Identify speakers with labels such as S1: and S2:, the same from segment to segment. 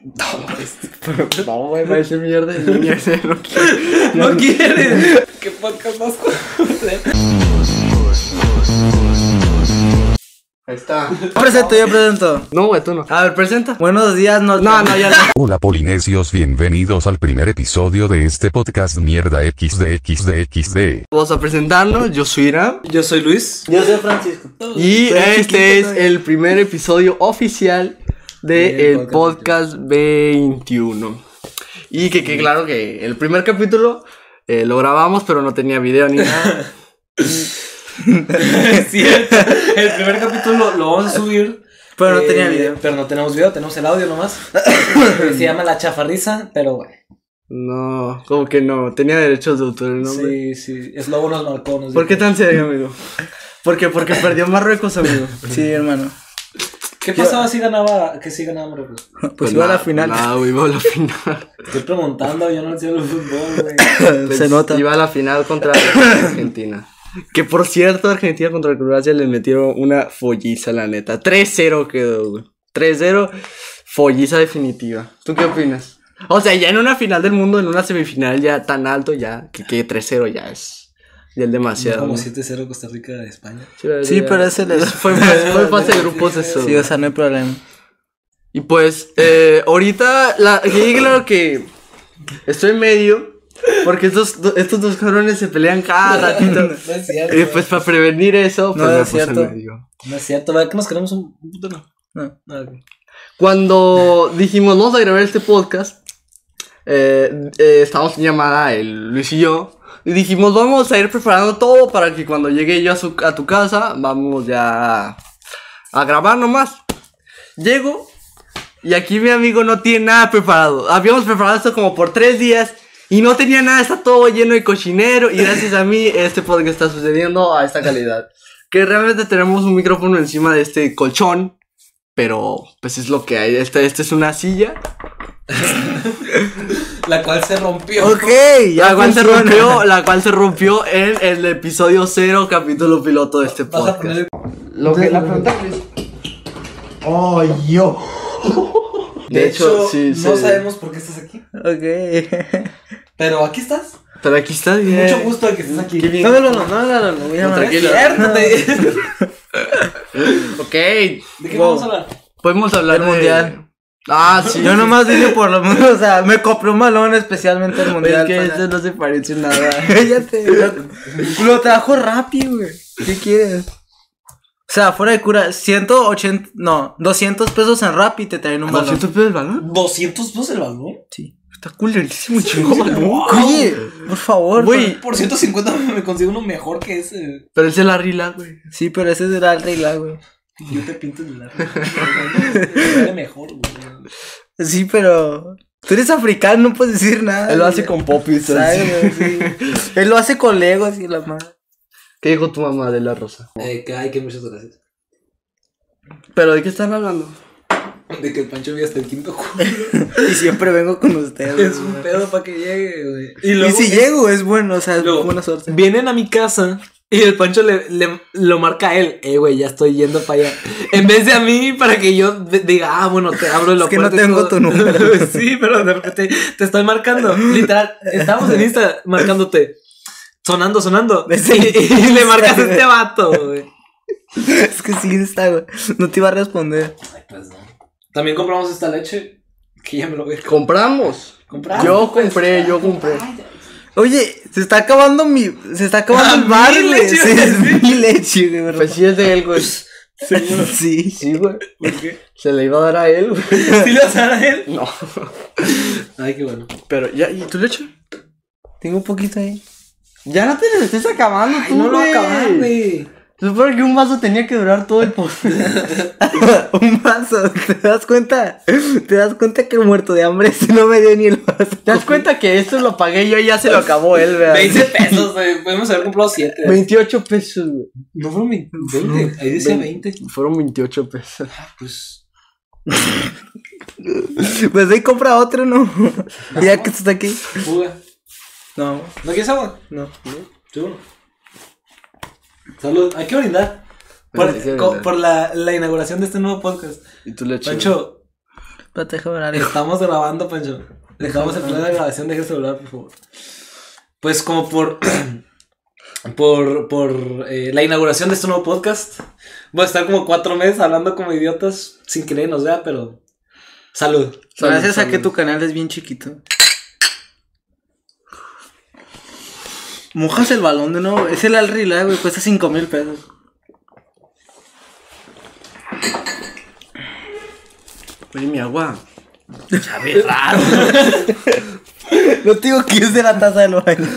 S1: No, este-
S2: No, güey, parece mierda de niño ese, no quiero.
S1: no quieren. ¿Qué podcast más culero?
S2: Ahí está.
S3: Yo presento, yo presento.
S2: No, güey, tú no.
S3: A ver, presenta. Buenos días, no.
S2: No, no, ya no.
S4: Hola polinesios, bienvenidos al primer episodio de este podcast mierda XD XD XD.
S2: Vamos a presentarnos, yo soy Iram.
S1: Yo soy Luis.
S3: Yo soy Francisco.
S2: Y
S3: Soy chiquito
S2: este es
S3: todavía.
S2: el primer episodio oficial del
S1: Del
S2: el podcast 21. Y que, que claro que el primer capítulo eh, lo grabamos, pero no tenía video ni nada.
S1: Es cierto. El primer capítulo lo vamos a subir.
S3: Pero no
S1: eh,
S3: tenía video.
S1: Pero no tenemos video, tenemos el audio nomás. Se llama La Chafarriza, pero bueno.
S2: No, como que no, tenía derechos de autor el nombre.
S1: Sí, sí. Es lobo nos marcó. Nos
S2: ¿Por qué
S1: dijo.
S2: tan serio, amigo? Porque, porque perdió Marruecos, amigo.
S3: Sí, hermano.
S1: ¿Qué pasaba si ganaba? Que si ganaba Marruecos?
S3: Pues iba a la
S2: nada,
S3: final.
S2: Nada, güey, iba a la final.
S1: Estoy preguntando, yo no sé el fútbol, güey.
S3: Se
S2: Pues,
S3: nota.
S2: Iba a la final contra Argentina. Que por cierto, Argentina contra Croacia le metieron una folliza, la neta. 3-0 quedó, güey. 3-0, folliza definitiva. ¿Tú qué opinas? O sea, ya en una final del mundo, en una semifinal ya tan alto, ya que quede 3-0 ya es. Ya es demasiado.
S1: Como
S2: ¿no?
S1: 7-0 Costa Rica de España.
S3: Sí,
S2: ya-
S3: pero ese le-
S2: Fue, fue fase de grupos eso.
S3: Sí, o sea, no hay problema.
S2: Y pues, eh, ahorita, la, y claro que estoy en medio, porque estos, do- estos dos cabrones se pelean cada ratito.
S1: No es cierto.
S2: Y pues, para prevenir eso, pues
S3: No,
S2: me
S3: es
S2: puse en
S3: cierto.
S2: medio.
S1: No es cierto, ¿verdad que nos queremos un un puto no?
S3: No.
S1: Ah, ok.
S2: Cuando dijimos, vamos a grabar este podcast, eh, eh, estábamos en llamada, el Luis y yo, y dijimos, vamos a ir preparando todo para que cuando llegue yo a, su- a tu casa, vamos ya a, a grabar nomás. Llego, y aquí mi amigo no tiene nada preparado. Habíamos preparado esto como por tres días. Y no tenía nada, está todo lleno de cochinero y gracias a mí este podcast está sucediendo a esta calidad. Que realmente tenemos un micrófono encima de este colchón pero pues es lo que hay. Esta, esta es una silla.
S1: La cual se rompió.
S3: Ok, ya
S2: La cual, se
S3: funciona.
S2: rompió, la cual se rompió en el episodio cero, capítulo piloto de este
S1: Vas
S2: podcast.
S1: a poner el...
S2: Lo que la pregunta es.
S5: Oh, yo.
S2: De, hecho, sí,
S1: no
S2: sí.
S1: sabemos por qué estás aquí.
S3: Ok.
S1: Pero aquí estás.
S2: Pero aquí está bien.
S1: Mucho gusto de que estés aquí.
S2: Qué bien.
S3: No, no, no, no, no, no, no, mira,
S2: No,
S3: madre.
S2: tranquilo.
S1: Despiértate.
S2: Ok.
S1: ¿De qué
S2: Wow.
S1: vamos a hablar?
S2: Podemos hablar
S3: Del
S2: de-
S3: mundial.
S2: Ah, sí.
S3: Yo nomás dije por lo menos, o sea, me compré un balón especialmente al
S2: Es
S3: mundial.
S2: que
S3: pana.
S2: este no se parece nada.
S3: Cállate. Lo, lo trajo rápido, güey. ¿Qué quieres? O sea, fuera de cura, 180, no, 200 pesos en Rappi te traen un balón.
S2: 200 pesos el balón?
S1: ¿200 pesos el balón?
S3: Sí.
S2: Está culerísimo, chingo balón.
S3: Oye, por favor.
S2: Güey.
S1: Por 150 me consigo uno mejor que ese.
S2: Pero es el Arrila, güey.
S3: pa- Sí, pero ese era el regla, güey.
S1: Yo te pinto el largo. Huele mejor, güey.
S3: Sí, pero tú eres africano, no puedes decir nada.
S2: Él lo
S3: güey.
S2: hace con popis. así.
S3: ¿Sabes, güey? Sí. Él lo hace con legos y la madre.
S2: ¿Qué dijo tu mamá de la rosa?
S1: Eh, que hay que muchas gracias.
S2: ¿Pero de qué están hablando?
S1: De que el Pancho vive hasta el quinto culo.
S3: Y siempre vengo con ustedes.
S1: Es
S3: güey.
S1: un pedo para que llegue, güey.
S3: Y si llego, es bueno, o sea, es
S1: Luego-
S3: buena suerte.
S1: Vienen a mi casa y el Pancho le, le- lo marca a él. Eh, güey, ya estoy yendo para allá. En vez de a mí, para que yo de- diga, ah, bueno, te abro la
S3: Es que no
S1: puerta y
S3: tengo
S1: todo.
S3: tu número.
S1: sí, pero de repente te estoy marcando. Literal, estábamos en Insta marcándote. Sonando, sonando.
S3: Sí.
S1: Y, y le marcas a este vato, güey.
S3: Es que sí, está, güey. No te iba a responder.
S1: pues, También compramos esta leche. Que ya me lo voy a
S2: Compramos.
S1: comprar.
S2: Yo compré, yo compré.
S3: Oye, se está acabando mi. Se está
S1: Ah,
S3: acabando el bar,
S1: mi
S3: güey.
S1: leche,
S3: Sí, es
S1: sí.
S3: mi leche, güey.
S2: Pues
S3: ¿verdad?
S2: sí es de él, güey.
S3: Sí.
S2: Sí, güey. Se le iba a dar a él, güey.
S1: ¿Sí le vas a dar a él?
S2: No.
S1: Ay, qué bueno.
S2: Pero ya, ¿y tu leche?
S3: Tengo un poquito ahí.
S2: Ya no te la estés
S3: Ah,
S2: acabando, tú,
S1: No lo
S2: güey.
S1: acabas, güey.
S2: Se supone que un vaso tenía que durar todo el post.
S3: un vaso. ¿Te das cuenta? ¿Te das cuenta que el muerto de hambre se no me dio ni el vaso?
S2: ¿Te das cuenta que esto lo pagué yo y ya se lo acabó él, ¿verdad?
S1: 20 pesos, güey. Podemos haber comprado 7.
S2: 28 pesos, güey.
S1: No fueron 20. Ahí decía 20.
S2: Fueron 28 pesos.
S1: Pues.
S3: Pues ahí compra otro, ¿no? ya que está aquí.
S1: Fuga.
S3: No,
S1: ¿No quieres agua?
S3: no.
S1: Seguro. Salud. Hay que brindar. Por,
S2: Hay que
S1: co-
S2: brindar.
S1: por la, la inauguración de este nuevo podcast.
S2: ¿Y tu leche?
S1: Pancho,
S3: Espérate, déjame ver algo.
S1: Estamos grabando, Pancho. Dejamos el play de la grabación, deja el celular, por favor. Pues como por por, por eh, la inauguración de este nuevo podcast. Voy a estar como cuatro meses hablando como idiotas sin que nadie nos vea, pero. Salud.
S2: Salud,
S3: Gracias a
S2: salud.
S3: que tu canal es bien chiquito. Mojas el balón de nuevo. Es el al relay, güey. Cuesta 5 mil pesos.
S2: Oye, mi agua.
S3: No te digo que es de la taza del baño.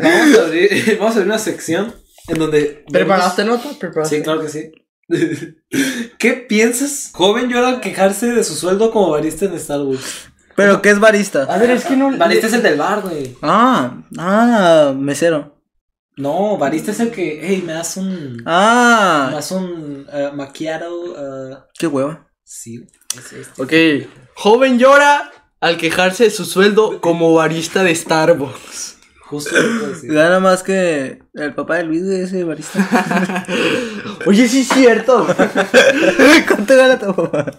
S1: Vamos a abrir, vamos a abrir una sección en donde.
S2: ¿Preparaste nota? ¿Preparaste?
S1: Sí, claro que sí. ¿Qué piensas? Joven llora al quejarse de su sueldo como barista en Starbucks.
S3: Pero ¿qué es barista?
S2: A ver, es que no.
S1: Barista es el del bar, güey.
S3: Ah, ah, mesero.
S1: No, barista es el que. Hey, me das un. Me
S3: Ah,
S1: das un. eh, macchiato. eh,
S3: qué hueva.
S1: sí. es este.
S2: Ok. Joven llora al quejarse de su sueldo como barista de Starbucks.
S1: Justo pues, lo que iba a decir.
S3: Gana más que el papá de Luis, güey, ese barista.
S2: Oye, sí es cierto.
S3: ¿Cuánto gana tu papá?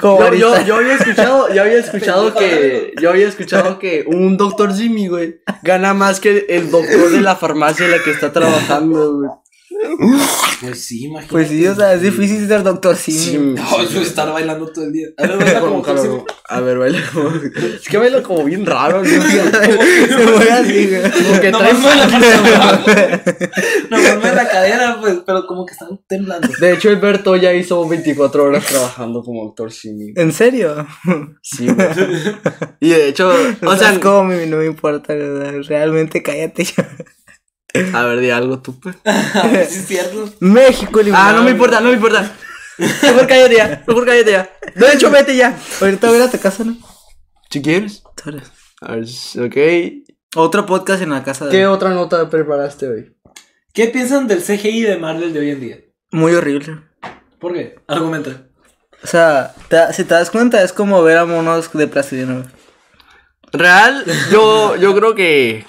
S3: Como
S2: Yo,
S3: barista.
S2: yo, yo había escuchado, yo había escuchado que, yo había escuchado que un doctor Jimmy, güey, gana más que el doctor de la farmacia en la que está trabajando, güey.
S1: Pues sí, imagínate.
S3: Pues sí, o sea, es difícil ser doctor Simi.
S2: Mm.
S1: No, yo estar bailando todo el día. A ver, baila como
S2: Claro,
S1: José.
S2: a ver, baila como... Es que baila como bien raro, ¿no?
S3: Se mueve así, güey.
S2: Como que
S1: No
S2: trae-
S1: más mueve la parte de abajo. No más mueve la cadera, pues, pero como que están temblando.
S2: De hecho, Alberto ya hizo 24 horas trabajando como doctor Simi.
S3: ¿En serio?
S2: Sí, güey. Y de hecho, o sea,
S3: como mi- no me importa, güey, realmente cállate ya.
S2: a ver, di algo tú. pues.
S1: Sí, es cierto.
S3: México eliminado.
S2: Ah, no me importa, no me importa. Mejor cállate ya, mejor cállate ya. De hecho, vete ya.
S3: Ahorita voy a ir a tu casa, ¿no?
S2: Si quieres.
S3: Sobres.
S2: A ver, ok.
S3: Otro podcast en la casa de...
S2: ¿Qué otra nota preparaste hoy?
S1: ¿Qué piensan del CGI de Marvel de hoy en día?
S3: Muy horrible.
S1: ¿Por qué? Argumenta.
S3: O sea, te- si te das cuenta, es como ver a monos de plastilina. güey.
S2: Real, yo, yo creo que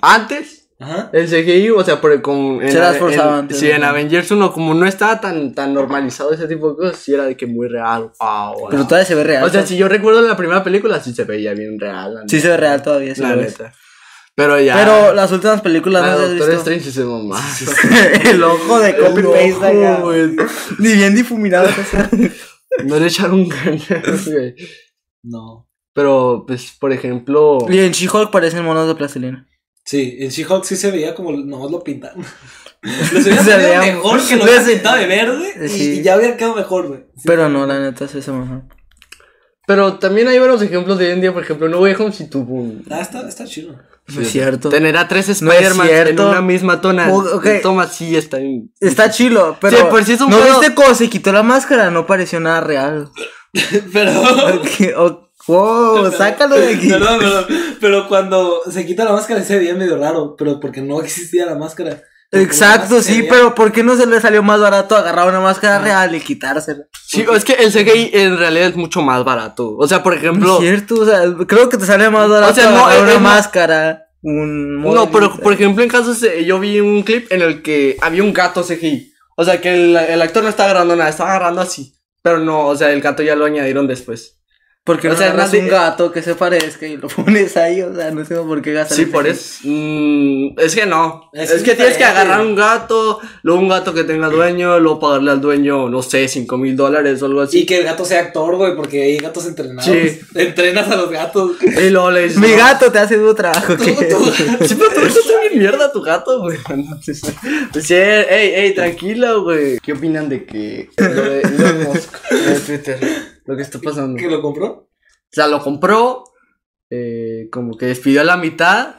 S2: antes
S1: Ajá.
S2: el CGI, o sea, por, como en,
S3: Se las
S2: en-
S3: forzaban,
S2: en-
S3: sí,
S2: sí, en
S3: ¿no?
S2: Avengers 1, como no estaba tan, tan normalizado ese tipo de cosas, sí era de que muy real. Wow, wow.
S3: Pero todavía se ve real.
S2: o sea,
S3: sí,
S2: si yo recuerdo la primera película, sí se veía bien real. la
S3: se ve real todavía. sí
S2: neta, la
S3: lo ves.
S2: neta. Pero ya.
S3: Pero las últimas películas
S2: la
S3: no las has
S2: Doctor
S3: visto.
S2: Strange se mamá.
S3: El ojo de copy paste acá.
S2: güey.
S3: Ni bien difuminado. o sea.
S2: No le echaron ganas, güey.
S1: No.
S2: Pero, pues, por ejemplo.
S3: y en She-Hulk parecen monos de plastilina.
S1: Sí, en She-Hulk sí se veía como nomás lo pintaron. Los hubiera
S3: Se
S1: salido
S3: veía-
S1: mejor que lo
S3: se-
S1: hubiera pintado de verde y,
S3: Sí.
S1: y ya hubiera quedado mejor, güey. Sí.
S3: Pero no, la neta, sí se mojó.
S2: Pero también hay varios ejemplos de hoy en día, por ejemplo, No Way Home si tuvo un...
S1: Ah, está, está chido.
S3: No es cierto.
S2: Tener a tres
S3: No es
S2: Spider-Man en
S3: cierto.
S2: una misma tona,
S3: O- ok.
S2: toma sí está bien.
S3: Está chilo, pero.
S2: Sí, por si es un
S3: ¿No
S2: pedo-
S3: viste cómo se quitó la máscara? No pareció nada real.
S1: Pero.
S3: ¿Qué? O- wow, sácalo de aquí.
S1: Perdón, perdón. Pero cuando se quita la máscara sí se veía medio raro, pero porque no existía la máscara. Porque
S3: Exacto,
S1: nomás se
S3: sí,
S1: veía-
S3: pero ¿por qué no se le salió más barato agarrar una máscara real y quitársela?
S2: Sí, es que el CGI en realidad es mucho más barato. O sea, por
S3: No
S2: ejemplo,
S3: es cierto, o sea, creo que te sale más barato
S2: O sea, no,
S3: agarrar
S2: es-
S3: una
S2: es más-
S3: máscara, un
S2: no, pero
S3: modelito.
S2: por ejemplo en casos eh, yo vi un clip en el que había un gato CGI. O sea, que el, el actor no está agarrando nada, está agarrando así. Pero no, o sea, el gato ya lo añadieron después.
S3: Porque
S2: o
S3: no
S2: sea,
S3: agarras
S2: nadie- eh,
S3: un gato que se parezca y lo pones ahí, o sea, no sé por qué gastar
S2: Sí,
S3: el
S2: por
S3: dinero.
S2: eso. Mm, es que no.
S1: Es
S2: Es, que tienes que
S1: diferente.
S2: agarrar un gato, luego un gato que tenga dueño, luego pagarle al dueño, no sé, 5 mil dólares o algo
S1: Y
S2: así.
S1: que el gato sea actor, güey, porque hay gatos entrenados.
S2: Sí.
S1: Entrenas a los gatos.
S2: Y luego le dices,
S3: Mi
S2: no.
S3: gato te hace duro trabajo. ¿qué?
S2: Sí, pero tú estás bien mierda tu gato, güey. Entonces, pues sí, ey, ey, tranquilo, güey. ¿Qué opinan de que lo de Elon Musk, lo de Twitter, lo que está pasando?
S1: ¿Que lo compró?
S2: O sea, lo compró, eh, como que despidió a la mitad,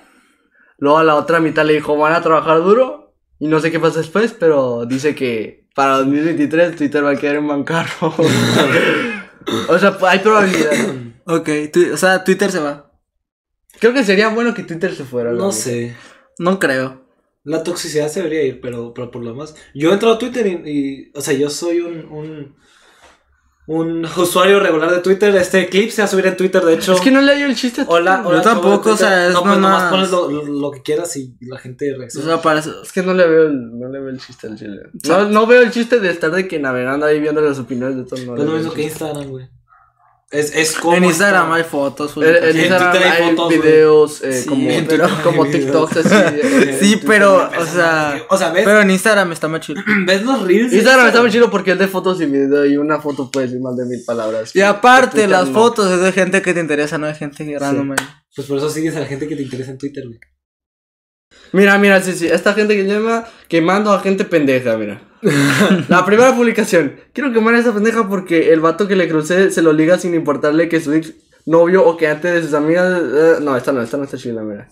S2: luego a la otra mitad le dijo, van a trabajar duro, y no sé qué pasa después, pero dice que para 2023 Twitter va a quedar en bancarro. o sea, pues, hay probabilidad.
S3: ok, tu- o sea, Twitter se va.
S2: Creo que sería bueno que Twitter se fuera. la
S1: No
S2: neta.
S1: sé.
S3: No creo.
S1: La toxicidad se debería ir, pero, pero por lo demás. Yo he entrado a Twitter y, y, o sea, yo soy un, un, un usuario regular de Twitter. Este clip se va a subir en Twitter, de hecho.
S2: Es que no le hallo el chiste. a tu-
S1: Hola,
S3: Yo
S1: hola, chavo de
S3: tampoco, o sea,
S1: Twitter.
S3: es
S1: No, pues nomás
S3: nomás-
S1: pones lo, lo- lo que quieras y la gente
S3: O
S1: reacciona.
S3: sea, para eso.
S2: Es que no le veo el, no le veo el chiste al chile. No, no veo el chiste de estar de que navegando ahí viendo las opiniones de todo el
S1: Pues lo mismo que Instagram, güey. Es, es como.
S3: En Instagram hay fotos.
S2: En, Eh, en
S1: Sí, en
S2: Instagram
S1: Twitter hay
S2: hay
S1: fotos, güey.
S2: videos eh,
S3: Sí,
S2: como,
S3: en Twitter hay
S2: como
S3: videos.
S2: TikToks así. eh,
S3: Sí,
S2: en
S3: pero,
S1: Twitter.
S3: o sea.
S1: O sea, ¿ves?
S3: Pero en Instagram está más chido.
S1: ¿Ves los reels? de
S2: Instagram está muy chido porque es de fotos y video y una foto puede decir más de mil palabras.
S3: Y aparte,
S2: Twitter
S3: las
S2: no.
S3: fotos es de gente que te interesa, no de gente random. ahí.
S1: Pues por eso sigues a la gente que te interesa en Twitter, güey.
S2: Mira, mira, sí, sí, esta gente que llama quemando a gente pendeja, mira. La primera publicación. Quiero quemar a esa pendeja porque el vato que le crucé se lo liga sin importarle que su ex novio o que antes de sus amigas... eh, no, esta no, esta no está chila, mira.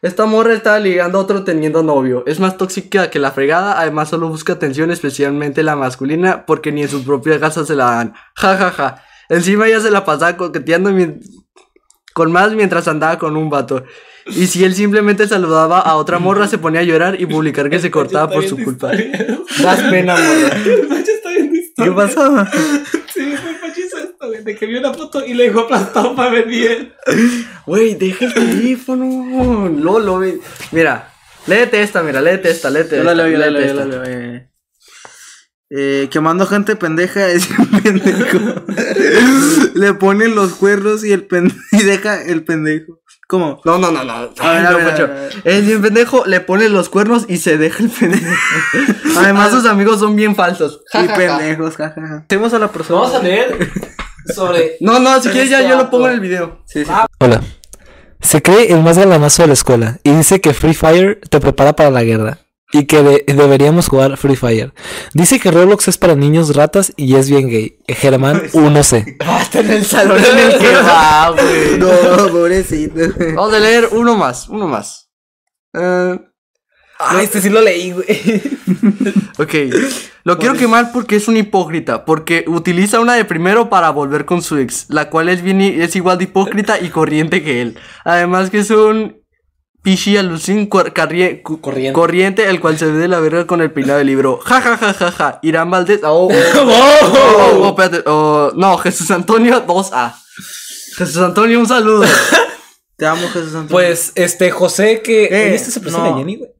S2: Esta morra estaba ligando a otro teniendo novio. Es más tóxica que la fregada. Además, solo busca atención, especialmente la masculina, porque ni en su propia casa se la dan. Ja, ja, ja. Encima ella se la pasaba coqueteando mien- con más mientras andaba con un vato. Y si él simplemente saludaba a otra morra, se ponía a llorar y publicar que se cortaba por su culpa. Das pena, morra.
S1: El Pacho está viendo
S3: eh. ¿Qué
S1: historia.
S3: pasó?
S1: Sí, el Pacho hizo esto, güey, de que vio una foto y le dejó aplastado para ver bien.
S2: Güey, deja el teléfono. Lolo, güey. Mira, léete esta, mira, léete esta, léete
S3: Yo
S2: esta.
S3: la leo, yo la
S2: léete
S3: leo, yo la
S2: esta.
S3: leo. eh. Eh, quemando gente pendeja es un pendejo. Le ponen los cuernos y el pendejo y deja el pendejo. ¿Cómo?
S2: No, no, no, no.
S3: A ver,
S2: Ay,
S3: a
S2: no,
S3: ver,
S2: Pacho.
S3: a ver.
S2: Es bien pendejo, le pone los cuernos y se deja el pendejo. Además, sus amigos son bien falsos.
S3: Y pendejos, jajaja. Tenemos a la persona.
S1: Pues Vamos a leer sobre.
S2: No, no, si quieres ya
S1: Este
S2: yo lo
S1: vato.
S2: pongo en el video. Ah,
S3: Sí, sí.
S6: Hola. Se cree el más galanazo de la escuela y dice que Free Fire te prepara para la guerra y que de- deberíamos jugar Free Fire. Dice que Roblox es para niños ratas y es bien gay. Germán 1C.
S2: Hasta en el salón en el que va, güey.
S3: No, pobrecito.
S2: Vamos a leer uno más, uno más. Eh,
S3: Ah, este sí lo leí, güey.
S2: ok. Lo quiero quemar porque es un hipócrita. Porque utiliza una de primero para volver con su ex. La cual es, bien, i- es igual de hipócrita y corriente que él. Además que es un pichi alucín cuar- carrie- cu-
S1: Corriente.
S2: corriente. El cual se ve de la verga con el peinado del libro. Ja, ja, ja, ja, ja. Irán Valdés. Oh, oh. Oh, oh, espérate, oh, no, Jesús Antonio 2A. Jesús Antonio, un saludo.
S3: Te amo, Jesús Antonio.
S1: Pues, este, José, que.
S3: ¿Qué?
S1: Oye, este se presenta
S3: No.
S1: a Jenny, güey.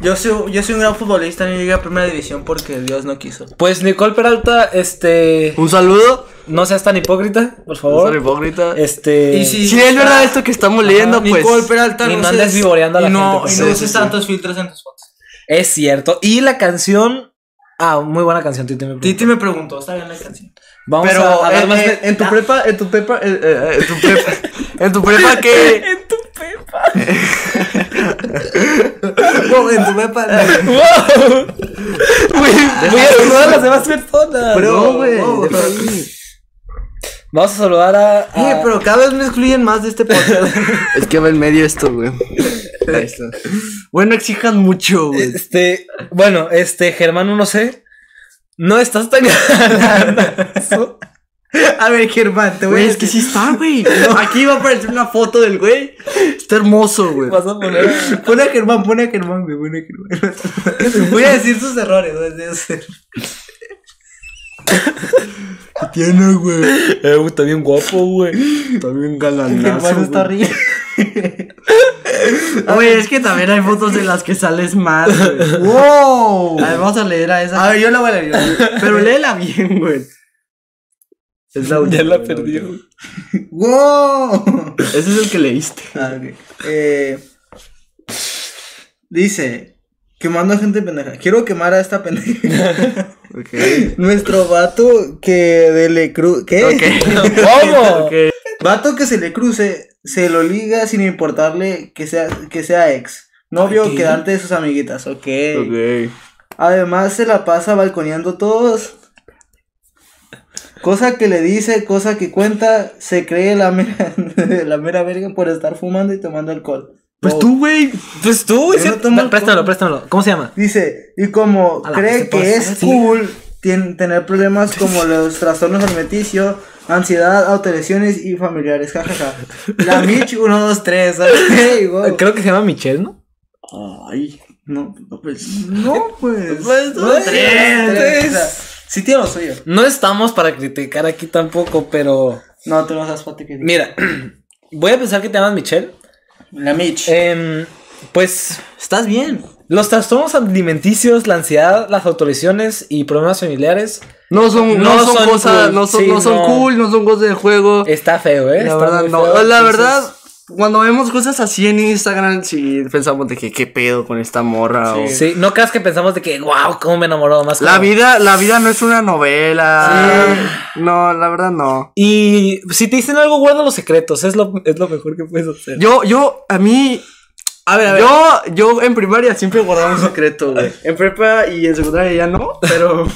S3: yo soy, yo soy un gran futbolista y llegué a primera división porque Dios no quiso.
S1: Pues Nicole Peralta, este.
S2: Un saludo.
S1: No seas tan hipócrita, por
S2: No seas
S1: favor.
S2: hipócrita.
S1: Este.
S3: Y si-
S2: Si es verdad esto que estamos leyendo,
S3: Ni
S2: pues.
S3: Nicole Peralta,
S1: ni no
S3: uses-
S1: andes vivoreando a la
S3: y no,
S1: gente,
S3: Y
S1: pues.
S3: no
S1: Sí,
S3: uses
S1: sí, sí.
S3: tantos filtros en tus fotos.
S1: Es cierto. Y la canción. Ah, muy buena canción, Titi. me preguntó.
S3: Titi me preguntó, ¿está bien la canción?
S1: Vamos
S2: Pero
S1: a, a dar
S2: en,
S1: más.
S2: en-
S3: Ah.
S2: en tu prepa, en tu prepa, eh, eh, en tu prepa, en tu prepa que.
S3: En tu pepa. en tu pepa.
S1: Voy a saludar a las demás personas.
S2: No, güey.
S3: wow.
S2: deja ahí.
S1: Vamos a saludar a. a-
S3: Oye, pero cada vez me excluyen más de este podcast.
S2: Es que va en medio esto, güey. Ahí está. Bueno, exijan mucho, güey.
S1: Este. Bueno, este, Germán 1C. No estás tan galanazo.
S3: a ver, Germán, te voy
S2: Güey,
S3: a
S2: es que
S3: decir.
S2: sí está, güey. Aquí va a aparecer una foto del güey. Está hermoso, güey.
S1: Vas a poner. a-
S3: Pone a Germán, pone a Germán, güey, pone a Germán. Voy a decir sus errores, voy a decir.
S2: ¿Qué tiene, güey?
S1: Eh, güey, está bien guapo, güey.
S2: Está
S3: Germán
S2: bien galanazo,
S3: está
S2: güey.
S3: horrible.
S2: Oye, es que también hay fotos en las que sales mal, güey.
S3: ¡Wow!
S2: A ver, vamos a leer a esa.
S3: A ver, yo la voy a leer.
S2: Pero léela bien, güey. Es la última,
S1: Ya la
S2: güey,
S1: perdí,
S2: última.
S1: güey.
S3: ¡Wow!
S2: Ese es el que leíste.
S3: Ah, ok. Eh, dice, quemando a gente pendeja. Quiero quemar a esta pendeja. Nuestro vato que de le cru... ¿Qué?
S1: ¿Cómo?
S3: Vato que se le cruce, se lo liga sin importarle que sea, que sea ex. Novio o quedante de sus amiguitas, ok. Además se la pasa balconeando todos. Cosa que le dice, cosa que cuenta, se cree la mera, la mera verga por estar fumando y tomando alcohol.
S2: Pues
S3: Wow.
S2: tú, güey.
S1: Pues tú, güey.
S3: Yo no
S1: sí-
S3: tomo alcohol.
S1: préstamelo, préstamelo. ¿Cómo se llama?
S3: Dice, y como
S1: A la vez
S3: cree
S1: se puede
S3: que
S1: hacer,
S3: es
S1: sí.
S3: cool tien- tener problemas como los trastornos alimenticios, ansiedad, autolesiones y familiares, jajaja. La Mitch 1, 2, 3, ok, wow.
S1: Creo que se llama Michelle, ¿no?
S3: Ay, no, no, pues, no, pues.
S2: Pues,
S3: no,
S2: tres,
S3: tres, o sea, Sí tiene lo suyo.
S1: No estamos para criticar aquí tampoco, pero.
S3: No, tú no seas pati que
S1: Mira, voy a pensar que te llamas Michelle.
S3: La Mitch.
S2: Eh,
S1: Em, pues
S3: Estás bien.
S1: los trastornos alimenticios, la ansiedad, las autorizaciones y problemas familiares
S2: No son, no
S1: No
S2: son,
S1: son
S2: cosas,
S1: cool,
S2: no son,
S1: sí,
S2: no son
S1: no.
S2: cool, no son cosas de juego.
S1: está feo, ¿eh?
S2: la
S1: Está
S2: verdad,
S1: muy
S2: no.
S1: feo,
S2: la
S1: entonces-
S2: verdad, cuando vemos cosas así en Instagram, sí pensamos de que qué pedo con esta morra. o-
S1: Sí, no creas que pensamos de que, wow, cómo me enamoró más.
S2: La
S1: como-
S2: vida, la vida no es una novela. No, la verdad no.
S1: Y si te dicen algo, guarda los secretos. Es lo, es lo mejor que puedes hacer.
S2: Yo, yo, a mí.
S1: a ver, a ver.
S2: Yo, yo en primaria siempre guardaba un secreto, güey. En prepa y en secundaria ya no, pero en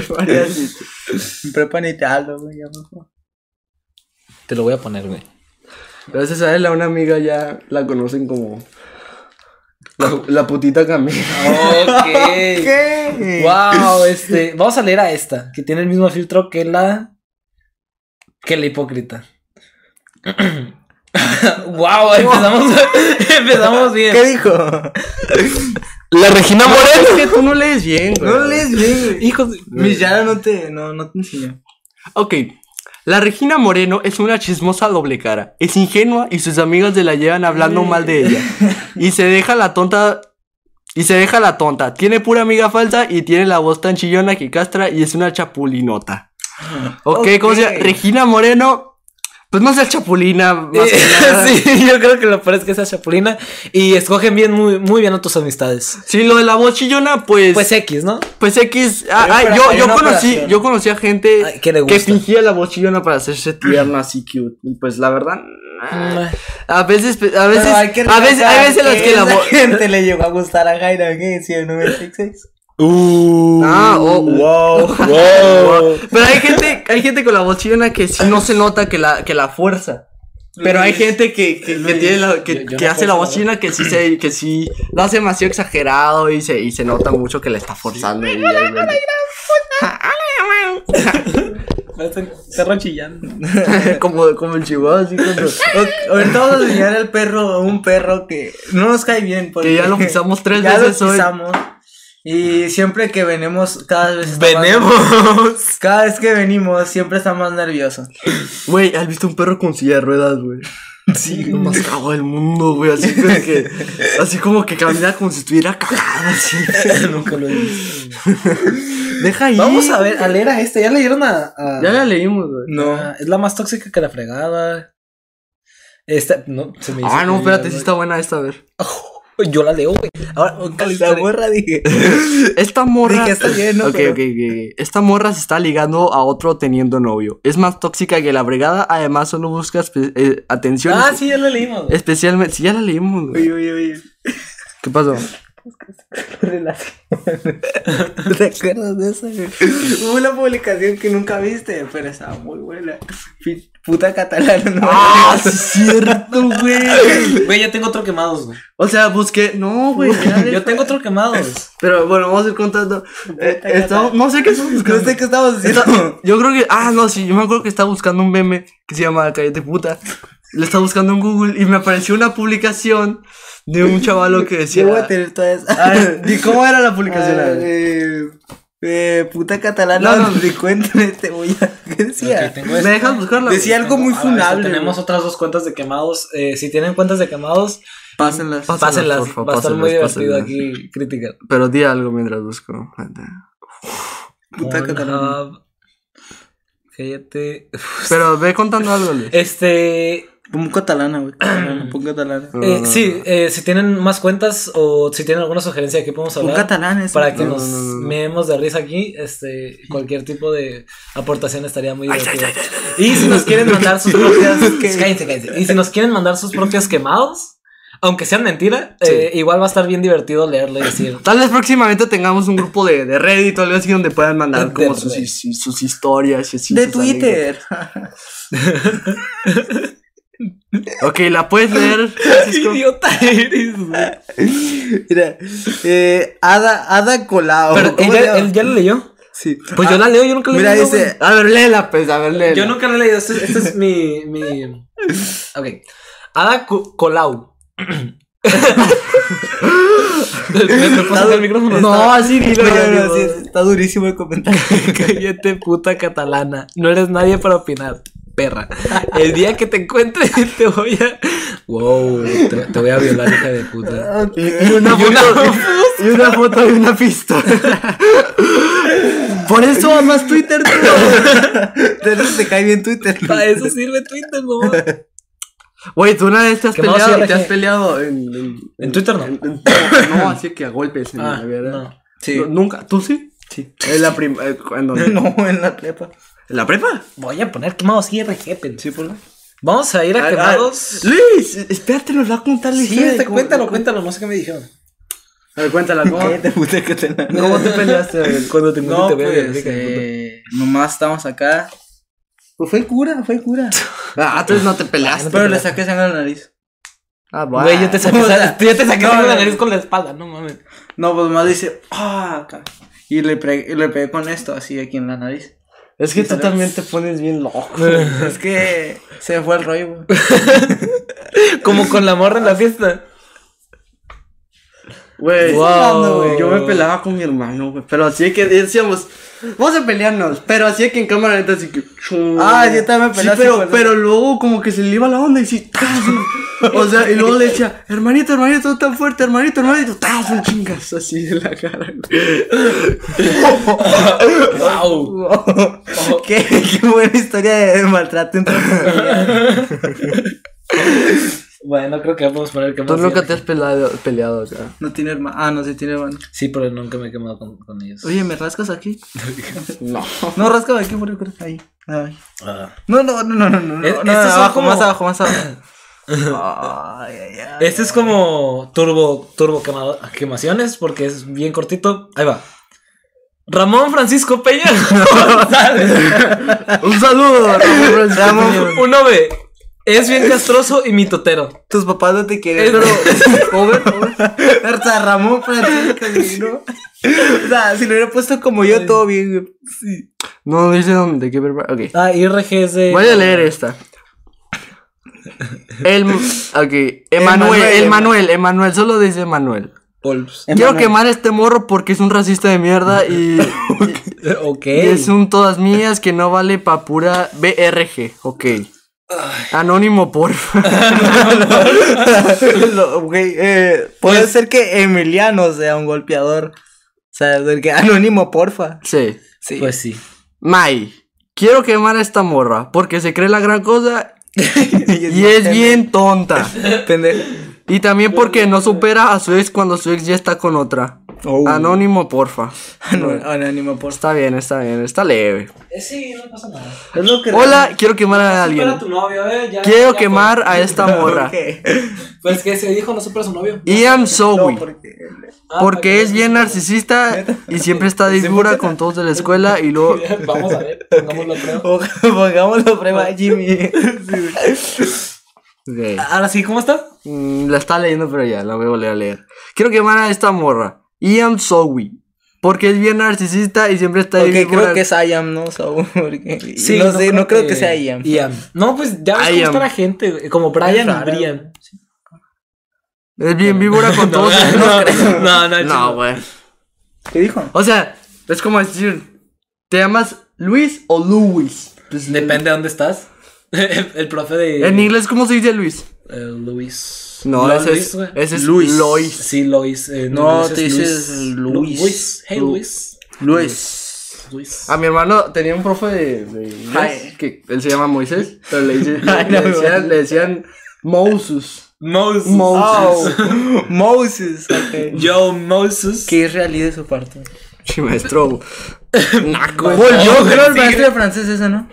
S2: primaria sí.
S3: Prepa ni te hablo, güey. ya mejor.
S1: Te lo voy a poner, güey.
S2: Gracias a él, a una amiga ya la conocen como la, la putita Camila.
S1: Ok. wow, este. Vamos a leer a esta, que tiene el mismo filtro que la. que la hipócrita. wow, empezamos, empezamos bien.
S3: ¿Qué dijo?
S6: La Regina
S2: Es
S6: Moreno.
S2: que tú no lees bien, güey.
S3: No lees bien, güey.
S2: pues, Hijo de-
S3: Mitch, ya no te, no, no te enseñó.
S2: Ok. La Regina Moreno es una chismosa doble cara. Es ingenua y sus amigas se la llevan hablando mal de ella. Y se deja la tonta. Y se deja la tonta. Tiene pura amiga falsa y tiene la voz tan chillona que castra y es una chapulinota. Ok, ¿cómo se llama?
S3: Ok.
S2: Regina Moreno. Pues no sea chapulina. Más que nada. sí.
S1: sí, yo creo que lo peor es que sea Chapulina. Y escogen bien, muy, muy bien a tus amistades.
S2: lo de la voz chillona, pues.
S1: Pues
S2: Pues,
S1: X, ¿no?
S2: X. ah,
S3: Pero
S2: ah,
S3: para-
S2: yo,
S3: para
S2: yo
S3: una
S2: conocí,
S3: operación.
S2: yo conocí a gente
S1: Ay, que le
S2: que
S1: gusta.
S2: fingía la voz chillona para hacerse tierna, así cute. Y pues la verdad.
S3: Ah.
S1: Mm,
S2: A veces, pe- a veces,
S3: Pero hay que
S2: Pues a veces,
S3: recalcar
S2: hay veces las que la
S3: esa
S2: voz.
S3: gente le llegó a gustar a Jaira, ¿qué? Sí, el número 66.
S2: Ah, oh, wow.
S1: Uh, Wow.
S2: Pero hay gente, hay gente con la voz chillona que sí no se nota que la, que la fuerza. Pero hay
S3: Luis,
S2: gente que, que, que
S3: Luis,
S2: tiene la,
S1: yo-
S2: que,
S1: yo
S2: que
S1: no
S2: hace la
S1: puedo
S2: voz chillona que sí se, que sí lo hace demasiado exagerado y se, y se nota mucho que la está forzando. y-
S3: Parece perro chillando.
S2: como, como el chihuahua así cuando-
S3: O- Ahorita vamos a enseñar al perro, un perro que no nos cae bien. porque
S2: Que ya lo pisamos tres
S3: ya
S2: veces
S3: lo
S2: hoy.
S3: pisamos. Y siempre que venimos, cada vez. está más-
S1: Venemos.
S3: cada vez que venimos, siempre está más nervioso.
S2: Güey, ¿has visto un perro con silla de ruedas, güey? Sí, lo más cagado del mundo, güey. Así como que, así como que camina como si estuviera cagado, así.
S1: Nunca lo he visto.
S2: Deja ahí.
S1: Vamos a ver, a leer a esta. ¿Ya leyeron a.? a-
S2: Ya la leímos, güey.
S1: No. Ah, es la más tóxica que la fregada. Esta, no, se me hizo
S2: Ah, no,
S1: que-
S2: espérate, sí está buena esta, a ver.
S1: Yo la leo, güey. Ahora,
S3: La borra dije.
S2: Esta morra.
S3: Dije, está bien, ¿no?
S2: Ok,
S3: Pero-
S2: ok, ok. Esta morra se está ligando a otro teniendo novio. Es más tóxica que la bregada, además solo busca espe- eh, atención.
S1: Ah, sí, ya la leímos. güey.
S2: Especialmente. Sí, ya la leímos, güey.
S3: Uy, uy, uy.
S2: ¿Qué pasó?
S3: ¿Te acuerdas de eso, güey? Hubo una publicación que nunca viste, pero estaba muy buena. Fi- Puta catalana. ¿no?
S2: ¡Ah, sí es cierto, güey!
S1: Güey, ya tengo otro quemados, güey.
S2: O sea, busqué. No, güey. ya le-
S1: Yo tengo otro quemados.
S2: Pero bueno, vamos a ir contando. Eh, estaba- no sé qué estamos
S3: No
S2: buscando.
S3: sé qué estabas
S2: Está-
S3: haciendo.
S2: yo creo que. Ah, no, sí, yo me acuerdo que estaba buscando un meme que se llama Cállate puta. Lo estaba buscando en Google y me apareció una publicación de un chavalo que decía.
S3: Yo voy a tener toda esa.
S2: A ver, di ¿Cómo era la publicación? A
S3: Ah,
S2: ver.
S3: eh, eh, puta catalana,
S2: No, no.
S3: de cuéntame, te voy a. ¿Qué decía?
S1: Ok, tengo este.
S2: ¿Me
S1: esta.
S2: dejas buscarla?
S3: Decía algo muy
S1: Ahora, esta
S3: funable.
S1: Tenemos otras dos cuentas de quemados. Eh, si tienen cuentas de quemados,
S2: Pásenlas.
S1: pásenlas.
S2: por favor,
S1: Va a estar muy
S2: pásenlas,
S1: divertido
S2: pásenlas.
S1: aquí criticar.
S2: Pero di algo mientras busco.
S3: Puta catalana.
S1: Pornhub. Cállate.
S2: Pero ve contando algo,
S3: Eh,
S2: Luis.
S1: Este,
S3: Pon catalana, güey. Catalana, Pon catalana.
S2: No,
S1: Eh,
S2: no,
S1: sí, eh, si tienen más cuentas o si tienen alguna sugerencia de qué podemos
S3: Pon
S1: hablar
S3: catalana, es.
S1: para que
S2: No,
S1: nos
S2: no, no, no.
S1: meemos de risa aquí, este, cualquier tipo de aportación estaría muy divertido. Y si nos quieren mandar sus propias, cállense, cállense. Y si nos quieren mandar sus propios quemados, aunque sean mentira, eh, igual va a estar bien divertido leerlo y decir.
S2: Tal vez próximamente tengamos un grupo de, de Reddit o algo así donde puedan mandar
S1: De
S2: como sus,
S1: Reddit.
S2: sus- sus historias y así,
S3: De
S2: sus
S3: Twitter.
S2: anécdotas. Ok, la puedes leer, Francisco.
S1: Idiota eres, güey.
S3: Mira, eh, Ada, Ada Colau.
S1: Pero
S3: ¿Cómo
S1: él,
S3: se llama?
S1: él ya la leyó.
S3: Sí.
S1: Pues yo
S3: Ah,
S1: la leo, yo nunca la
S3: Mira,
S1: leo.
S3: dice,
S2: A ver, léela, pues, a ver, léela.
S1: Yo nunca lo he leído. Este, es- este es mi, mi. Ok. Ada Co- Colau. ¿Me puedes sacar el micrófono?
S2: No, así dilo.
S3: Bueno,
S2: güey,
S3: sí,
S2: güey.
S3: está durísimo el comentario.
S1: Cállate, puta catalana. No eres nadie para opinar, perra. El día que te encuentre, te voy a. Wow, te, te voy a violar, hija de puta.
S2: Y y una foto. Y una foto de una pistola. Por eso amas Twitter,
S3: De eso te cae bien Twitter.
S1: Para Ah, eso sirve Twitter, no
S2: Güey, tú una vez te has
S1: Que no,
S2: peleado,
S1: sí, la
S2: te has
S1: que-
S2: peleado en, en-
S1: En Twitter no.
S2: en- no, así que a golpes en
S1: Ah,
S2: la verdad.
S1: no.
S3: Sí.
S2: No, Nunca, ¿tú sí? Sí. ¿En la prim eh, ¿en dónde?
S3: No, en la prepa.
S2: ¿En la prepa?
S1: Voy a poner quemados IRG, pensé. Vamos a ir a
S2: Ah,
S1: quemados.
S2: ah, Luis, espérate, nos va a contar la
S1: Sí,
S2: historia de
S1: este,
S2: cómo-
S1: cuéntalo, cuéntalo, no sé qué me dijeron.
S2: A ver, cuéntala, ¿cómo,
S3: Cállate, puta que te la-
S2: cómo te peleaste? a ver, cuando te
S1: No,
S2: encontraste?
S1: pues,
S2: Te veo bien, hija de
S3: Eh, nomás estamos acá. Pues fue el cura, fue el cura.
S2: puta. Ah, entonces no te peleaste.
S3: Pero le saqué sangre a la nariz.
S2: Ah, bueno.
S1: Güey, yo te saqué,
S3: O sea,
S1: yo te saqué
S3: no,
S1: sangre de la
S3: no.
S1: nariz con la espalda, no mames.
S3: No, pues más dice, ah, acá. Y le, pre- y le pegué con esto, así aquí en la nariz.
S2: Es que tú también te pones bien loco.
S3: es que se fue el rollo. güey.
S1: Como con la morra en la fiesta.
S2: Güey,
S1: Wow.
S2: hablando, güey, yo me peleaba con mi hermano, güey. Pero así que decíamos, vamos a pelearnos. Pero así que en cámara neta, así que. chum.
S3: Ah, yo también me
S2: Sí,
S3: peleaba así
S2: pero,
S3: con él.
S2: pero luego como que se le iba la onda y sí, ¡tas! O sea, y luego le decía, hermanito, hermanito, no tan fuerte, hermanito, hermanito, ¡tas! Un chingazo así de la cara,
S1: Wow.
S3: ¿Qué, qué buena historia de maltrato entre
S1: Bueno, creo que ya podemos poner quemados. IRG.
S2: has peleado, peleado acá.
S3: No tiene hermano. Ah, no, sí tiene hermano.
S1: Sí, pero nunca me he quemado con, con ellos.
S3: Oye, ¿me rascas aquí?
S2: No.
S3: No, rascame aquí, por favor. Ahí. Ay.
S1: Ah.
S3: No, no, no, no, no. no,
S1: Es-
S3: no,
S1: estos
S3: no,
S1: son
S3: abajo,
S1: como-
S3: más abajo, más abajo. ay, ay, ay.
S1: Este es como turbo, turbo quemado- quemaciones porque es bien cortito. Ahí va. Ramón Francisco Peña.
S2: Un saludo, Ramón Francisco Peña.
S1: Uno ve. Es bien castroso y mitotero.
S3: Tus papás no te quieren.
S1: Es-
S3: Pero, joven, joven. O sea, Ramón Francisco, güey, ¿no? O sea, si lo hubiera puesto como yo, todo bien, güey. Sí.
S2: No dice dónde, qué verba- Ok.
S1: Ah, IRG es de.
S2: Voy a leer esta. El, ok, Emanuel,
S3: Emanuel.
S2: el Manuel, Emanuel, solo dice Emanuel.
S1: Polps.
S2: Quiero
S3: Emanuel.
S2: quemar a este morro porque es un racista de mierda y, y-
S1: Eh, Ok.
S2: y es un todas mías que no vale pa' pura BRG. Ok. Anónimo, porfa.
S3: Lo- güey, eh, puede ser que Emiliano sea un golpeador. O sea, del que anónimo, porfa.
S2: Sí.
S3: Sí.
S1: Pues sí.
S2: Mai, quiero quemar a esta morra porque se cree la gran cosa y es bien tonta.
S3: pendejo.
S2: Y también porque no supera a su ex cuando su ex ya está con otra.
S3: Oh.
S2: Anónimo, porfa.
S3: Ano- Anónimo, porfa.
S2: Está bien, está bien, está leve.
S1: Eh, Sí, no pasa nada.
S3: Es lo que.
S2: Hola, quiero quemar a alguien.
S1: Supera a tu novio, eh. ya-
S2: Quiero
S1: ya
S2: quemar a esta morra.
S3: Ok.
S1: fue. Pues que se dijo no supera a su novio.
S2: Ian Sowie.
S3: No, porque.
S1: Ah,
S2: Porque
S1: ok.
S2: es bien narcisista y siempre está disgura con todos de la escuela y luego...
S1: Vamos a ver, pongámoslo a prueba.
S3: O- Pongámoslo prueba, Jimmy.
S2: Ok.
S1: Ahora Ah, sí, ¿cómo está?
S2: Mm, La está leyendo pero ya, la voy a volver a leer. Quiero quemar a esta morra. Ian Sowie. Porque es bien narcisista y siempre está
S3: Ok, creo
S2: disgura-
S3: que es Iam, ¿no? Saúl? Porque- no, sé, no creo que, sea Iam.
S1: Ian. No, pues ya ves
S2: Ian.
S1: cómo está la gente, güey, como Brian
S3: raro.
S1: y Brian.
S2: Es bien víbora con todos. de-
S1: no, no,
S2: No,
S1: no,
S2: güey.
S3: ¿Qué dijo?
S2: O sea, es como decir, ¿te llamas Luis o Luis? Pues,
S1: Depende de dónde estás. El, el profe de.
S3: eh,
S2: En inglés, ¿cómo se dice Luis?
S1: eh, Luis.
S2: No,
S1: Lo-
S2: ese es-
S1: güey.
S2: ese es Luis. Lois.
S1: Sí, Lois. eh,
S3: No,
S1: Luis es
S3: te dices Luis.
S1: Luis. Hey,
S2: Lu- Ah,
S1: Luis.
S3: Luis.
S1: Luis.
S2: A mi hermano tenía un profe de, de inglés
S3: Ay.
S2: que él se llama Moisés, pero le, dice-
S3: Ay,
S2: le
S3: no,
S2: decían, le decían Moses.
S1: Moses. Ah,
S2: Moses.
S3: Oh, Moses. ok.
S1: Yo, Moses.
S3: Qué irrealidad de su parte.
S2: Sí, maestro. Naco.
S3: Volvió, creo, Pues, el maestro de francés ese, ¿no?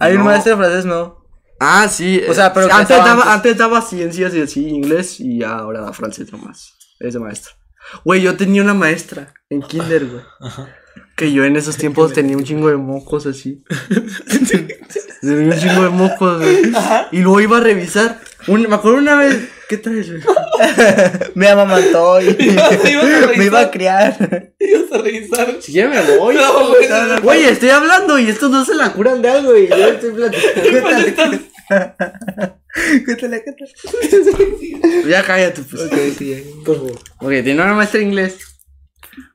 S3: Hay un
S2: No.
S3: maestro de francés, no.
S2: Ah, sí.
S3: O sea, pero que
S2: antes
S3: estaba
S2: daba,
S3: antes.
S2: antes. daba ciencias y así, inglés, y ya ahora da francés nomás. Ese maestro. Güey, yo tenía una maestra en kinder, güey. Que yo en esos tiempos tenía un chingo de mocos así. tenía un chingo de mocos, güey. Y luego iba a revisar. Un- me acuerdo una vez. ¿Qué traes, güey?
S3: Me amamantó y
S1: ibas a revisar.
S3: me iba a criar.
S1: ibas a revisar.
S2: Si quieres me voy.
S1: güey,
S2: Güey, estoy hablando y estos no se la curan de algo, y yo estoy platicando.
S3: Cuéntale, cuéntale.
S2: Ya cállate, pues. Ok,
S1: Por favor.
S2: tiene una maestra de inglés.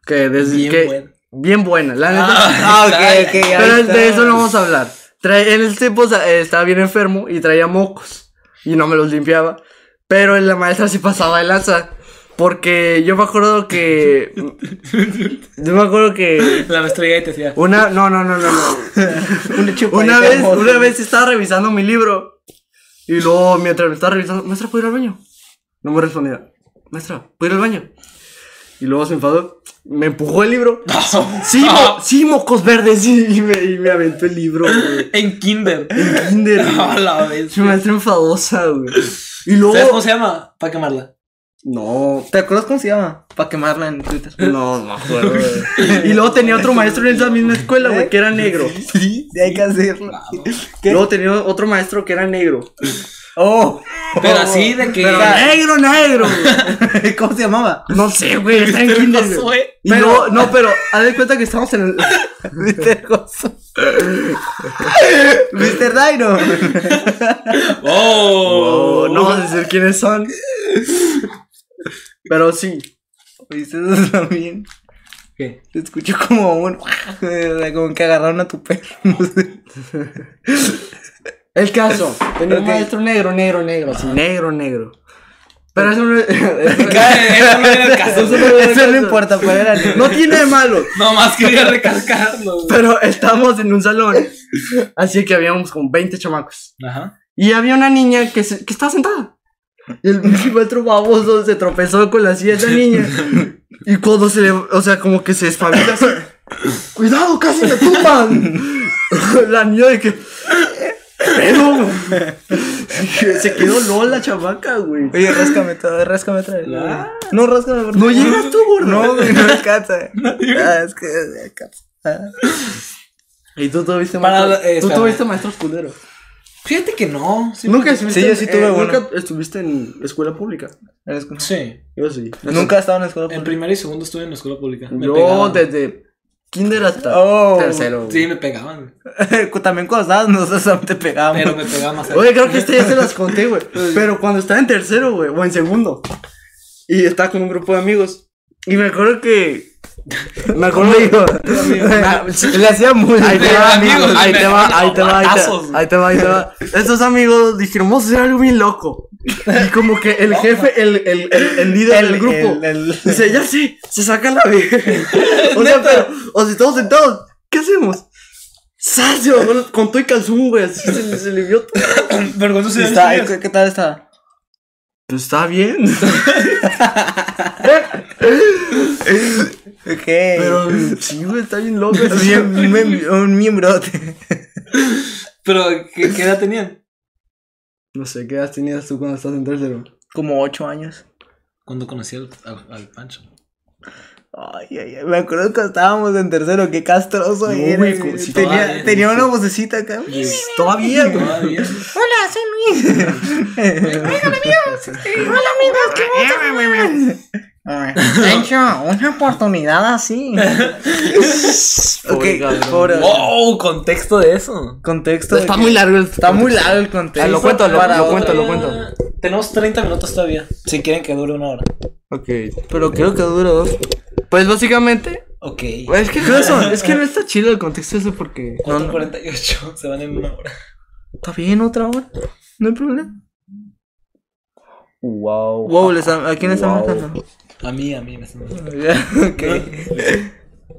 S2: Que desde
S1: Bien
S2: que-
S1: buena.
S2: Bien buena, la neta.
S3: Ah, ok, ok. ahí
S2: Pero
S3: está.
S2: de eso no vamos a hablar. Trae- en el tiempo sa- eh, estaba bien enfermo y traía mocos. Y no me los limpiaba. Pero la maestra se pasaba de lanza. Porque yo me acuerdo que. yo me acuerdo que.
S1: La maestra llega y te decía.
S2: Una. No, no, no, no, no.
S3: Una chupadita
S2: Una vez,
S3: hermosa.
S2: una vez estaba revisando mi libro. Y luego, mientras me estaba revisando, maestra, ¿puedo ir al baño? No me respondía. Maestra, ¿puedo ir al baño? Y luego se enfadó. Me empujó el libro. Sí,
S1: Ah.
S2: mo- sí, mocos verdes. sí, Y me, y me aventó el libro, güey.
S1: En Kinder.
S2: En kinder. güey.
S1: A la vez.
S2: Es una maestra enfadosa, güey. Y luego.
S1: ¿Sabes cómo se llama? Para quemarla.
S2: No.
S3: ¿Te acuerdas cómo se llama? Para quemarla en Twitter.
S2: No, no me acuerdo, güey. Y luego tenía otro maestro en esa misma escuela, güey, que era negro.
S3: Sí, sí, hay que hacerlo. ¿Qué?
S2: Luego tenía otro maestro que era negro.
S3: Oh,
S1: Pero así de que.
S2: Pero negro, negro, güey.
S3: ¿cómo se llamaba?
S2: No sé, güey, está en
S1: Pero
S2: kinder,
S1: no
S2: güey.
S1: sé.
S2: Y luego- no, pero haz de cuenta que estamos en el.
S3: Mr. Gozo. Mr. Dino.
S1: ¡Oh!
S2: Oh, no vamos a decir quiénes son. Pero sí.
S3: ¿Viste eso también?
S1: ¿Qué?
S3: Te escucho como un. Como que agarraron a tu perro. No sé.
S2: El caso. Tenía un
S3: Ok.
S2: maestro negro, negro, negro. Así, negro, negro. Pero eso no.
S1: Eso no era el caso.
S2: Eso no era el
S3: Eso no
S2: caso.
S3: importa, pero era negro.
S2: No tiene de malo.
S1: Nomás quería recalcarlo. güey.
S2: Pero estábamos en un salón. Así que habíamos como 20 chamacos.
S1: Ajá.
S2: Y había una niña que, se- que estaba sentada. Y el pinche maestro baboso se tropezó con la silla de esa niña. Y cuando se le. O sea, como que se espabila así. ¡Cuidado, casi me tumban! la niña de que. ¡Pero! Se quedó lola, chamaca, güey.
S3: Oye, ráscame todo, ráscame otra vez.
S1: Ah.
S3: No, ráscame por
S2: No llegas tú, gordo.
S3: No, güey, no alcanza. Ah, es que no alcanza. Ah.
S2: Y tú tuviste
S1: Para-
S2: maestros.
S1: eh,
S2: tú
S1: espérame.
S2: tuviste maestros culeros.
S1: Fíjate que no. Sí.
S2: Nunca estuviste.
S3: Sí, yo sí
S2: en- eh,
S3: tuve uno.
S2: Nunca estuviste en escuela pública.
S3: Eres con-
S1: Sí.
S2: Yo sí.
S3: Nunca he estado en la escuela
S1: En
S3: pública.
S1: primero y segundo estuve en la escuela pública. Me
S2: Yo
S1: pegaban.
S2: desde kinder hasta
S3: Oh.
S2: tercero.
S1: Sí, me pegaban.
S2: Ah.
S3: También cuando estabas, nosotros también te
S1: Pero
S3: pegábamos.
S1: me pegaban más.
S2: Oye, creo que este ya se las conté, güey. Pero cuando estaba en tercero, güey, o en segundo. Y estaba con un grupo de amigos. Y me acuerdo que. Me acuerdo
S3: Ah, Le hacía muy
S2: Ahí te
S1: De
S2: va,
S1: amigos,
S2: ahí
S1: me
S2: te va,
S1: agarran
S2: ahí te va, ahí te
S1: batazos,
S2: va, ahí te va, ahí te va. Estos amigos dijeron, vamos a hacer algo bien loco. Y como que el jefe, el, el, el, el líder del grupo,
S3: el- el-
S2: dice, ya sí, se saca la vieja. O sea, pero, o si todos sentados, ¿qué hacemos? ¡Sas! Se bajó el- con todo y calzón, güey, así se, le- se le vio todo.
S1: Pero cuando se
S3: Está- ¿qué- ¿Qué tal está?
S2: Pues está bien.
S3: Ok.
S2: Pero sí, güey, está bien loco.
S3: Es bien- un mem- un miembrote.
S1: Pero, ¿qué, qué edad tenían?
S2: No sé, ¿qué edad tenías tú cuando estás en tercero?
S3: Como ocho años.
S1: Cuando conocí al, al, al Pancho.
S3: Ay, ay, ay, me acuerdo cuando estábamos en tercero, qué castroso
S2: No,
S3: era.
S2: güey,
S3: güey.
S2: si
S3: tenía
S1: todavía-
S3: tenía una vocecita acá.
S2: Todavía, güey.
S1: Todavía.
S3: De hecho, una oportunidad así. ok,
S2: Pobre cabrón.
S3: pobre.
S1: ¡Wow! Contexto de eso.
S3: Contexto. de
S2: Está
S3: que-
S2: muy largo. el-
S3: está muy largo el contexto.
S2: Ah, lo cuento, lo-
S3: para
S2: lo
S3: otro.
S2: cuento, lo cuento.
S1: Todavía- Tenemos 30 minutos todavía. Si quieren que dure una hora.
S2: Ok, pero creo que dura dos. Pues básicamente,
S1: Ok.
S2: es que no, eso- es que no está chido el contexto ese porque.
S1: 4.48 se van en una hora.
S3: Está bien, otra hora. No hay problema.
S2: Wow.
S3: Wow, les am- ¿a quién estamos cantando?
S1: A mí, a mí. en este momento.
S3: ok.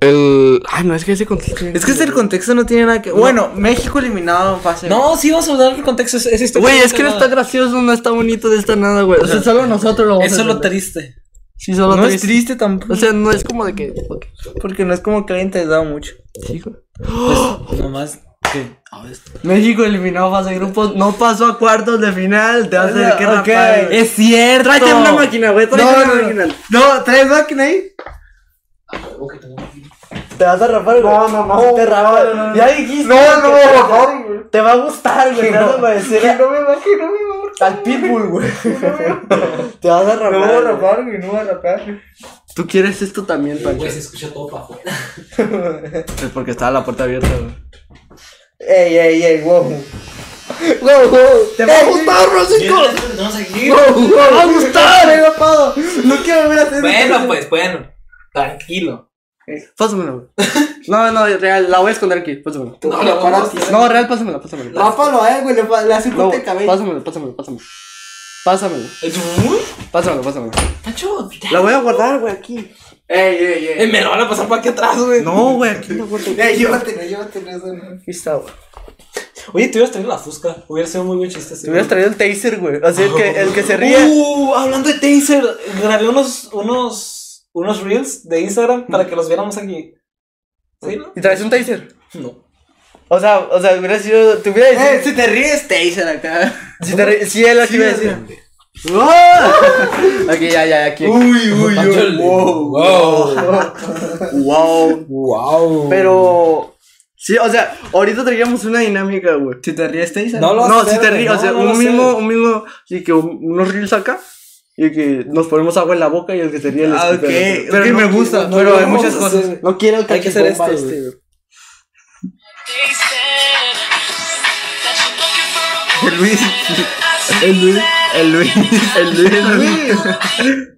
S2: El. Ay, no, es que ese contexto.
S3: Es que ese contexto no tiene nada que. Bueno, México eliminado en fase.
S1: No, sí, vamos a hablar del contexto. Es, es
S2: Güey, es que no está gracioso, no está bonito de esta nada, güey. O sea, solo nosotros lo vamos
S1: Eso
S2: a
S1: es lo
S2: entender.
S1: triste.
S2: Sí, solo
S3: No
S2: tres.
S3: es triste
S2: O
S3: tampoco.
S2: sea, no es como de que. ok,
S3: Porque no es como que le haya interesado mucho.
S2: sí, güey.
S1: Pues, Nomás que.
S2: México eliminado fase de grupos, no pasó a cuartos de final. Te hace que
S3: Ok,
S2: rapar.
S3: Es cierto.
S2: Tráete una máquina, güey.
S3: No,
S2: Tráete
S3: no,
S2: una máquina.
S3: no. No, ¿traes máquina ahí?
S2: Te vas a rapar, güey. No, no, no. Te rapas. Ya dijiste.
S3: No, no,
S2: que-
S3: no,
S2: Te va a gustar, güey. Te vas a parecer
S3: No me imagino, mi amor.
S2: al Pitbull, güey. Te vas a
S3: No voy a
S2: rapar. güey.
S3: rapar, güey, no voy a rapar.
S2: Tú quieres esto también, Pancho.
S1: Güey, se escucha todo para afuera.
S2: Es porque estaba la puerta abierta, güey.
S3: Ey, ey, ey, wow.
S2: Wow, wow. Te va a gustar, Francisco. Wow, wow. Te va a gustar.
S3: Venga, Pado. No quiero volver a hacer
S1: Bueno, pues, bueno. Tranquilo.
S2: Pásamela, güey. No, no, real, la voy a esconder aquí. Pásamela.
S1: No,
S3: para
S1: la vamos a
S3: ti.
S1: hacer.
S2: No, real, pásamela, pásamela.
S3: Rápalo a él, güey. Le, pa- le hace un
S2: No,
S3: corte
S2: güey,
S3: de cabello.
S2: pásamela, pásamela, pásamela. Pásamela, pásamela, pásamela.
S1: Nacho,
S2: La voy a guardar, güey, aquí. Ey, ey,
S1: eh, me lo van a pasar para aquí atrás, güey.
S2: No, güey, aquí la guardo.
S3: Eh, llévatelo, llévatelo. Eso, no.
S2: Aquí está, güey.
S1: Oye, te hubieras traído la fusca. Hubiera sido muy buen chiste.
S2: Te hubieras traído el taser, güey. Así el que, el que se ríe.
S1: Uh, hablando de Taser, grabé unos, unos, unos reels de Instagram para que los viéramos aquí. ¿Sí, no?
S2: Y traes un taser.
S1: No.
S2: O sea, o sea, hubiera sido. Te hubiera
S3: Eh,
S2: dicho-
S3: si te ríes, Taser acá.
S2: Si, te re- si él así
S3: Sí,
S2: hubiera
S3: así.
S2: sido. ¡Ah! ok, ya, ya, aquí.
S3: Uy, uy, uy.
S1: Wow, wow.
S2: Wow.
S1: wow.
S2: Pero. Sí, o sea, ahorita traíamos una dinámica, güey.
S3: Si te ríes, Taser.
S1: No lo
S2: No,
S1: sé,
S2: si te
S1: güey,
S2: ríes, o
S1: no,
S2: sea,
S1: no lo
S2: un
S1: sé.
S2: mismo, un mismo, y que un- unos reels acá, y que nos ponemos agua en la boca y el que se ríe el
S3: Ah, ok. Ok, me gusta,
S1: no,
S2: pero
S1: no,
S2: hay
S1: no,
S2: muchas
S1: no,
S2: cosas.
S1: sí.
S2: No quiero
S1: Hay que hacer
S2: cachipompa
S1: esto, güey.
S2: este, güey.
S3: El Luis.
S2: El Luis, el Luis, el Luis, el Luis.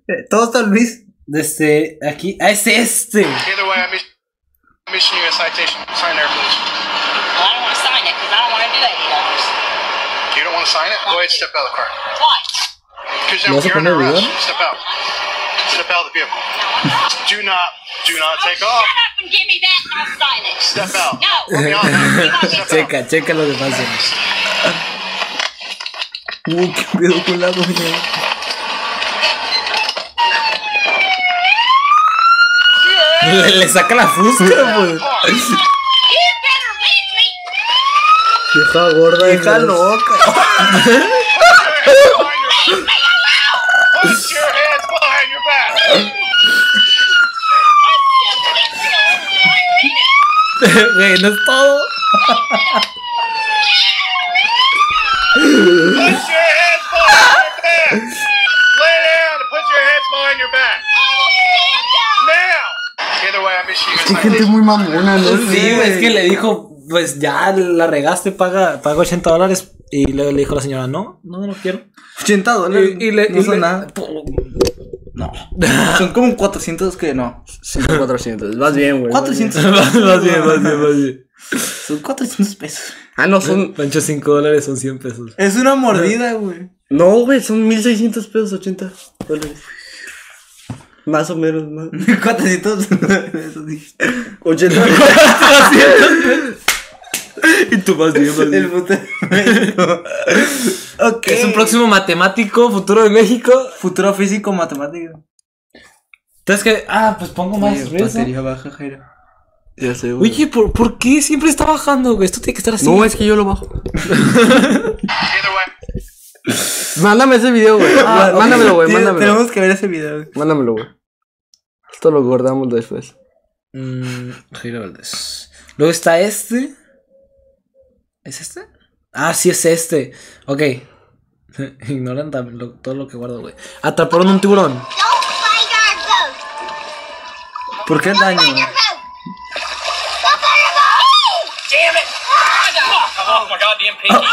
S3: Eh, Todo está Luis.
S1: Desde aquí. Ah, es este.
S7: Either way, I'm is- I'm issuing you a citation. Sign there, please.
S8: Well, I don't want to sign it because I don't want to do that eight hours.
S7: You don't want to sign it? Go ahead, step out of the car.
S8: Why?
S7: Because
S1: ¿Lo
S7: you're,
S1: vas a
S7: you're under
S1: poner,
S7: arrest.
S1: verdad?
S7: Step out. Step out of the vehicle. Do not, do not take
S8: oh,
S7: off.
S8: Shut up and give me that and I'll sign it.
S7: Step out.
S8: No.
S7: We're beyond that.
S8: You
S7: Step
S8: got me.
S7: out.
S1: Checa, checa lo que pasa.
S3: Uh, qué pedo con la doña.
S1: Le, le saca la fusca, güey.
S8: You better leave me.
S2: Vieja gorda.
S3: Está loca.
S7: Behind your- Put your hands behind your back.
S1: Güey, no es todo.
S7: Put your hands behind your back. Lay down and put your hands behind your back. Now. Either way, I'm issuing you a
S5: Qué gente
S7: citation.
S5: muy mamona, ¿no?
S1: Pues Sí, güey, es que le dijo, pues ya la regaste, paga, paga 80 dólares. Y luego le dijo la señora, no, no, no quiero.
S3: 80 dólares.
S1: Y, y le,
S3: no
S1: y
S3: son
S1: le-
S3: nada. No. Son como 400 que no.
S2: 400, vas bien, güey. vas
S3: 400.
S1: Más más bien, más bien, más bien.
S3: Son 400 pesos.
S2: bien. Ah, no, son.
S1: Pancho, 5 dólares son 100 pesos.
S3: Es una mordida, güey.
S2: No, güey, son 1600 pesos, 80 dólares. Más o menos, más.
S3: 400 pesos. dije.
S2: 80
S1: Y tú más bien, más
S3: El puto. ok.
S1: Es un próximo matemático, futuro de México.
S3: futuro físico matemático.
S1: Entonces que, ah, pues pongo más reels, ¿no?
S3: Batería baja, Jairo.
S2: Ya sé, güey.
S1: Oye, ¿por, por qué siempre está bajando, güey? Esto tiene que estar así.
S2: No, es que yo lo bajo.
S7: Either way.
S2: Mándame ese video, güey.
S3: Ah, ok.
S2: Mándamelo, güey,
S3: Te-
S2: mándamelo.
S3: Tenemos que ver ese video. güey.
S2: Mándamelo, güey. Esto lo guardamos después.
S1: Mm, Jairo Valdés. Luego está este. ¿Es este? Ah, sí, es este. Ok. Ignoran tam- lo- todo lo que guardo, güey. Atraparon un tiburón.
S8: Don't fight our boat.
S3: ¿Por qué el daño? güey?
S8: boat. Don't fight our boat. Damn it. Oh, my goddamn pinky.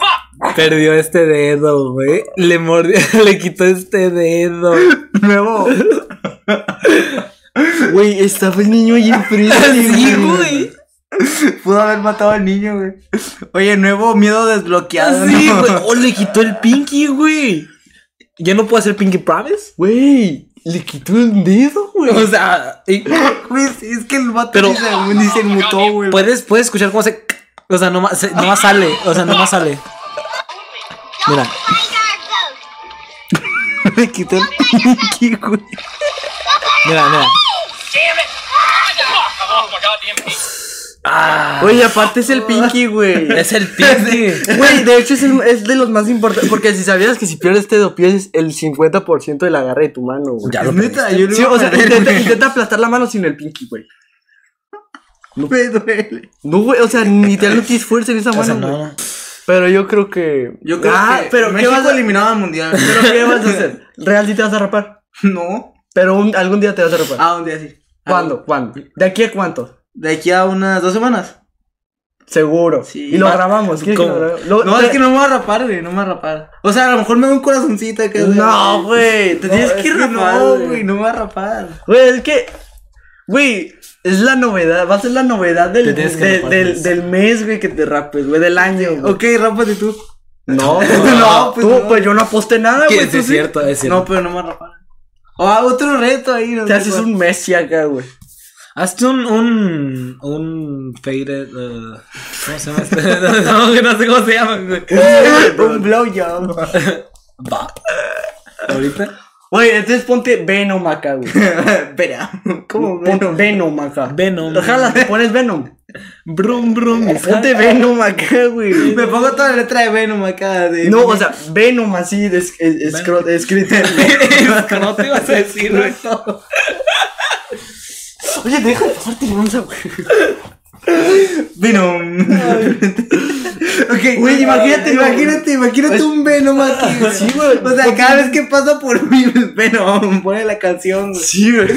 S8: Fuck.
S1: Perdió este dedo, güey. Le mordió, le quitó este dedo.
S3: Nuevo.
S2: Güey, estaba el niño ahí enfrente.
S1: Sí, güey.
S3: Pudo haber matado al niño, güey. Oye, nuevo miedo desbloqueado.
S1: Sí,
S2: Ah,
S3: ¿no?
S1: güey. Oh, le quitó el pinky, güey. ¿Ya no puedo hacer pinky promise?
S2: Güey, le quitó el dedo, güey.
S1: O sea, y-
S3: Güey, es que el vato
S1: Pero-
S3: ni, se, ni se mutó, güey.
S1: puedes, puedes escuchar cómo se. O sea, nomás, se- nomás sale. O sea, nomás sale. Mira.
S8: Fight our boat.
S3: Le quitó el pinky, güey.
S1: Mira, mira.
S8: Damn it. Oh, my goddamn pinky.
S1: Ah,
S2: Güey, aparte es el pinky, güey.
S1: es el pinky.
S2: Güey, de hecho es, el- es de los más importantes. Porque si sabías que si pierdes este do pierdes el 50% del agarre de tu mano, güey.
S1: Ya
S3: Es
S1: lo
S3: neta, yo le
S2: Sí,
S3: iba
S2: o
S3: a
S2: sea,
S3: perder,
S2: intenta,
S3: güey.
S2: intenta aplastar la mano sin el pinky, güey.
S3: Me duele.
S2: No, güey, o sea, ni te no te esfuerzo en esa mano.
S1: O sea,
S2: güey.
S1: no, no.
S2: Pero yo creo que.
S3: Yo creo
S2: ah,
S3: que
S2: pero ¿qué
S3: México
S2: vas, a,
S3: eliminado al mundial.
S2: pero ¿qué vas a hacer? Real sí te vas a rapar.
S3: no.
S2: Pero un- algún día te vas a rapar.
S3: Ah, un día sí.
S2: ¿Cuándo? ¿Cuándo? ¿De aquí a cuánto?
S3: De aquí a unas dos semanas. Seguro.
S2: Sí.
S3: Y lo
S1: Va-
S3: grabamos. ¿quieres que lo
S1: ¿Cómo?
S3: grabemos? Lo-
S2: No,
S3: no,
S2: te-
S3: es que no me voy a rapar, güey. No me voy a rapar. O sea, a lo mejor me da un corazoncito. acá,
S2: No, güey. Te
S3: No,
S2: tienes
S3: es
S2: que ir rapar.
S3: No,
S2: güey.
S3: güey. No me voy a rapar.
S2: Güey, es que. Güey, es la novedad. Va a ser la novedad del,
S1: Te tienes que
S2: de-
S1: rapar,
S2: del,
S1: pues.
S2: del mes, güey, que te rapes, güey, del año. güey.
S3: Ok, rápate tú.
S2: No,
S3: no,
S2: pues,
S3: pues
S2: tú,
S3: no.
S2: pues yo no aposté nada,
S1: Que
S2: güey.
S1: sí,
S2: tú
S1: es
S2: sí.
S1: cierto, es cierto.
S3: No, pero no me voy a rapar. O
S2: Ah,
S3: hago otro reto ahí. No
S2: Te
S3: sé
S2: haces
S3: cuál.
S2: un Messi acá, güey.
S1: Hazte un. Un. Un. Faded. uh, ¿Cómo se llama este? no, que no sé cómo se llama, güey.
S3: Un blowjob.
S1: Va. Ahorita.
S2: Güey, entonces ponte Venom acá, güey.
S3: Espera. ¿Cómo
S2: Ponte Venom acá.
S1: Venom.
S2: Ojalá te pones Venom.
S1: Brum, brum.
S2: Ponte Venom acá, güey.
S3: Me pongo toda la letra de Venom acá. De
S2: No, o sea, Venom así, de es- es- escro- escrito.
S1: No te ibas a decir, güey.
S2: Oye, deja de tomarte lanza, güey.
S3: Venom. ok,
S2: Güey,
S3: imagínate,
S2: imagínate,
S3: imagínate, imagínate un Venom aquí. güey.
S2: Sí, güey.
S3: O sea, cada vez que pasa por mí, Venom, pone la canción. güey.
S2: Sí, güey.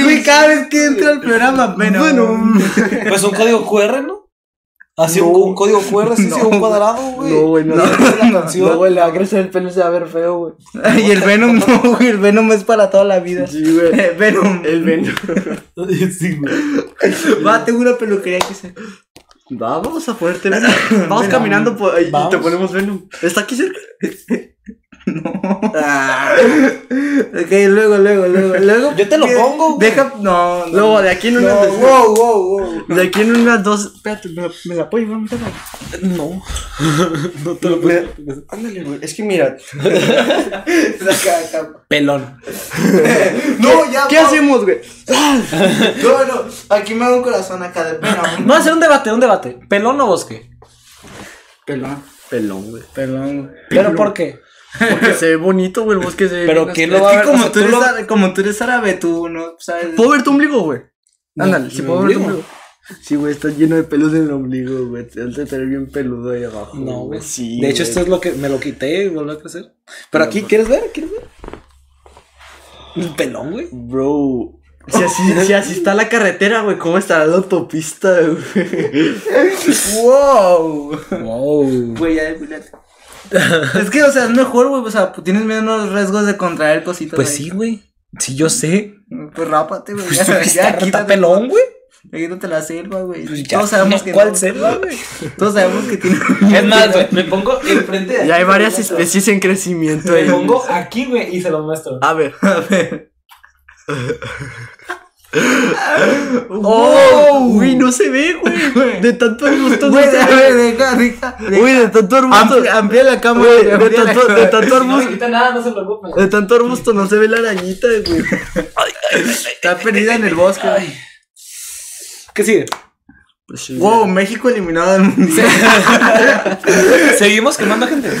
S3: Güey, cada vez que entra al programa, Venom.
S2: Venom.
S1: Pues un código QR, ¿no? Así un,
S2: No.
S1: un código QR, así,
S2: No,
S1: así, un
S2: güey.
S1: cuadrado, güey.
S2: No, güey, no.
S1: Y esa es la canción.
S2: No, güey, le va a crecer el pelo y se va a ver feo, güey.
S3: y el Venom no, güey, el Venom es para toda la vida.
S2: Sí, güey.
S3: Eh, Venom.
S2: El Venom.
S1: Sí, güey.
S3: Va, tengo una peluquería que se.
S2: Va, vamos a ponerte Venom. Vamos
S3: mm,
S2: caminando por ahí y te
S1: Vamos.
S2: ponemos Venom. ¿Está aquí cerca?
S3: Ok, luego, luego, luego, luego.
S1: Yo te lo
S3: de-
S1: pongo, güey.
S3: Deja. No, no.
S2: Luego, de aquí en unas
S3: No,
S2: dos.
S3: wow, wow, wow.
S2: De aquí en unas dos.
S3: Espérate, me, me la puedo llevar, me la
S1: No. no te lo
S2: Me- Ándale, güey. Es que mira.
S3: Acá, acá.
S1: Pelón.
S3: No, ya.
S2: ¿Qué
S3: no.
S2: hacemos, güey?
S3: No, no. Aquí me hago un corazón acá de Venom.
S1: Vamos a hacer un debate, un debate. ¿Pelón o bosque?
S3: Pelón.
S2: Pelón, güey.
S3: Perdón.
S1: ¿Pero por qué?
S2: Porque se ve bonito, güey. El bosque se ve.
S1: ¿Pero
S2: bien
S1: qué
S2: así.
S1: lo va a ver?
S3: como,
S1: O sea,
S3: tú
S1: tú
S3: eres,
S1: lo-
S3: ára- como tú eres árabe, tú no sabes.
S2: ¿Puedo ver tu ombligo, güey?
S1: Mi-
S2: Ándale, si
S1: mi
S2: puedo ver tu
S1: ombligo.
S2: ombligo. Sí, güey, estás lleno de pelos en el ombligo, güey. Te vas a tener bien peludo ahí abajo.
S1: No, güey.
S2: Sí.
S1: de hecho, esto es lo que me lo quité y volvió a crecer. Pero pues- aquí, ¿quieres ver? ¿Quieres ver? Un pelón, güey.
S2: Bro. Si así, si así está la carretera, güey, ¿cómo estará la autopista, güey?
S3: ¡Wow!
S1: Wow.
S3: Güey, ya depilate. es que, o sea, es mejor, güey. O sea, tienes menos riesgos de contraer cositas.
S1: Pues
S3: ahí.
S1: sí, güey. Sí, yo sé.
S3: Pues rápate, güey.
S1: Pues
S3: ya, ya,
S1: está, está
S3: quítate,
S1: pelón, güey.
S3: ya quítate la selva, güey.
S1: Pues Ya
S3: Todos sabemos
S1: no,
S3: que.
S1: ¿Cuál
S3: no,
S1: selva, güey?
S3: Todos sabemos que tiene.
S1: Es más, güey, me pongo enfrente de
S2: Ya hay
S1: aquí,
S2: varias
S1: me lo muestro.
S2: especies en crecimiento ahí.
S1: Me pongo aquí, güey, y se lo muestro.
S2: A ver.
S3: A ver.
S2: ¡Oh! Güey, no se ve, güey. De tanto arbusto no
S3: Güey,
S2: se
S3: a
S2: ve.
S3: ver, deja, deja.
S2: Güey, de tanto arbusto.
S3: Amplia, amplia la cámara.
S2: Güey,
S3: güey,
S2: de
S3: amplia la
S2: tanto, de
S3: cámara.
S2: tanto
S1: Si no se
S2: arbusto.
S1: quita nada, no se preocupen.
S2: De tanto arbusto no se ve la arañita, güey.
S3: Está perdida en el bosque. güey.
S1: ¿Qué sigue?
S2: Pues
S3: Wow, México eliminado del mundial.
S1: Seguimos quemando gente.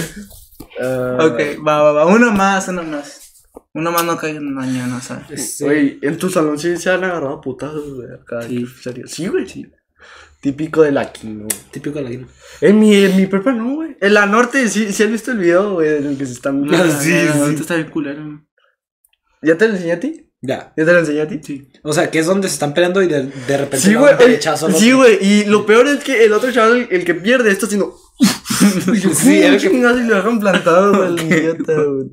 S2: Ah,
S3: Ok, va, va, va. Uno más, uno más. Uno más no caiga mañana,
S1: Ah,
S3: ¿sabes?
S1: eh,
S2: Güey, en tu salón sí se han agarrado putazos, güey. Acá, sí. serio. Sí, güey, sí. Típico de la Kino.
S1: Típico latino.
S2: En mi, en mi prepa no, güey. En la norte sí, sí has visto el video, güey, en el que se están. Ah,
S3: Ahorita está bien culero.
S2: ¿Ya te lo enseñé a ti?
S1: Ya.
S2: ¿Ya te lo enseñé a ti? Sí.
S1: O sea, que es donde se están peleando y de, de repente
S2: Sí,
S1: le da
S2: güey.
S1: un
S2: oye,
S1: derechazo al otro.
S2: Sí, güey. Y lo peor es que el otro chaval, el, el que pierde, está haciendo.
S1: Sí, era que-
S2: chingazo, y lo dejan plantado, güey, el idiota, güey.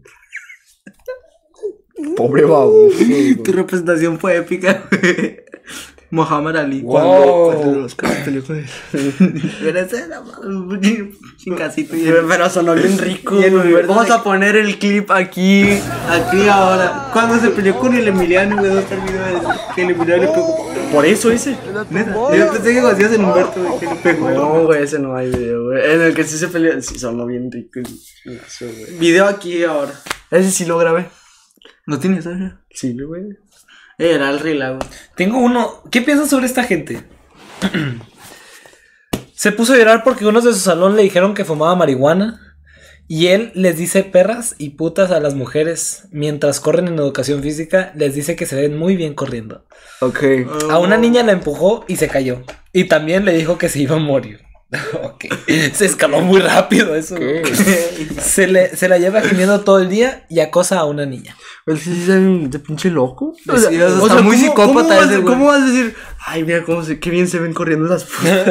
S2: Pobre baboso. güey.
S3: Tu representación fue épica, güey. Mohamed Ali.
S1: Wow.
S3: Oh.
S2: Cuando los caras peleó con él.
S3: Eres era un chingacito. y-
S2: Pero sonó bien rico,
S3: Y el
S2: güey.
S3: Humberto
S2: Vamos
S3: de-
S2: a poner el clip aquí.
S3: Aquí ahora. Cuando se peleó con el Emiliano, güey, dos terminó que el Emiliano le pegó.
S2: Por eso hice.
S3: Neta, yo pensé que conocías el Humberto, güey, que le pegó.
S2: No, güey, ese no hay video, güey. En el que sí se peleó. Sí, sonó bien rico. güey. Eso, güey.
S3: Video aquí ahora.
S2: Ese sí lo grabé.
S3: ¿No tienes audio?
S2: Sí, güey.
S3: Era el Rila, güey.
S1: Tengo uno. ¿Qué piensas sobre esta gente? Se puso a llorar porque unos de su salón le dijeron que fumaba marihuana. Y él les dice perras y putas a las mujeres. Mientras corren en educación física, les dice que se ven muy bien corriendo.
S2: Ok.
S1: Oh. A una niña la empujó y se cayó. Y también le dijo que se iba a morir. Ok. Se escaló muy rápido eso. Se, le, se la lleva gimiendo todo el día y acosa a una niña.
S2: Él sí es un de pinche loco. O sea,
S1: Sí, o sea,
S2: o
S1: está
S2: sea,
S1: muy
S2: ¿cómo-
S1: psicópata
S2: ¿cómo vas,
S1: ese güey.
S2: ¿Cómo vas a decir, ay, mira cómo se, qué bien se ven corriendo las putas?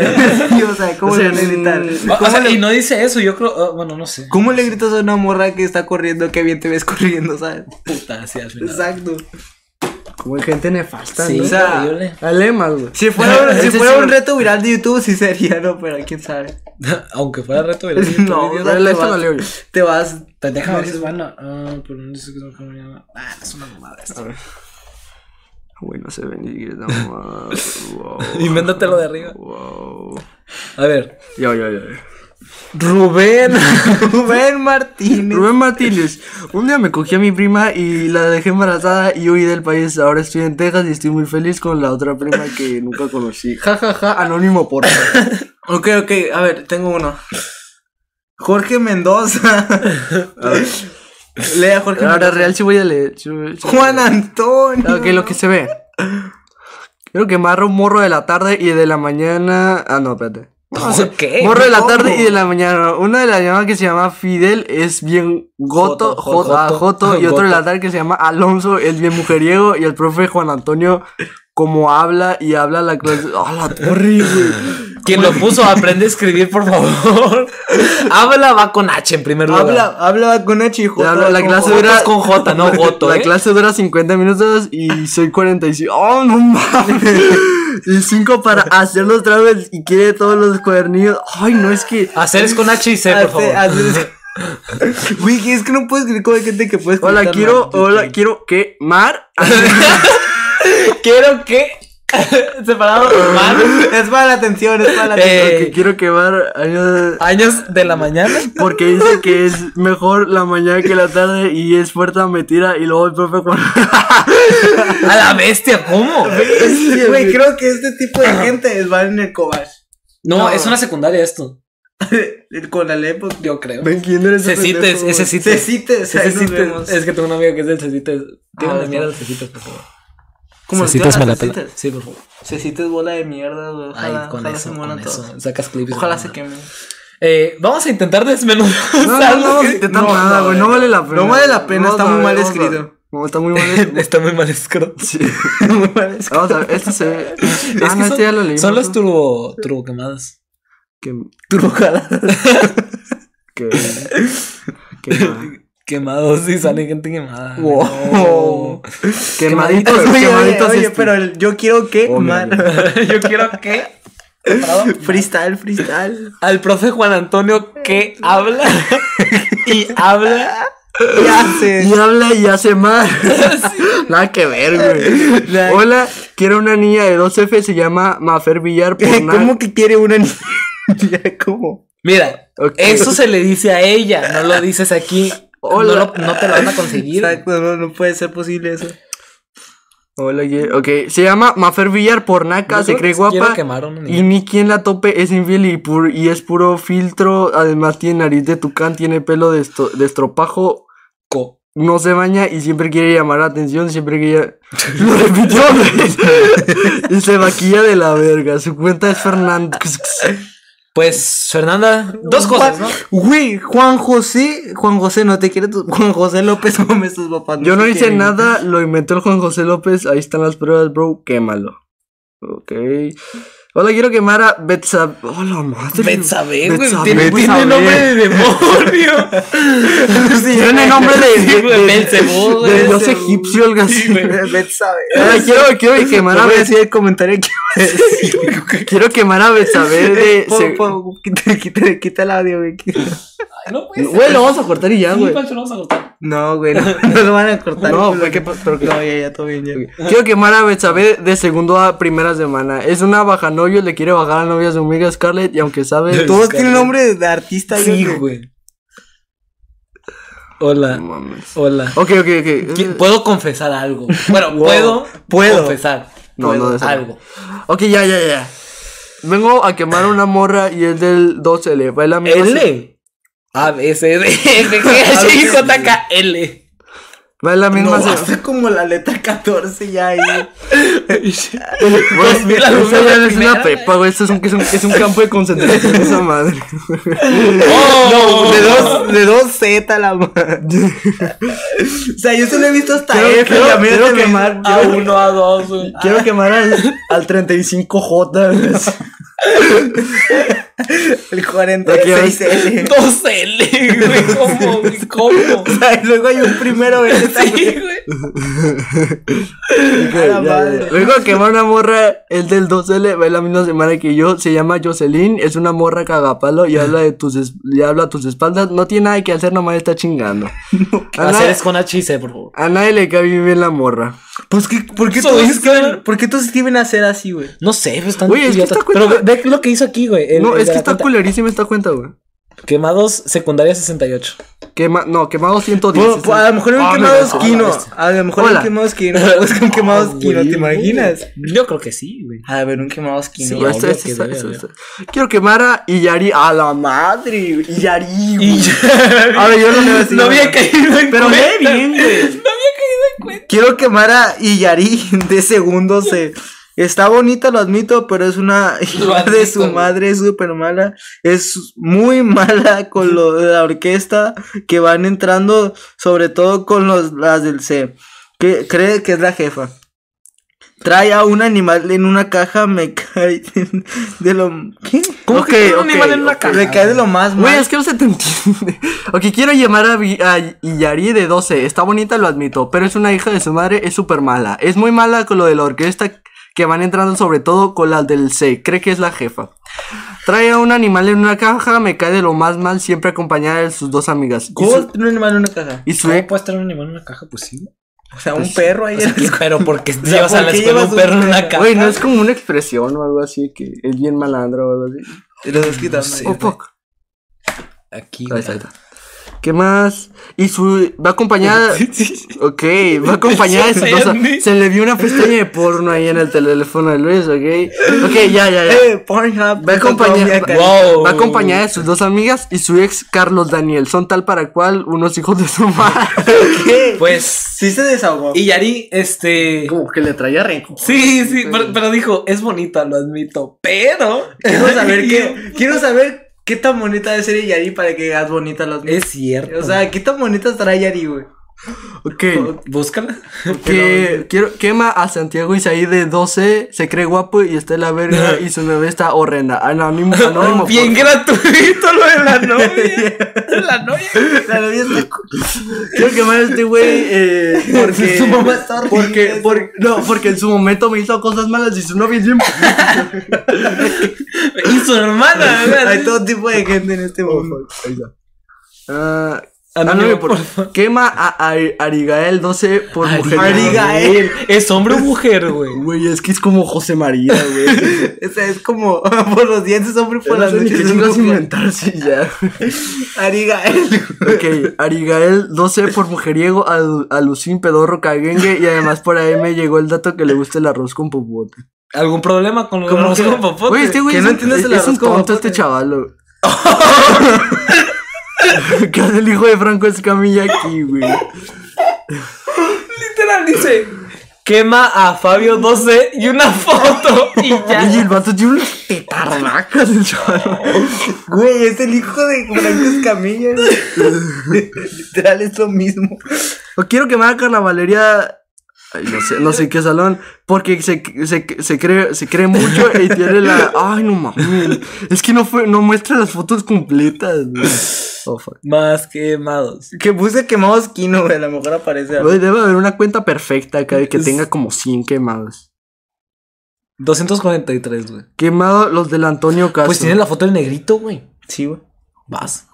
S3: Sí, o sea, ¿cómo
S2: O sea,
S3: le van a gritar?
S2: mm,
S1: Ah, O- o
S2: ¿Cómo
S1: sea,
S2: le-
S1: Y no dice eso, yo creo. oh, bueno, no sé.
S2: ¿Cómo le gritas a una morra que está corriendo, qué bien te ves corriendo, sabes?
S1: Puta, sí, al final.
S2: Exacto. Como hay gente nefasta,
S1: Sí,
S2: ¿no?
S1: horrible.
S2: dale más, güey. Si fuera, si
S1: Ese
S2: fuera
S1: sí
S2: un
S1: lo-
S2: reto viral de YouTube, sí sería, ¿no? Pero quién sabe.
S1: Aunque fuera reto del
S2: No, o sea, te vas- Te vas.
S1: Te deja ver si es bueno. Ah, pero no dice que es una camarada. Ah, es una mamada esto.
S2: Güey, no se ven no más. Wow.
S1: Invéntatelo de arriba.
S2: Wow.
S1: A ver.
S2: Yo, yo, yo.
S1: Rubén.
S2: Rubén Martínez. Rubén Martínez. Un día me cogí a mi prima y la dejé embarazada y huí del país. Ahora estoy en Texas y estoy muy feliz con la otra prima que nunca conocí. Ja, ja, ja, anónimo por favor.
S3: Ok, ok, a ver, tengo uno. Jorge Mendoza. Lea Jorge
S2: Ahora
S3: Mendoza.
S2: real sí voy a leer. sí voy- sí voy a
S3: Juan
S2: leer. Ah,
S3: Antonio.
S2: Ok, lo que se ve. Quiero que marro un morro de la tarde y de la mañana. Ah, no, espérate.
S1: ¿Qué?
S2: Morro de la
S3: ¿Cómo?
S2: tarde y de la mañana. Una de las llamadas que se llama Fidel es bien goto,
S1: Joto,
S2: joto, ah,
S1: joto,
S2: joto, y otro de la
S1: goto.
S2: tarde que se llama Alonso es bien mujeriego y el profe Juan Antonio como habla y habla la clase. ¡Ah, la torre, güey!
S1: Quien lo puso, aprende a escribir, por favor. Habla va con H en primer lugar.
S3: Habla, habla con H y J,
S2: Habla- la
S3: con
S2: clase
S3: J.
S2: dura.
S1: con J, no Joto,
S2: La
S1: ¿eh?
S2: clase dura 50 minutos y soy 45. ¡Oh, no mames! Y 5 para hacer los trabajos y quiere todos los cuadernillos. ¡Ay, no, es que.
S3: Ah,
S1: Hacer es con H y C, por favor.
S3: Hace- hace- Güey, es que no puedes escribir como hay gente que puedes
S2: Hola,
S3: gritar
S2: quiero,
S3: mal.
S2: hola, quiero Ah, que Mar.
S1: Quiero que. Separado hermano.
S3: Es para la atención, es para la atención.
S1: Eh,
S2: que quiero que Mar. ayude-
S1: Años de la mañana.
S2: Porque dice que es mejor la mañana que la tarde y es puerta mentira y luego el profe Juan.
S1: A la bestia, ¿cómo?
S3: Güey, creo que este tipo de gente es van en el cobach.
S1: No, es una secundaria esto.
S3: Con la pues, lepo.
S1: Yo creo.
S2: ¿Ven quién eres? ese
S1: Cecites,
S2: pendejo,
S1: ese
S2: güey?
S1: Cites.
S3: Cecites, ahí
S1: Ese
S3: nos
S1: Cites.
S3: vemos.
S1: Es que tengo un amigo que es del Cecites. Tiene
S3: Ah,
S1: una
S3: no.
S1: mierda de Cecites, por favor.
S3: Como
S6: Cecitas me la pela.
S3: Cecites.
S1: Sí, por favor.
S3: Cecites bola de mierda, güey.
S1: Ahí,
S3: Ah, Ojalá,
S1: con
S3: ojalá se
S1: eso,
S3: mueran
S1: con
S3: todos.
S1: eso. Sacas clips.
S3: Ojalá se
S1: hermano.
S3: quemen.
S1: Eh, vamos a intentar
S2: No,
S1: desmenuzar.
S2: no, no vamos a intentar
S3: ¿eh? No,
S2: nada,
S3: no,
S2: güey. No
S3: güey.
S2: vale la pena.
S3: No vale la pena,
S2: Vamos
S3: está
S2: a
S3: muy
S2: ver,
S3: mal
S2: vamos a ver.
S3: escrito.
S2: No, está muy mal escrito.
S1: Está muy mal escrito.
S3: Ah,
S2: Sí.
S3: Muy mal escrito.
S2: Vamos a ver, este se ve.
S1: Es
S2: Ah,
S1: que
S2: no,
S1: son,
S2: este ya lo leímos,
S1: son las
S2: ¿no?
S1: turbo, turbo quemadas.
S2: Que.
S1: Turbo jaladas.
S2: Que. que ma-
S1: Quemados, sí, sale gente quemada.
S2: Wow. Quemaditos,
S3: Oye, oye,
S2: quemaditos.
S3: oye,
S2: este.
S3: pero el- yo quiero que
S2: Oh, mira,
S3: mal.
S1: No. Yo quiero que.
S3: freestyle, freestyle.
S1: Al profe Juan Antonio que habla y habla.
S3: ¿Qué haces?
S2: Y habla y hace mal. Nada que ver, güey.
S3: Nada.
S2: Hola, quiero una niña de 2F, se llama Mafer Villar por nada.
S3: ¿Cómo que quiere una niña? ¿Cómo?
S1: Mira,
S2: Ok.
S1: eso se le dice a ella, no lo dices aquí. No, lo- no te lo van a conseguir.
S3: Exacto, no, no puede ser posible eso.
S2: Hola, ye- ok. Se llama Mafer Villar Pornaca,
S1: Yo
S2: se
S1: creo
S2: cree
S1: que quiero
S2: guapa.
S1: quemar a una niña.
S2: Y ni quien la tope es infiel y, pur- y es puro filtro. Además, tiene nariz de tucán, tiene pelo de, esto- de estropajo,
S1: Co-
S2: no se baña y siempre quiere llamar la atención. Siempre quiere. Lo repitió güey. Y se maquilla de la verga. Su cuenta es Fernando.
S1: Pues, Fernanda, dos cosas, ¿no?
S3: Güey, Juan José, Juan José no te quiere, tu- Juan José López Gómez, tus papás. no
S2: Yo no
S3: te
S2: hice
S3: quieren.
S2: nada, lo inventó el Juan José López. Ahí están las pruebas, bro. Quémalo. Ok. Hola, quiero quemar a Betsabe. Oh, la madre.
S1: Betsabe, güey.
S2: Betsabe,
S1: Tiene, tiene
S2: Betsabe.
S1: nombre de demonio.
S2: Tiene nombre de.
S1: Sí,
S2: de,
S1: güey,
S2: de-
S1: Belcebú,
S2: de
S1: güey,
S2: dios
S1: ese-
S2: egipcio, algo así.
S3: Bet sabe.
S2: Hola, quiero, quiero quemar a
S3: Ahora voy a
S2: Bets-
S3: decir el comentario que iba a decir.
S2: Quiero quemar a Betsabe de.
S3: Po-
S2: se-
S3: po- quita, quita- quita el audio, güey.
S1: No, pues.
S2: Güey, lo vamos a cortar y ya,
S1: Sí,
S2: güey.
S1: Pancho, lo vamos a cortar.
S3: No, güey, no, no lo van a cortar.
S2: No,
S3: culo.
S2: güey, ¿qué pa- pero qué?
S3: No, ya, ya, todo bien, ya.
S2: Quiero quemar a Betsabe de segundo a primera semana. Es una baja novio, le quiere bajar a novia a su amiga Scarlett y aunque sabe.
S3: Todos tienen nombre de artista,
S1: Sí,
S3: yo-
S1: güey. Hola, hola.
S2: Ok, ok, ok.
S1: Qui- Puedo confesar algo. Bueno, puedo,
S3: Puedo.
S1: confesar
S2: No, no, de eso no.
S1: algo.
S2: Ok, ya, ya, ya. Vengo a quemar a una morra y es del 2L. Baila mi
S1: E, L. A, B, C, D, F, G, H, I, J, K, L.
S2: Va en la misma.
S3: No,
S2: se-
S3: hasta como la letra 14 ya ahí.
S2: Güey,
S1: Pues mira, lo
S2: esa
S1: veo
S2: ya
S1: de
S2: no es una
S1: primera,
S2: pepa, güey. Esto es un, es un, es un campo de concentración, esa madre.
S1: ¡Oh!
S2: De dos, de dos Z la madre.
S3: O sea, yo solo he visto hasta
S2: Creo-
S3: F.
S2: creo-
S3: y a mí no
S2: creo
S3: te
S2: que
S3: me-
S2: Mar-
S1: A
S3: Ah,
S1: uno, a dos, güey.
S2: Quiero quemar al, al 35J.
S3: El
S2: quiero-
S3: 46L.
S1: Dos L, güey. ¿Cómo, güey? ¿Cómo?
S3: O sea, y luego hay un primero L.
S1: Sí, güey.
S2: güey.
S3: la madre.
S2: Luego quemar una morra, el del 2L, va en la misma semana que yo. Se llama Jocelyn, es una morra cagapalo y habla de tus es- y habla a tus espaldas. No tiene nada que hacer, nomás está chingando. A,
S1: Hacer
S2: na-
S1: es con H y C, por favor.
S2: a nadie le cae bien la morra.
S3: Pues que, ¿por qué
S1: Eso
S3: todos
S1: es, cabrón.
S3: escriben, ¿por qué todos escriben hacer así, güey?
S1: No sé, pues están
S2: Güey, es que
S1: idiotas.
S2: esta cuenta-
S1: Pero ve, ve lo que hizo aquí, güey. el-
S2: No,
S1: el
S2: es
S1: de
S2: que
S1: la
S2: está
S1: cuenta.
S2: culerísima esta cuenta, güey.
S1: Quemados secundaria 68.
S2: Ah, Quema, no, quemado 110.
S3: Pues,
S2: es
S3: pues, a
S2: el-
S3: lo mejor hay un
S2: Ah,
S3: quemado
S2: no, no, no,
S3: esquino.
S2: este.
S3: A lo mejor hay
S2: Hola.
S3: un quemado esquino. Busca un quemado esquino,
S1: Ah, Güey,
S3: ¿te imaginas?
S1: Yo creo que sí, güey.
S3: A ver, un quemado esquino.
S1: Sí,
S2: Güey, esto-
S1: obvio
S2: esto-
S1: que
S2: esto-
S1: debe
S2: esto-
S1: haber.
S2: esto. este, Quiero quemar a Iyari a la madre. güey. Iyari, güey.
S3: A
S2: A ver, yo no le voy a decir
S1: No
S2: nada.
S1: había caído en
S2: Pero
S1: cuenta.
S2: lee bien, güey.
S1: No había caído en cuenta.
S3: Quiero quemar a Iyari de segundo C. Está bonita, lo admito, pero es una hija de
S1: admito,
S3: su
S1: güey.
S3: madre, es súper mala. Es muy mala con lo de la orquesta que van entrando, sobre todo con los, las del C. Que cree que es la jefa. Trae a un animal en una caja, me cae de lo. ¿Qué?
S1: ¿Cómo
S2: Ok,
S1: que tiene un
S2: ok,
S1: animal en una
S2: ok.
S1: caja?
S3: Me cae de lo más
S2: Güey,
S3: mal.
S2: es que no se te entiende. Ok, quiero llamar a, Vi- a Iyari de 12. Está bonita, lo admito, pero es una hija de su madre, es súper mala. Es muy mala con lo de la orquesta que van entrando, sobre todo con las del C. Cree que es la jefa. Trae a un animal en una caja, me cae de lo más mal, siempre acompañada de sus dos amigas. Y
S3: ¿Cómo
S2: su,
S3: tiene un animal en una caja?
S2: y su
S1: ¿Cómo puedes tener Ah, un animal en una caja? Pues sí.
S3: O sea,
S2: Pues,
S3: un perro ahí.
S1: O sea,
S3: en la-
S1: pero porque llevas
S3: sea,
S1: a
S3: ¿por
S1: la
S3: qué
S1: escuela
S3: llevas
S1: un perro
S3: un
S1: en una
S3: perro?
S1: caja.
S2: Güey, no es como una expresión o algo así que es bien malandro o algo así.
S3: Y los dos quitando ahí.
S2: Oh, fuck.
S1: Aquí,
S2: Ahí
S1: güey.
S2: está, ahí está. ¿Qué más? Y su. Va acompañada. Ok, va acompañada de sus dos.
S1: Andy.
S2: Se le vio una pestaña de porno ahí en el teléfono de Luis, ok. Ok, ya, ya, ya.
S3: Eh, Pornhub.
S2: Va acompañada,
S3: Colombia,
S2: va-
S1: Wow.
S2: va acompañada de sus dos amigas y su ex Carlos Daniel. Son tal para cual unos hijos de su madre.
S3: ¿Qué?
S1: Pues.
S3: Sí se desahogó.
S1: Y Yari, este.
S2: Como que le traía rencor.
S1: Sí, sí, pero, pero dijo, es bonita, lo admito, pero.
S3: Quiero saber qué, quiero saber qué tan bonita debe ser Yari para que digas bonita las
S1: Es cierto.
S3: O sea, qué tan bonita estará Yari, güey.
S2: Ok.
S1: búscala.
S2: Que quiero, quema a Santiago Isaí de 12, se cree guapo y está en la verga y su novia está horrenda. Anónimo, anónimo.
S1: Bien
S2: por-
S1: gratuito lo de la novia. la novia.
S3: La novia está cu-
S2: Quiero quemar a este güey eh, porque.
S3: Su mamá está horrible.
S2: Porque, por- no, porque en su momento me hizo cosas malas y su novia es bien.
S1: Y su hermana, ¿verdad?
S3: Hay todo tipo de gente en este mundo.
S2: Ah,
S1: Anónimo,
S2: anónimo, por-
S1: por favor.
S2: Quema a, Ari- Arigael 12 por mujer.
S3: Arigael.
S1: Es hombre o mujer, güey.
S2: Güey, es que es como José María, güey.
S3: O sea, es como por los dientes, hombre, por
S2: Por
S3: las
S2: la noche
S3: noches. es
S2: chingas
S3: mujer.
S2: inventarse y ya.
S3: Arigael.
S2: Ok, Arigael 12 por mujeriego, al- alucín, pedorro, caguengue. Y además por ahí me llegó el dato que le gusta el arroz con popote.
S1: ¿Algún problema con los
S3: Como
S1: arroz
S3: que-
S1: con popote?
S2: Güey, este güey
S3: que
S2: es,
S3: no
S2: un-
S3: entiendes el
S2: es
S3: arroz
S2: un
S3: con
S2: tonto
S3: popote.
S2: este chaval. güey. ¿Qué hace el hijo de Franco Escamilla aquí, güey?
S1: literal dice: quema a Fabio 12 y una foto. Y
S2: Y
S1: ya.
S2: el vato tiene unas tetarracas, el chaval.
S3: Güey, es el hijo de Franco Escamilla. güey. Literal es lo mismo.
S2: O quiero quemar a Carla Valeria. Ay, no sé, no sé qué salón. Porque se, se, se cree, se cree mucho y tiene la. Ay, no mames. Es que no fue, no muestra las fotos completas, güey. Oh, fuck.
S1: Más quemados.
S3: Que puse quemado esquino, güey. A lo mejor aparece. algo.
S2: Güey, debe haber una cuenta perfecta acá de que tenga como 100 quemados.
S1: 243, güey.
S2: Quemado los del Antonio Castro.
S1: Pues tiene la foto del negrito, güey.
S3: Sí, güey.
S1: Vas.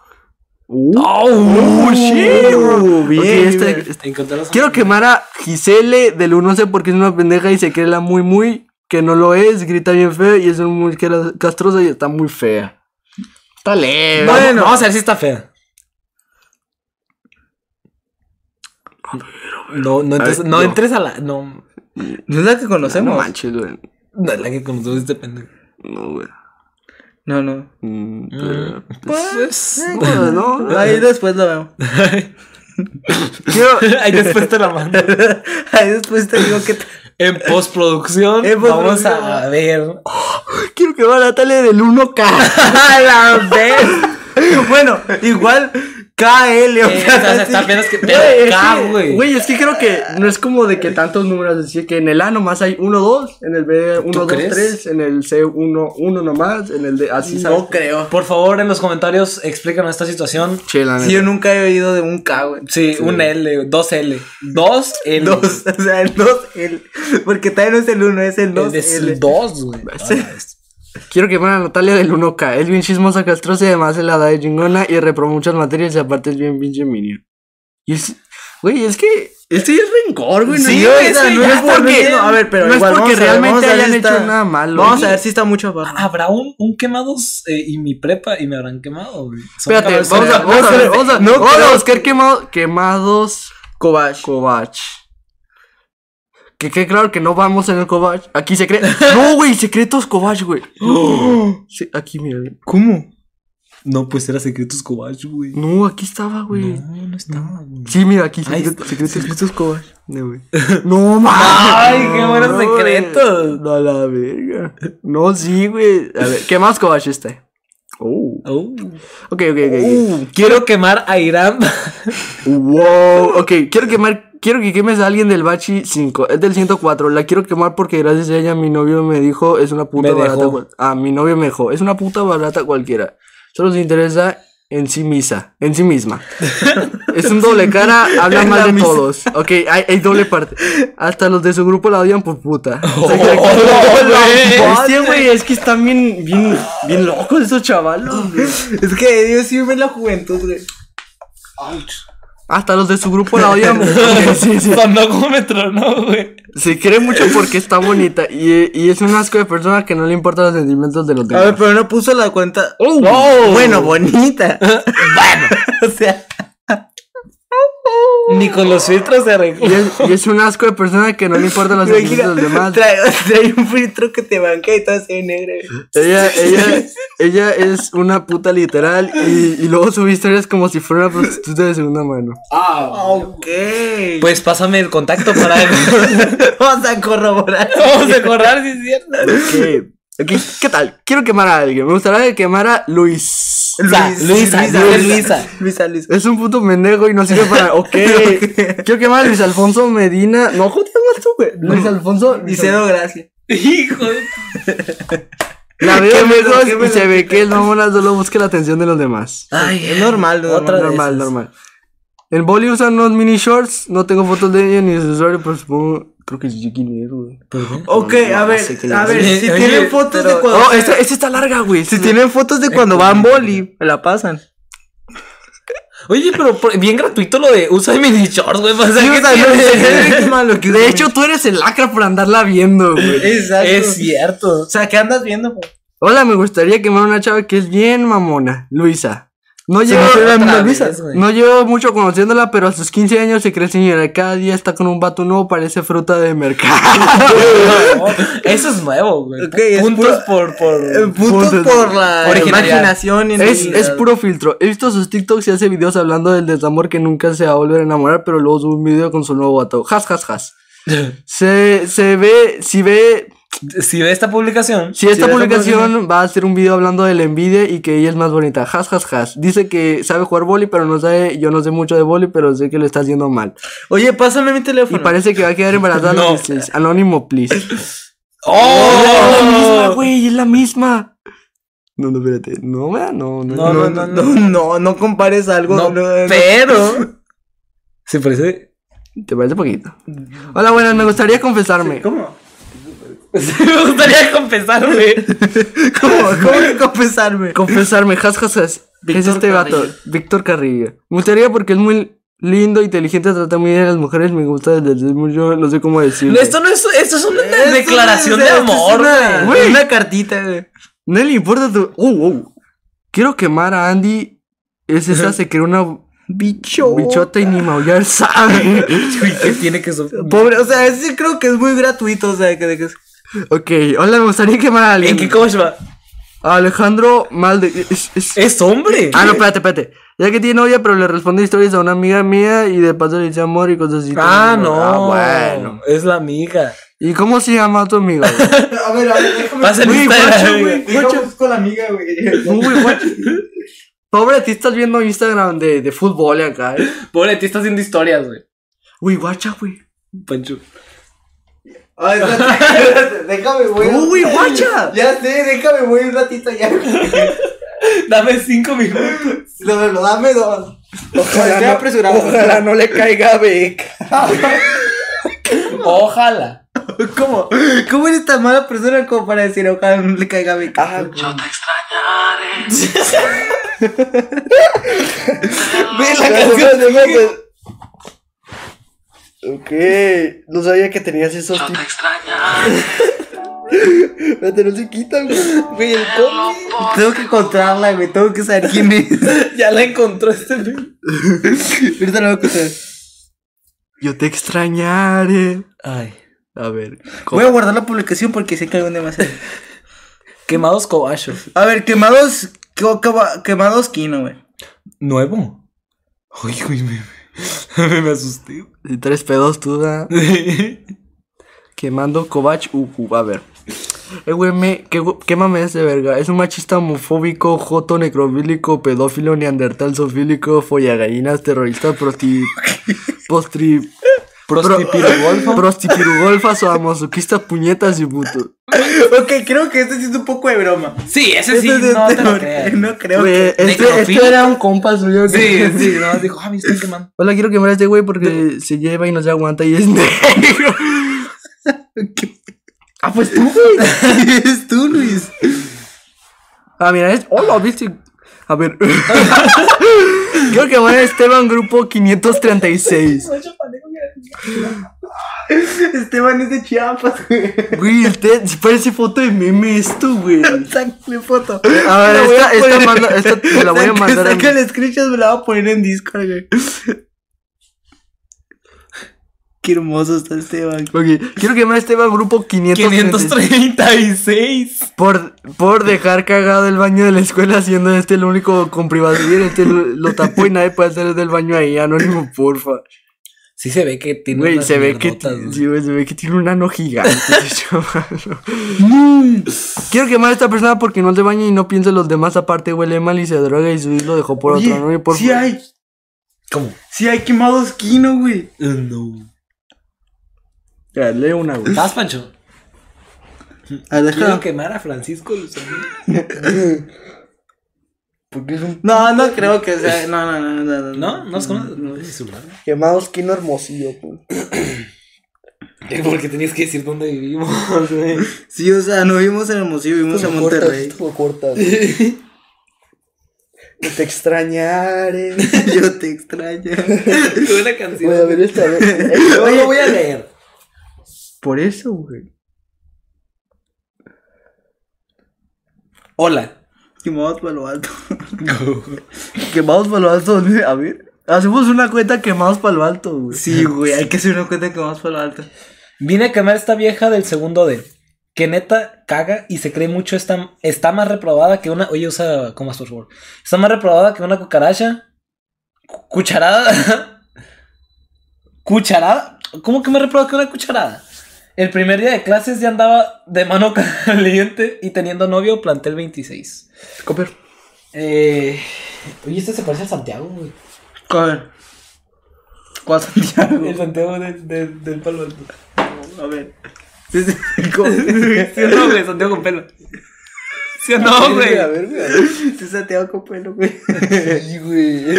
S2: Uh,
S1: ¡Oh,
S2: shit, bro.
S3: bien,
S2: Ok, este-
S3: bien.
S2: este- Quiero quemar a Gisele del 11 porque es una pendeja y se cree la muy muy que no lo es, grita bien feo y es un muy que era castrosa y está muy fea. Está leve.
S1: Eh, Bueno, vamos a ver si está fea. No, no entres,
S2: A ver,
S1: no
S2: no.
S1: entres a la. No,
S3: No es la que
S2: no
S3: conocemos.
S2: manches, güey.
S1: no es la que conozco este pendejo.
S2: No, güey.
S3: no, no.
S2: Mm, pero-
S1: Pues,
S2: Bueno, no,
S3: Ah. Ahí después lo veo. Quiero-
S6: Ahí después te la mando.
S3: Ahí después te digo que
S6: En postproducción,
S3: En
S6: vamos
S3: postproducción.
S6: a ver.
S3: quiero que vaya a tele del 1K. A la vez. bueno, igual KL.
S1: Eh, o sea, está apenas que- pero
S3: Eh, Güey, es
S1: K,
S3: que-
S1: güey.
S2: Güey, es que creo que no es como de que tantos números, es decir, que en el A nomás hay 1, 2, en el B 1, 2,
S1: crees?
S2: 3, en el C 1, 1 nomás, en el D así
S3: No creo.
S1: Por favor, en los comentarios explícanos esta situación.
S2: Chela,
S3: Sí, yo nunca he oído de un K, güey.
S1: Sí, un L, dos L. Dos L.
S3: Dos, o sea, el 2, el. Porque todavía no es el 1, es el 2.
S1: Es el Eh, dos, güey. Ah,
S2: Quiero que van a Natalia del 1K. Es bien chismosa, castrosa y además se la da de chingona y repro muchas materias y aparte es bien pinche minion. Y es. Güey, es que. Este es rencor, güey.
S3: Sí,
S2: no,
S3: o
S2: es
S3: sea,
S2: que
S3: no
S2: ya
S3: es porque- no, a ver, pero
S2: no
S3: igual,
S2: es porque
S3: vamos a ver,
S2: realmente
S3: vamos a ver
S2: hayan
S3: si
S2: hecho
S3: está-
S2: nada malo.
S3: Vamos
S2: güey.
S3: a ver si está mucho abajo.
S1: Ah, Habrá un, un quemados eh, y mi prepa y me habrán quemado, güey. Son
S2: Espérate,
S1: cabezas-
S2: vamos a,
S3: no,
S2: vamos a ver,
S3: no,
S2: vamos a,
S3: no,
S2: vamos a
S3: creo
S2: buscar quemado- quemados
S3: Kovac.
S2: Kovac. Que quede claro que no vamos en el Kovac. Aquí se cree. No, güey, secretos Kovac, güey. Sí, aquí, mira. güey.
S3: ¿Cómo?
S1: No, pues era Secretos Cobach, güey.
S2: No, aquí estaba, güey.
S1: No, no estaba, güey.
S2: Sí, mira, aquí
S1: Ahí
S2: secretos, secretos
S3: Estos Kovac.
S2: No, güey. No, mames.
S1: Ay, qué buenos
S2: güey.
S1: secretos.
S2: No, la verga. No, sí, güey. A ver, ¿qué más Kovac este? Oh.
S1: Oh.
S2: Ok, ok, ok. ok.
S1: Uh, Quiero quemar a Irán.
S2: Wow, ok, quiero quemar, quiero que quemes a alguien del Bachi 5, es del 104, la quiero quemar porque gracias a ella mi novio me dijo, es una puta
S1: Me
S2: barata,
S1: dejó.
S2: cual- ah, mi novio me dejó, es una puta barata cualquiera, solo se interesa en sí misa, en sí misma, es un doble cara, habla mal de todos, ok, hay, hay doble parte, hasta los de su grupo la odian por puta, O sea, que- Hostia, Pues güey, es que están bien, bien, bien locos esos chavalos, güey.
S3: Es que Dios sí ve la juventud, güey.
S2: hasta los de su grupo la odian, Ok, sí, sí.
S1: Cuando como me tronó, güey.
S2: Se cree mucho porque está bonita y, y es un asco de persona que no le importan los sentimientos de los
S3: A ver,
S2: demás.
S3: pero no puso la cuenta.
S2: Oh.
S3: Bueno, bonita. bueno. O sea,
S1: Ni con los filtros se arregló.
S2: Y es, y es un asco de persona que no le importan los
S3: imagina,
S2: sentimientos de los demás.
S3: trae, trae un filtro que te banca y todo se ve negro. güey.
S2: Ella, ella, ella es una puta literal y, y luego su historia es como si fuera una prostituta de segunda mano.
S3: Ok.
S1: Pues pásame el contacto para
S3: Vamos a corroborar.
S1: Vamos a correr, si es cierto.
S2: Ok, ok, ¿Qué tal? Quiero quemar a alguien. Me gustaría que quemara a Luis.
S1: Luisa, Luisa, Luisa.
S3: Luisa, Luisa.
S2: Es un puto mendejo y no sirve para. Ok. Quiero quemar a Luis Alfonso Medina. No, ¿cómo te llamas tú, güey? Luis Alfonso.
S3: Y cero gracias.
S1: Hijo de...
S2: La veo
S3: Quémelo,
S2: lejos y
S3: quémelo.
S2: se ve que el mamona solo busca la atención de los demás.
S3: Ay, eh, es normal, lo
S2: Normal, normal, normal. En Boli usan unos mini shorts. No tengo fotos de ella ni de su usuario, pero supongo. Creo que es Jiquinero, güey.
S3: Ok, a ver, a ver, si
S1: Oye,
S3: tienen fotos de cuando.
S2: Oh, esta, esta está larga, güey.
S3: Si tienen fotos de cuando van boli, me la pasan.
S1: Oye, pero por- bien gratuito lo de usa mini shorts, güey. O sea, ¿qué tiene?
S2: De hecho, tú eres el lacra por andarla viendo, güey.
S3: Exacto.
S1: es cierto.
S3: O sea, ¿qué andas viendo? po?
S2: Hola, me gustaría quemar una chava que es bien mamona, Luisa. No llevo,
S3: me fue la misma
S2: Otra
S3: Luisa.
S2: vez, güey. no llevo mucho conociéndola, pero a sus 15 años se cree señora. Cada día está con un vato nuevo, parece fruta de mercado.
S1: No, eso es nuevo, güey.
S3: Ok, es
S1: Puntos
S3: puro-
S1: por, por...
S3: Eh, Puntos
S2: Puntos.
S3: por la
S1: Originalidad.
S3: imaginación. y
S2: es,
S3: la-
S2: es puro filtro. He visto sus TikToks y hace videos hablando del desamor que nunca se va a volver a enamorar, pero luego sube un video con su nuevo vato. Has, has, has. Se, se ve, si ve,
S1: Si ve esta publicación...
S2: Si esta
S3: Sí, esa
S2: publicación va a hacer un video hablando de la envidia y que ella es más bonita, has, has, has. Dice que sabe jugar boli, pero no sabe, yo no sé mucho de boli, pero sé que lo está haciendo mal.
S3: Oye, pásame mi
S2: Y
S3: teléfono.
S2: parece que va a quedar embarazada a los
S1: No.
S2: 16. Anónimo, please. Es la misma,
S1: ¡Oh!
S2: güey, es la misma. No, no, espérate. No, vea, no, no.
S1: No,
S2: no.
S3: No, no, no, no, no compares algo.
S1: No,
S3: no, no.
S1: pero... Se parece...
S2: Te parece poquito.
S1: Mm.
S2: Hola, buenas, me gustaría confesarme.
S1: Me gustaría compensarme.
S3: ¿Cómo, cómo que confesarme?
S2: Confesarme, has, has, has. es
S3: Víctor
S2: este vato,
S3: Carrillo.
S2: Víctor Carrillo. Me gustaría porque es muy lindo, inteligente, trata muy bien a las mujeres, me gusta desde hace mucho, no sé cómo decirlo.
S1: Esto no es... Esto es una
S3: Esto
S1: declaración
S3: es-
S1: de
S3: esto es
S1: amor,
S3: una-
S1: güey.
S2: güey.
S3: Una cartita, güey.
S2: No le importa tu. Uh, uh. Quiero quemar a Andy. Es esa, se creó una
S3: Bicho.
S2: bichota y ni maullar sabe.
S1: Uy, ¿Qué tiene que... so-
S3: Pobre, o sea, ese creo que es muy gratuito, o sea, que, que-
S2: ok, hola, me gustaría quemar a
S1: ¿En
S2: alguien.
S1: qué coach va?
S2: Alejandro Malde. es- es-
S1: ¡Es hombre!
S2: Ah, no, espérate, espérate. Ya que tiene novia, pero le responde historias a una amiga mía y de paso le dice amor y cosas así.
S1: Ah,
S2: Como,
S1: no.
S2: Ah, bueno.
S1: Es la amiga.
S2: ¿Y cómo se llama tu amigo? güey?
S5: A ver, a ver, déjame.
S1: Pasa el
S2: Güey, guacho,
S1: Instagram.
S2: güey.
S1: güey.
S5: Déjame
S2: guacho.
S5: busco a la amiga, güey.
S2: Uy, guacho. Pobre, ti estás viendo Instagram de, de fútbol acá, eh.
S1: Pobre, ti estás haciendo historias, güey.
S2: Uy, guacha, güey.
S1: Pancho.
S5: Ay, espérate, déjame, güey.
S2: Uy, guacha.
S5: Ya sé, déjame, voy un ratito ya.
S1: Dame cinco minutos.
S5: No, no, dame dos. Estoy apresurado.
S3: Ojalá no le caiga beca.
S1: Ojalá.
S3: ¿Cómo? ¿Cómo eres tan mala persona como para decir ojalá no le caiga
S5: Ah,
S3: beca?
S8: Yo te extrañaré.
S2: Ve la canción de Ok, no sabía que tenías esos
S8: Yo te extrañaré.
S2: Espérate, no se quitan, güey. el cómic.
S3: Tengo que encontrarla, güey. Tengo que saber quién es.
S1: Ya la encontró este. güey.
S3: Ahorita lo voy a encontrar.
S2: Yo te extrañaré.
S1: Ay.
S2: A ver.
S3: Voy a guardar la publicación porque sé que algún día va a ser.
S1: Quemados Cobacho.
S3: A ver, quemados. co- cava- Quemados Kino, güey.
S1: Nuevo. Ay, güey, me, me, me asusté.
S2: Y tres pedos tú da.
S1: güey.
S2: Quemando Kovach Uku. A ver. Eh, güey, me, qué, gu- quémame ese verga. Es un machista homofóbico, joto, necrofílico, pedófilo, neandertal, zoofílico, follagallinas, terrorista, prosti. postri.
S1: Prostipirugolfo.
S2: Prostipirugolfa, soamosuquista, puñetas y puto.
S3: Ok, creo que este sí es un poco de broma. Este
S1: Sí, ese sí, no te lo creas.
S3: No creo
S2: Güey,
S3: que.
S2: este, este
S1: necrofílico.
S2: era un compa suyo.
S1: Sí,
S2: que-
S1: sí, no, dijo, ah, me están quemando.
S2: Hola, quiero quemar a este güey porque se lleva y no se aguanta y es negro.
S3: Ah, pues tú, güey. Eres tú, Luis.
S2: Ah, mira, es. Hola, viste. A ver. quiero quemar a Esteban Grupo 536.
S3: Esteban es de Chiapas, güey.
S2: Güey, este, si parece foto de meme esto, güey.
S3: Sácale foto.
S2: A ver,
S3: La voy
S2: esta,
S3: a
S2: esta,
S3: poner-
S2: manda- esta te la voy a
S3: Saca-
S2: mandar a mí.
S3: Saca el screenshot, me la voy a poner en Discord, güey. Qué hermoso está este Esteban.
S2: Ok, quiero quemar a Esteban Grupo 536.
S1: 536.
S2: Por, por dejar cagado el baño de la escuela, siendo este el único con privacidad. Este lo, lo tapó y nadie puede hacer del baño ahí. Anónimo, porfa.
S1: Sí se ve que tiene
S2: Güey,
S1: unas
S2: se ve que
S1: mierdotas,
S2: ti-
S1: güey.
S2: sí, güey, se ve que tiene un ano gigante. ese chaval. Quiero quemar a esta persona porque no se baña y no piensa en los demás. Aparte, huele mal y se droga y su hijo lo dejó por
S3: Oye,
S2: otro. No, Y por
S3: sí hay,
S1: ¿Cómo?
S3: sí hay quemados Kino, güey.
S1: Eh, no.
S2: Ya, lee una, güey.
S1: ¿Vas, Pancho?
S3: A ver,
S1: Quiero
S3: Ah, déjalo.
S1: quemar a Francisco Luzano.
S3: No, no creo que sea. No, no, no, no. No,
S1: ¿No? ¿No es conoces? No es celular.
S2: Quemados, Kino Hermosillo,
S1: Porque tenías que decir dónde vivimos, güey.
S3: Sí, o sea, no vimos en Hermosillo, vimos en Monterrey.
S2: Te extrañaré.
S3: Yo te extraño.
S1: Qué buena canción.
S2: esta
S3: eh.
S1: Yo lo voy a leer.
S3: Por eso, güey.
S1: Hola.
S3: Quemados para lo alto. quemados para lo alto, ¿dónde? A ver.
S2: Hacemos una cuenta quemados para lo alto, güey.
S3: Sí, güey, hay que hacer una cuenta de quemados para lo alto.
S1: Vine a quemar a esta vieja del segundo D. Que neta caga y se cree mucho. Está, está más reprobada que una. Oye, usa comas, por favor. Está más reprobada que una cucaracha. cu- Cucharada. ¿Cucharada? ¿Cómo que me reprobó que una cucharada? El primer día de clases ya andaba de mano caliente y teniendo novio, plantel 26.
S2: Copiar.
S1: Eh, oye, este se parece a Santiago, güey.
S3: A ver. ¿Cuál Santiago?
S1: El Santiago de- de- del palo alto.
S3: A ver. Sí, sí, ¿cómo? Sí,
S1: ¿Sí o no, güey? Santiago con pelo. ¿Sí o no, güey?
S3: Ah, ver, güey. Sí, Santiago con pelo, güey. Sí, güey.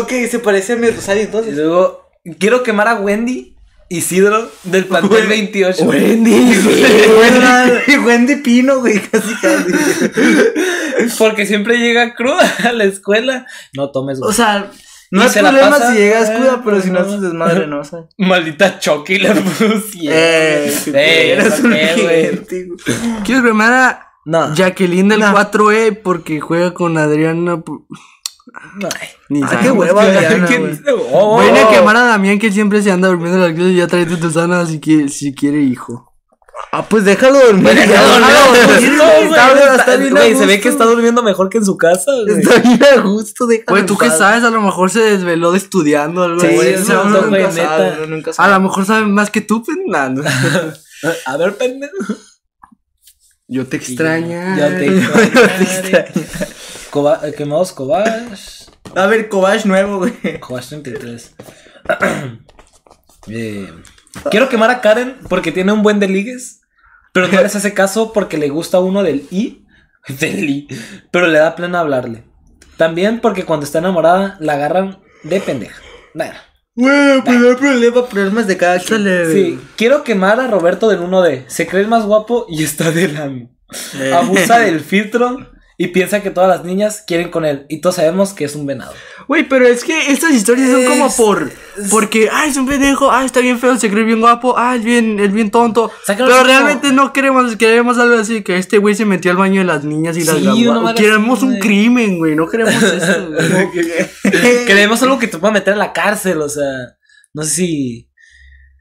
S3: Ok, se parece a mi Rosario
S1: Y
S3: entonces.
S1: luego, quiero quemar a Wendy Isidro del plantel 28.
S3: Wendy, Wendy, Wendy Pino, güey, casi casi.
S1: Porque siempre llega cruda a la escuela. No tomes, güey.
S3: O sea, no
S1: Y
S3: es
S1: se la
S3: problema
S1: pasa,
S3: si llegas
S1: eh,
S3: cruda, pero
S1: pues
S3: si no
S1: no.
S3: haces desmadre, no, o sea.
S1: Maldita Chucky le pusieron.
S3: Eh,
S1: Ey,
S3: eres
S1: ¿eso
S3: un
S1: qué, güey?
S3: gente, güey.
S2: Quiero quemar a
S1: No.
S2: Jacqueline del 4E porque juega con Adriana. pu-
S1: Ay.
S2: Ni
S3: Ah,
S2: sabemos
S3: qué hueva,
S2: qué-
S3: Adriana,
S1: ¿Quién
S3: güey.
S1: dice? Oh,
S2: Voy a ir a
S1: oh.
S2: quemar a Damián que siempre se anda durmiendo en la clase y ya trae tu sana si, que- si quiere hijo.
S3: Ah, pues déjalo dormir.
S1: Déjalo dormir.
S3: Está bien, está bien a
S6: Güey, se ve
S3: gusto.
S6: que está durmiendo mejor que en su casa, güey.
S3: Está bien a gusto, déjalo.
S2: Güey, ¿tú qué
S3: en paz.
S2: sabes? A lo mejor se desveló de estudiando algo
S3: Sí,
S2: así.
S1: Güey,
S3: eso
S1: ese
S2: No,
S1: vato,
S2: no,
S1: güey,
S2: nunca
S1: neta.
S2: sabe.
S3: nunca
S2: A lo mejor saben más que tú, pues, Fernando.
S1: A ver, pendejo.
S2: Yo te extraña.
S1: Ya te extrañaré. Coba- eh, Quemados Cobach.
S3: A ver, Cobach nuevo, güey.
S1: Cobach 33. Eh, quiero quemar a Karen porque tiene un buen de ligues. Pero no les hace caso porque le gusta uno del I. Del I. Pero le da plena hablarle. También porque cuando está enamorada la agarran de pendeja. Nada.
S3: Güey,
S2: pues,
S3: primer problema, problemas de cada quien.
S1: Sí, quiero quemar a Roberto del 1D. Se cree el más guapo y está del amo. Abusa del filtro y piensa que todas las niñas quieren con él. Y todos sabemos que es un venado.
S2: Güey, pero es que estas historias son como por. Porque, ah, es un pendejo, ah, está bien feo, se cree bien guapo, ah, es bien, es bien tonto.
S1: Sácalo
S2: pero
S1: así como-
S2: realmente no queremos, queremos algo así, que este güey se metió al baño de las niñas y las
S1: Sí,
S2: grabó.
S1: una madre
S2: Queremos
S1: así,
S2: un
S1: güey.
S2: crimen, güey, no queremos eso. güey. Eh.
S1: que le demos algo que te pueda meter a la cárcel, o sea, no sé si...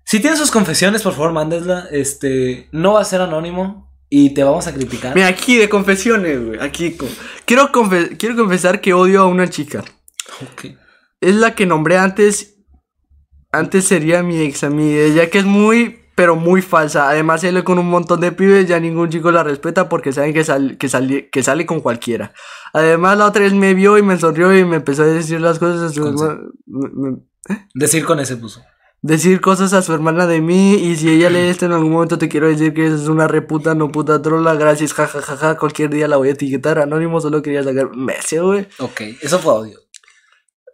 S1: Si tienen sus confesiones, por favor, mándesla. Este, no va a ser anónimo y te vamos a criticar.
S2: Mira, aquí de confesiones, güey, aquí. co- Quiero, confe- quiero confesar que odio a una chica.
S1: Ok.
S2: Es la que nombré antes. Antes sería mi ex amiga, ya que es muy, pero muy falsa. Además, sale con un montón de pibes, ya ningún chico la respeta porque saben que, sal- que, sali- que sale con cualquiera. Además, la otra vez me vio y me sonrió y me empezó a decir las cosas a su herma- me- me-
S1: Decir con ese puso.
S2: Decir cosas a su hermana de mí y si ella lee esto en algún momento te quiero decir que es una reputa, no puta trola, gracias, jajajaja, cualquier día la voy a etiquetar, anónimo, solo quería sacar ese, güey.
S1: Ok, eso fue audio.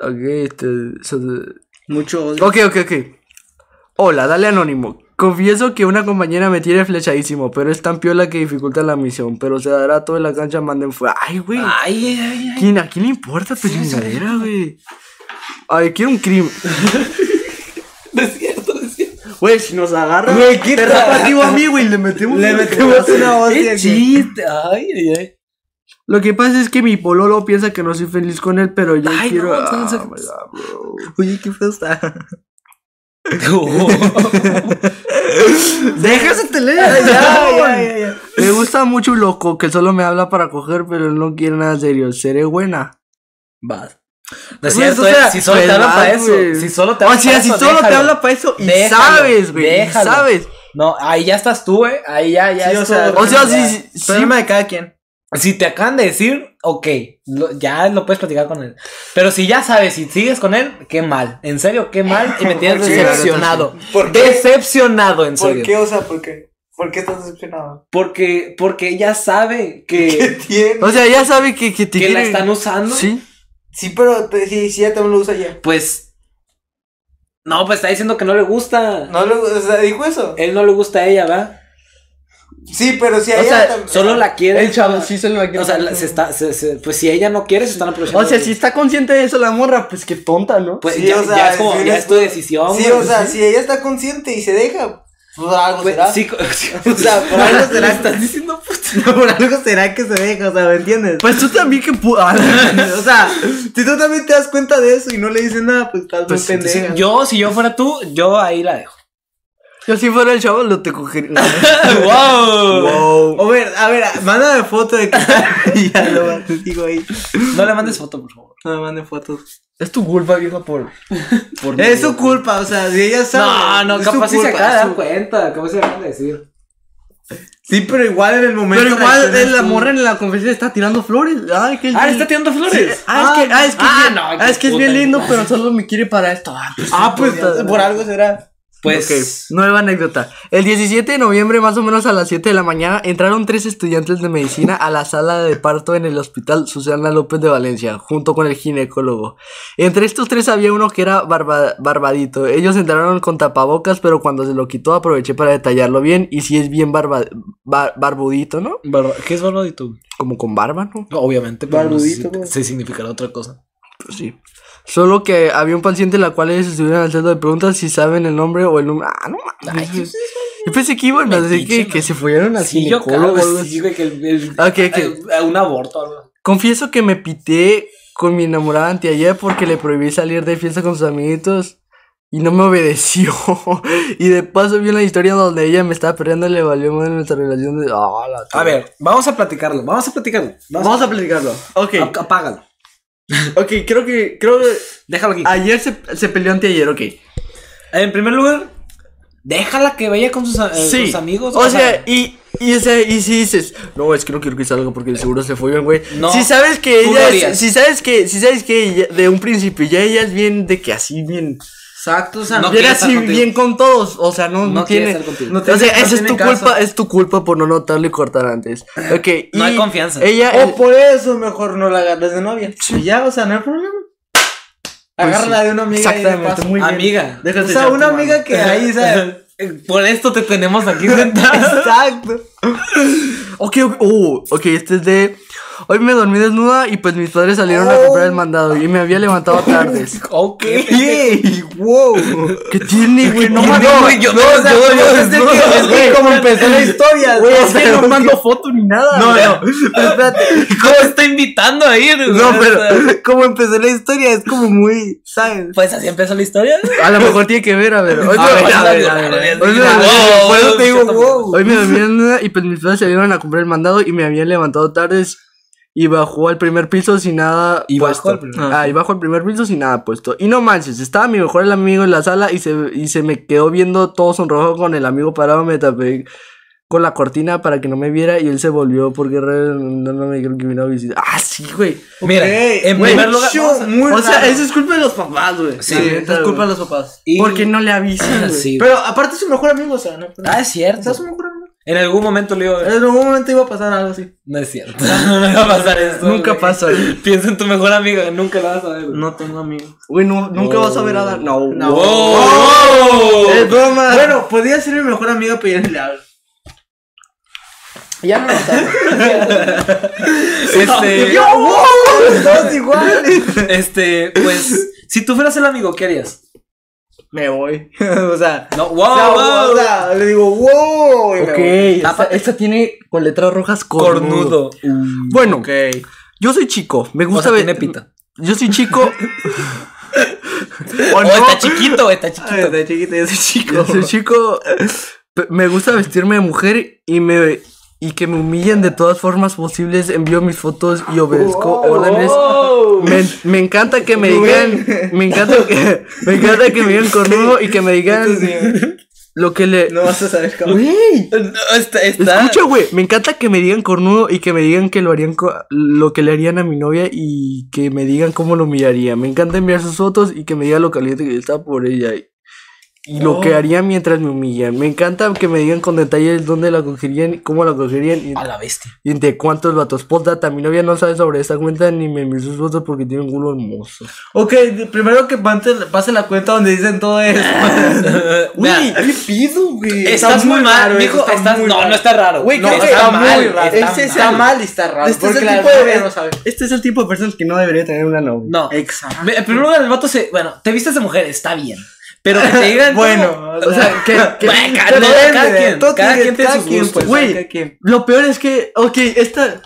S2: Ok, este... so-
S3: Mucho odio.
S2: Ok, ok, ok. Hola, dale anónimo. Confieso que una compañera me tiene flechadísimo, pero es tan piola que dificulta la misión. Pero se dará toda la cancha, manden fuera. Ay, güey.
S1: Ay, ay, ay.
S2: ¿Quién, ¿A quién le importa tu chingadera, güey? A ver, quiero un crimen.
S3: Güey, si nos agarra.
S2: Güey, ¿qué a mí, güey? Le metemos
S3: Le
S2: un-
S3: metemos una hostia.
S1: ¡Qué
S3: aquí.
S1: chiste! Ay, ay, ay.
S2: Lo que pasa es que mi pololo piensa que no soy feliz con él, pero yo
S1: Ay,
S2: quiero...
S1: no, entonces-
S2: Ah, my God, bro.
S3: Oye, qué feo está.
S1: Oh.
S2: Déjate leer. Me gusta mucho un loco que solo me habla para coger, pero él no quiere nada serio. Seré buena.
S1: Vas. No es
S2: Pues,
S1: cierto,
S2: o sea,
S1: eh, si solo te
S2: pues,
S1: hablan
S2: vas,
S1: para eso.
S2: güey.
S1: Si solo te
S2: O
S1: hablan
S2: sea,
S1: para
S2: si
S1: eso,
S2: solo te
S1: déjalo.
S2: habla para eso y
S1: Déjalo,
S2: sabes, güey. y
S1: déjalo.
S2: Sabes.
S1: No, ahí ya estás tú, eh. Ahí ya, ya.
S3: Sí, o
S1: es tu
S3: sea,
S2: O sea, si,
S1: oportunidad.
S2: si- si-
S3: Problema de cada quien.
S1: Si te acaban de decir, ok, lo- ya lo puedes platicar con él. Pero si ya sabes, si sigues con él, qué mal. En serio, qué mal. Y me tienes
S5: Sí,
S1: decepcionado.
S5: ¿Por qué?
S1: Decepcionado, en
S5: ¿Por
S1: serio.
S5: qué? O sea, ¿por qué? ¿Por qué estás decepcionado?
S1: Porque, porque ella sabe que,
S5: Tiene.
S2: o sea, ya sabe que, que te
S1: que la
S2: quiere-
S1: están usando.
S2: Sí.
S5: Sí, pero te- sí, sí, ya también lo usa ya.
S1: Pues. No, pues está diciendo que no le gusta.
S5: No lo, o sea, dijo eso.
S1: Él no le gusta a ella, ¿verdad?
S5: Sí, pero si a
S1: O
S5: ella
S1: sea,
S5: tam-
S1: solo la quiere.
S2: El chavo sí se lo va a
S1: O sea, la- se está, se- se- pues si ella no quiere, se están aprovechando.
S2: O sea,
S1: de-
S2: si está consciente de eso la morra, pues qué tonta, ¿no?
S1: Pues
S5: Sí,
S1: ya,
S5: o sea,
S1: ya es como,
S5: si
S1: ya
S5: eres-
S1: es tu decisión.
S5: Sí,
S1: güey.
S5: o sea, si ella está consciente y se deja, pues algo
S1: Pues,
S5: será.
S1: sí,
S3: O sea, por algo será. estás diciendo Por algo será que se deja, o sea, ¿me entiendes?
S2: Pues tú también que... pu- Ah,
S3: o sea, si tú también te das cuenta de eso y no le dices nada, pues estás
S1: Pues,
S3: muy pendeja.
S1: si- yo, si yo fuera tú, yo ahí la dejo.
S2: Yo si fuera el chavo lo te cogería. No,
S1: ¡Wow!
S3: A ver, a ver, mándame foto de que y ya lo digo ahí.
S1: No le mandes foto, por favor.
S3: No me manden fotos.
S2: es tu culpa, vieja, por... por
S3: Es su culpa, o sea, si ella
S1: No,
S3: sabe.
S1: no,
S3: es su
S1: capaz si se
S3: culpa,
S1: acaba de
S3: es
S1: dar
S3: su-
S1: cuenta, capaz se acaban de decir.
S3: Sí, pero igual en el momento.
S2: Pero igual
S3: reaccionas
S2: eh, la
S3: tú.
S2: morra en la confesión está tirando flores. Ay, qué
S1: Ah, está tirando flores.
S2: Ah, es que, ah, es que,
S1: Ah,
S2: es bien-
S1: no,
S2: ah,
S1: qué
S2: es, que es
S1: puta.
S2: bien lindo, pero solo me quiere para esto. Ah, pues,
S3: Ah, pues por algo será.
S1: Pues,
S2: Ok, nueva anécdota. El 17 de noviembre, más o menos a las 7 de la mañana, entraron tres estudiantes de medicina a la sala de parto en el hospital Susana López de Valencia, junto con el ginecólogo. Entre estos tres había uno que era barba- barbadito. Ellos entraron con tapabocas, pero cuando se lo quitó aproveché para detallarlo bien y si es bien barba- bar- barbudito, ¿no?
S1: barba- ¿qué es barbudito?
S2: Como con barba, ¿no?
S1: Obviamente, pero no sé si-
S3: Barbudito, güey.
S1: sí significará otra cosa.
S2: Pues sí. Solo que había un paciente en la cual ellos estuvieron haciendo de preguntas si saben el nombre o el número. Ah, no mames. Yo pensé que iban a decir que,
S1: metiche,
S2: que se fueron al
S1: Sí, yo
S2: ginecólogo
S1: creo
S2: o algo
S1: que sí,
S2: así.
S1: güey, que el- el-
S2: Ah, que- que-
S1: a- a un aborto o algo.
S2: Confieso que me pité con mi enamorada anteayer porque le prohibí salir de fiesta con sus amiguitos. Y no me obedeció. y de paso vi una historia donde ella me estaba perdiendo y le valió más nuestra relación. De... Ah, la
S1: A ver, vamos a platicarlo, vamos a platicarlo.
S2: Vamos a platicarlo. Ok,
S1: Ap- Apágalo.
S2: ok, creo que, creo que
S1: Déjalo aquí.
S2: ayer se, se peleó anteayer, ok.
S1: En primer lugar, déjala que vaya con sus, eh,
S2: Sí.
S1: sus amigos.
S2: O sea, y, y, o sea, y si dices, no, es que no quiero que salga porque de seguro se follan, güey.
S1: No,
S2: Si sabes que
S1: tú lo
S2: ella,
S1: harías.
S2: es- si sabes que, si sabes que ella- de un principio ya ella es bien de que así bien,
S1: exacto, o sea,
S2: bien
S1: quiere
S2: así
S1: estar contigo.
S2: bien con todos, o sea, no, no,
S1: No quiere
S2: tiene.
S1: estar contigo.
S2: no
S1: No
S2: o sea,
S3: tiene- no
S2: esa es
S3: tiene
S2: tu
S3: caso.
S2: culpa, es tu culpa por no notarlo y cortar antes. Ok.
S1: No
S2: y
S1: hay confianza. Oh,
S2: Ella,
S3: O por eso mejor no la agarres de novia. Y ya, o sea, no hay problema. Agárrala de una amiga y de
S2: Pues exactamente,
S3: paso.
S2: muy bien.
S1: Amiga.
S2: Déjate
S3: o sea,
S2: echar tu
S3: una
S2: mano.
S3: amiga que ahí, ¿sabes?
S1: eh, Por esto te tenemos aquí sentado.
S3: Exacto.
S2: Ok, ok, oh, ok, este es de. Hoy me dormí desnuda y pues mis padres salieron a comprar el mandado y me había levantado tardes.
S1: ok.
S3: ¡Ey! ¡Wow!
S2: ¿Qué tiene, güey? No mames, güey.
S1: yo,
S3: O sea, es de que- es que como empezó la historia.
S2: Güey,
S3: o
S2: es
S3: sea,
S2: que no mando foto ni nada.
S3: No,
S2: güey.
S3: no, pero espérate.
S1: ¿Cómo está invitando ahí?
S3: No, pero como empezó la historia es como muy, ¿sabes?
S1: Pues así empezó la historia.
S2: A lo mejor tiene que ver, a ver. Hoy,
S1: A ver,
S2: me,
S1: a ver,
S2: a ver,
S1: a ver.
S2: hoy me-
S1: Wow,
S3: Por eso te digo,
S1: cierto,
S3: wow.
S2: hoy me dormí desnuda y pues mis padres salieron a comprar el mandado y me habían levantado tardes. Y bajó al primer piso sin nada
S1: Y bajó
S2: puesto.
S1: al primer-
S2: ah, y bajó al primer piso sin nada puesto. Y no manches, estaba mi mejor amigo en la sala y se, y se me quedó viendo todo sonrojo con el amigo parado. Me tapé con la cortina para que no me viera y él se volvió porque re- no, no me dijeron que vino a visitar. Ah, sí, güey.
S1: Mira, en
S2: güey,
S1: primer lugar.
S3: Show
S1: vamos a-
S3: muy
S2: O sea,
S3: raro.
S2: eso es culpa de los papás, güey.
S1: Sí,
S2: La
S1: es
S2: neta,
S3: culpa de
S2: güey.
S3: los papás.
S1: y- Ah,
S2: Porque no le avisan, güey.
S1: Sí.
S3: Pero aparte es su mejor amigo, o sea, no.
S1: Ah, es cierto.
S3: Es su mejor amigo.
S1: En algún momento le iba a
S3: En algún momento iba a pasar algo así.
S1: No es cierto. No me va a pasar esto.
S2: Nunca
S1: güey.
S2: pasa.
S1: Piensa en tu mejor amiga, nunca la vas a ver. güey. Oh.
S3: No tengo amigos.
S2: Güey, no, nunca
S1: No.
S2: vas a ver a Dan. No,
S1: ¡Wow!
S2: no.
S3: Es broma. Bueno, podía ser mi mejor amiga, pero ya no le hablo.
S2: Ya no lo sabes.
S1: Este,
S3: Todos iguales.
S1: este, pues, si tú fueras el amigo, ¿qué harías?
S2: Me voy.
S3: o sea,
S1: No, wow,
S3: o sea,
S1: wow.
S3: o sea, Ah, le digo, wow. y me
S2: Ok,
S3: voy.
S2: esta, esta tiene con letras rojas cornudo.
S1: cornudo. Uh,
S2: Bueno, yo soy chico. Me
S1: o
S2: gusta
S1: sea,
S2: ver.
S1: tiene pita.
S2: Yo soy chico.
S1: O está chiquito, está
S3: Ay,
S1: chiquito.
S3: Ah, Desde chiquita, desde chico.
S2: yo soy chico. Pe- Me gusta vestirme de mujer y me. Y que me humillen de todas formas posibles, envío mis fotos y obedezco órdenes. Me, me encanta que me digan, me encanta que, me encanta que me digan cornudo y que me digan lo que le,
S3: No vas a saber cómo.
S2: Güey,
S1: No, está, está.
S2: escucha, güey. Me encanta que me digan cornudo y que me digan que lo harían co- lo que le harían a mi novia y que me digan cómo lo miraría. Me encanta enviar sus fotos y que me digan lo caliente que está por ella. y- Y lo
S1: Oh.
S2: que haría mientras me humillan. Me encanta que me digan con detalles dónde la cogerían, cómo la cogerían y,
S1: A la bestia.
S2: y entre cuántos vatos. Postdata, mi novia no sabe sobre esta cuenta ni me envió sus fotos porque tiene un culo hermoso.
S3: Ok, de- primero que pante- pase la cuenta donde dicen todo eso.
S2: Ah,
S1: Güey,
S3: ¿qué pido, güey?
S1: estás muy mal, mijo. Estás, no, no está raro.
S3: Güey,
S1: no,
S3: creo que está muy raro.
S1: está
S3: Ese
S1: mal.
S3: está mal y está raro.
S2: Este es
S3: porque
S2: el
S3: la
S2: tipo de-
S3: novia no sabe.
S2: Este es el tipo de personas que no debería tener una novia.
S1: No.
S3: Exacto.
S1: En primer lugar, el vato se. Bueno, te vistes de mujer, está bien. Pero que te digan.
S3: Bueno, o
S2: O sea, que, que-
S1: Bueno, cada,
S3: Pero
S1: cada
S3: depende,
S1: quien,
S3: todo
S1: cada
S3: tiene-
S1: quien tiene
S3: cada
S1: sus
S3: quien,
S1: gustos.
S3: pues,
S2: Güey.
S3: cada quien.
S2: Lo peor es que, ok, esta.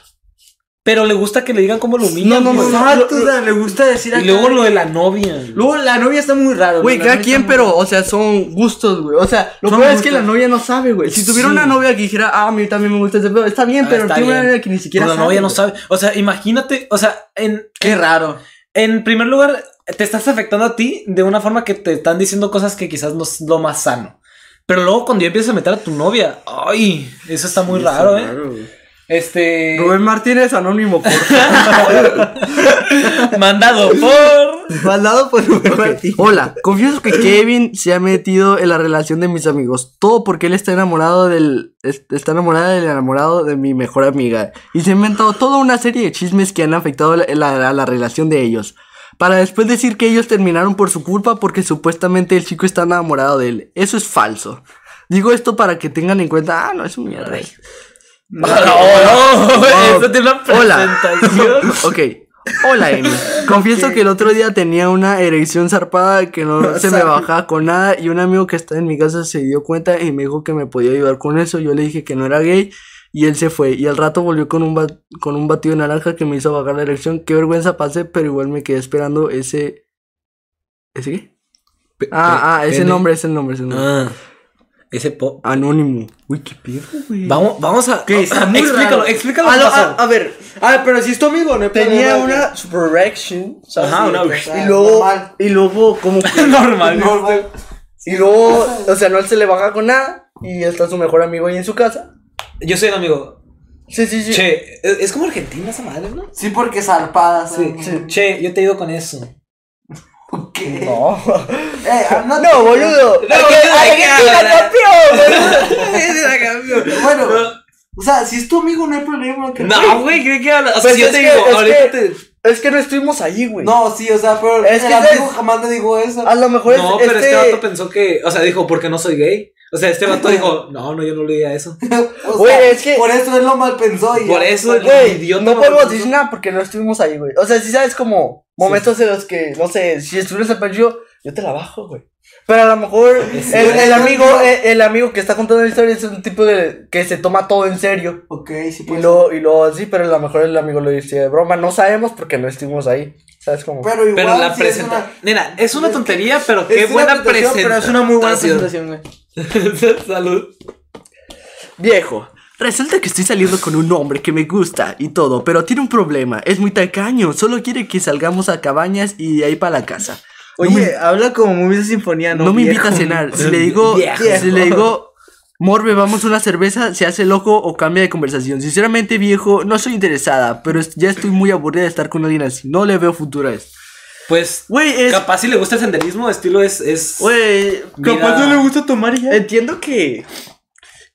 S1: Pero le gusta que le digan cómo lo humillan.
S2: No, no,
S1: güey.
S2: no,
S3: No,
S2: lo-
S3: tú, o sea, le gusta decir
S1: Y luego lo de la novia. güey.
S3: Luego la novia está muy raro.
S2: Güey,
S3: la
S2: cada
S3: novia
S2: quien,
S3: está muy-
S2: pero, o sea, son gustos, güey. O sea, lo
S3: Son
S2: peor es que la
S3: gustos.
S2: novia no sabe, güey. Si tuviera
S1: Sí.
S2: una novia que dijera, ah, a mí también me gusta ese pedo, está bien,
S1: Ah,
S2: pero
S1: está
S2: tiene una
S1: bien.
S2: novia que ni siquiera
S1: Pero Pues la
S2: sabe.
S1: novia no
S2: güey.
S1: sabe. O sea, imagínate, o sea, en,
S3: Qué raro.
S1: en primer lugar, te estás afectando a ti de una forma que te están diciendo cosas que quizás no es lo más sano. Pero luego cuando ya empiezas a meter a tu novia, ay, eso está muy raro, ¿eh? Este,
S2: Rubén Martínez anónimo, por
S1: mandado por...
S3: Maldado por Rubén Martín.
S2: Hola, confieso que Kevin se ha metido en la relación de mis amigos. Todo porque él está enamorado del. es- Está enamorada del enamorado de mi mejor amiga. Y se ha inventado toda una serie de chismes que han afectado la, la- la relación de ellos. Para después decir que ellos terminaron por su culpa porque supuestamente el chico está enamorado de él. Eso es falso. Digo esto para que tengan en cuenta. Ah, no, es un mierda.
S1: No, no, eso tiene una
S2: Hola.
S1: presentación.
S2: ok. Hola, Emi. Confieso que el otro día tenía una erección zarpada que no se me bajaba con nada y un amigo que está en mi casa se dio cuenta y me dijo que me podía ayudar con eso. Yo le dije que no era gay y él se fue. Y al rato volvió con un, ba- con un batido de naranja que me hizo bajar la erección. Qué vergüenza pasé, pero igual me quedé esperando ese... ¿Ese qué?
S1: Pe-
S2: Ah, ah,
S1: pe-
S2: es el
S1: pene.
S2: nombre, es el nombre, es el nombre.
S1: Ah, ese pop.
S2: Anónimo. Uy, qué pedo, güey.
S1: Vamos, vamos a.
S3: Que está muy
S1: explícalo,
S3: raro.
S1: explícalo.
S3: a,
S1: qué
S3: lo-
S1: pasó.
S3: a- a ver, a- Ah, pero si es tu amigo, no hay
S5: Tenía
S3: problema,
S5: una
S3: güey.
S5: super reaction. ¿sabes?
S1: Ajá, una-
S3: Y luego,
S5: normal.
S3: y luego, como que.
S1: Normal.
S5: Normal.
S3: Y luego, o sea, no se le baja con nada. Y está su mejor amigo ahí en su casa.
S1: Yo soy el amigo.
S3: Sí, sí, sí.
S1: Che, e, es es como Argentina esa madre, ¿no? Ah.
S5: Sí, porque zarpadas.
S1: Sí, Che, yo te he ido con eso.
S5: No. Eh, I'm not-
S3: No, boludo.
S1: No, boludo,
S3: Argentina
S1: ¿verdad?
S3: campeón, boludo.
S5: Bueno, o sea, si es tu amigo, no hay problema. que-
S1: No, güey, ¿de qué hablas? O sea,
S3: Pues
S1: si yo
S3: es
S1: te
S3: que-
S1: digo,
S3: es
S1: ahorita
S3: que-
S1: te.
S3: Es que no estuvimos ahí, pues, güey.
S5: No, sí, o sea, pero
S3: Es
S5: el
S3: que
S5: amigo
S3: sabes-
S5: jamás le digo eso.
S3: A lo mejor
S1: no,
S3: es,
S1: pero este...
S3: este-
S1: vato pensó que. O sea, dijo, porque no soy gay. O sea, este vato dijo, no, no, yo no le diría eso.
S5: O
S3: Güey,
S5: sea,
S3: es que-
S5: Por eso él lo mal pensó. Y
S1: Por eso el
S3: Güey,
S1: idiota
S3: no
S1: me
S3: podemos
S1: puso-
S3: decir nada porque no estuvimos ahí, güey. O sea, si sabes como momentos en los que, no sé, si estuvieras apellido, yo te la bajo, güey. Pero a lo mejor el, el amigo, el, el amigo que está contando la historia es un tipo de, que se toma todo en serio.
S5: Ok, sí,
S3: Y
S5: pues.
S3: luego, y luego así, pero a lo mejor el amigo lo dice de broma. No sabemos porque no estuvimos ahí. ¿Sabes cómo?
S5: Pero igual.
S1: Pero la
S5: sí es
S1: presentación.
S5: una-
S1: Mira, es una
S5: es que-
S1: tontería, pero qué
S5: es una
S1: buena
S5: presentación,
S1: presentación.
S5: pero es una muy buena presentación,
S3: güey.
S1: Salud.
S2: Viejo, resulta que estoy saliendo con un hombre que me gusta y todo, pero tiene un problema. Es muy tacaño, solo quiere que salgamos a cabañas y de ahí para la casa.
S3: Oye, habla como muy de sinfonía,
S2: No, me invita a cenar. Si le digo,
S3: Viejo.
S2: si le digo, Morbe, vamos a una cerveza, se hace loco o cambia de conversación. Sinceramente, viejo, no soy interesada, pero es- ya estoy muy aburrida de estar con alguien así. No le veo futuro a esto.
S1: Pues,
S2: Güey, es.
S1: capaz si le gusta el senderismo, estilo es. es...
S2: Güey,
S1: Mira.
S3: gusta tomar y
S2: entiendo que.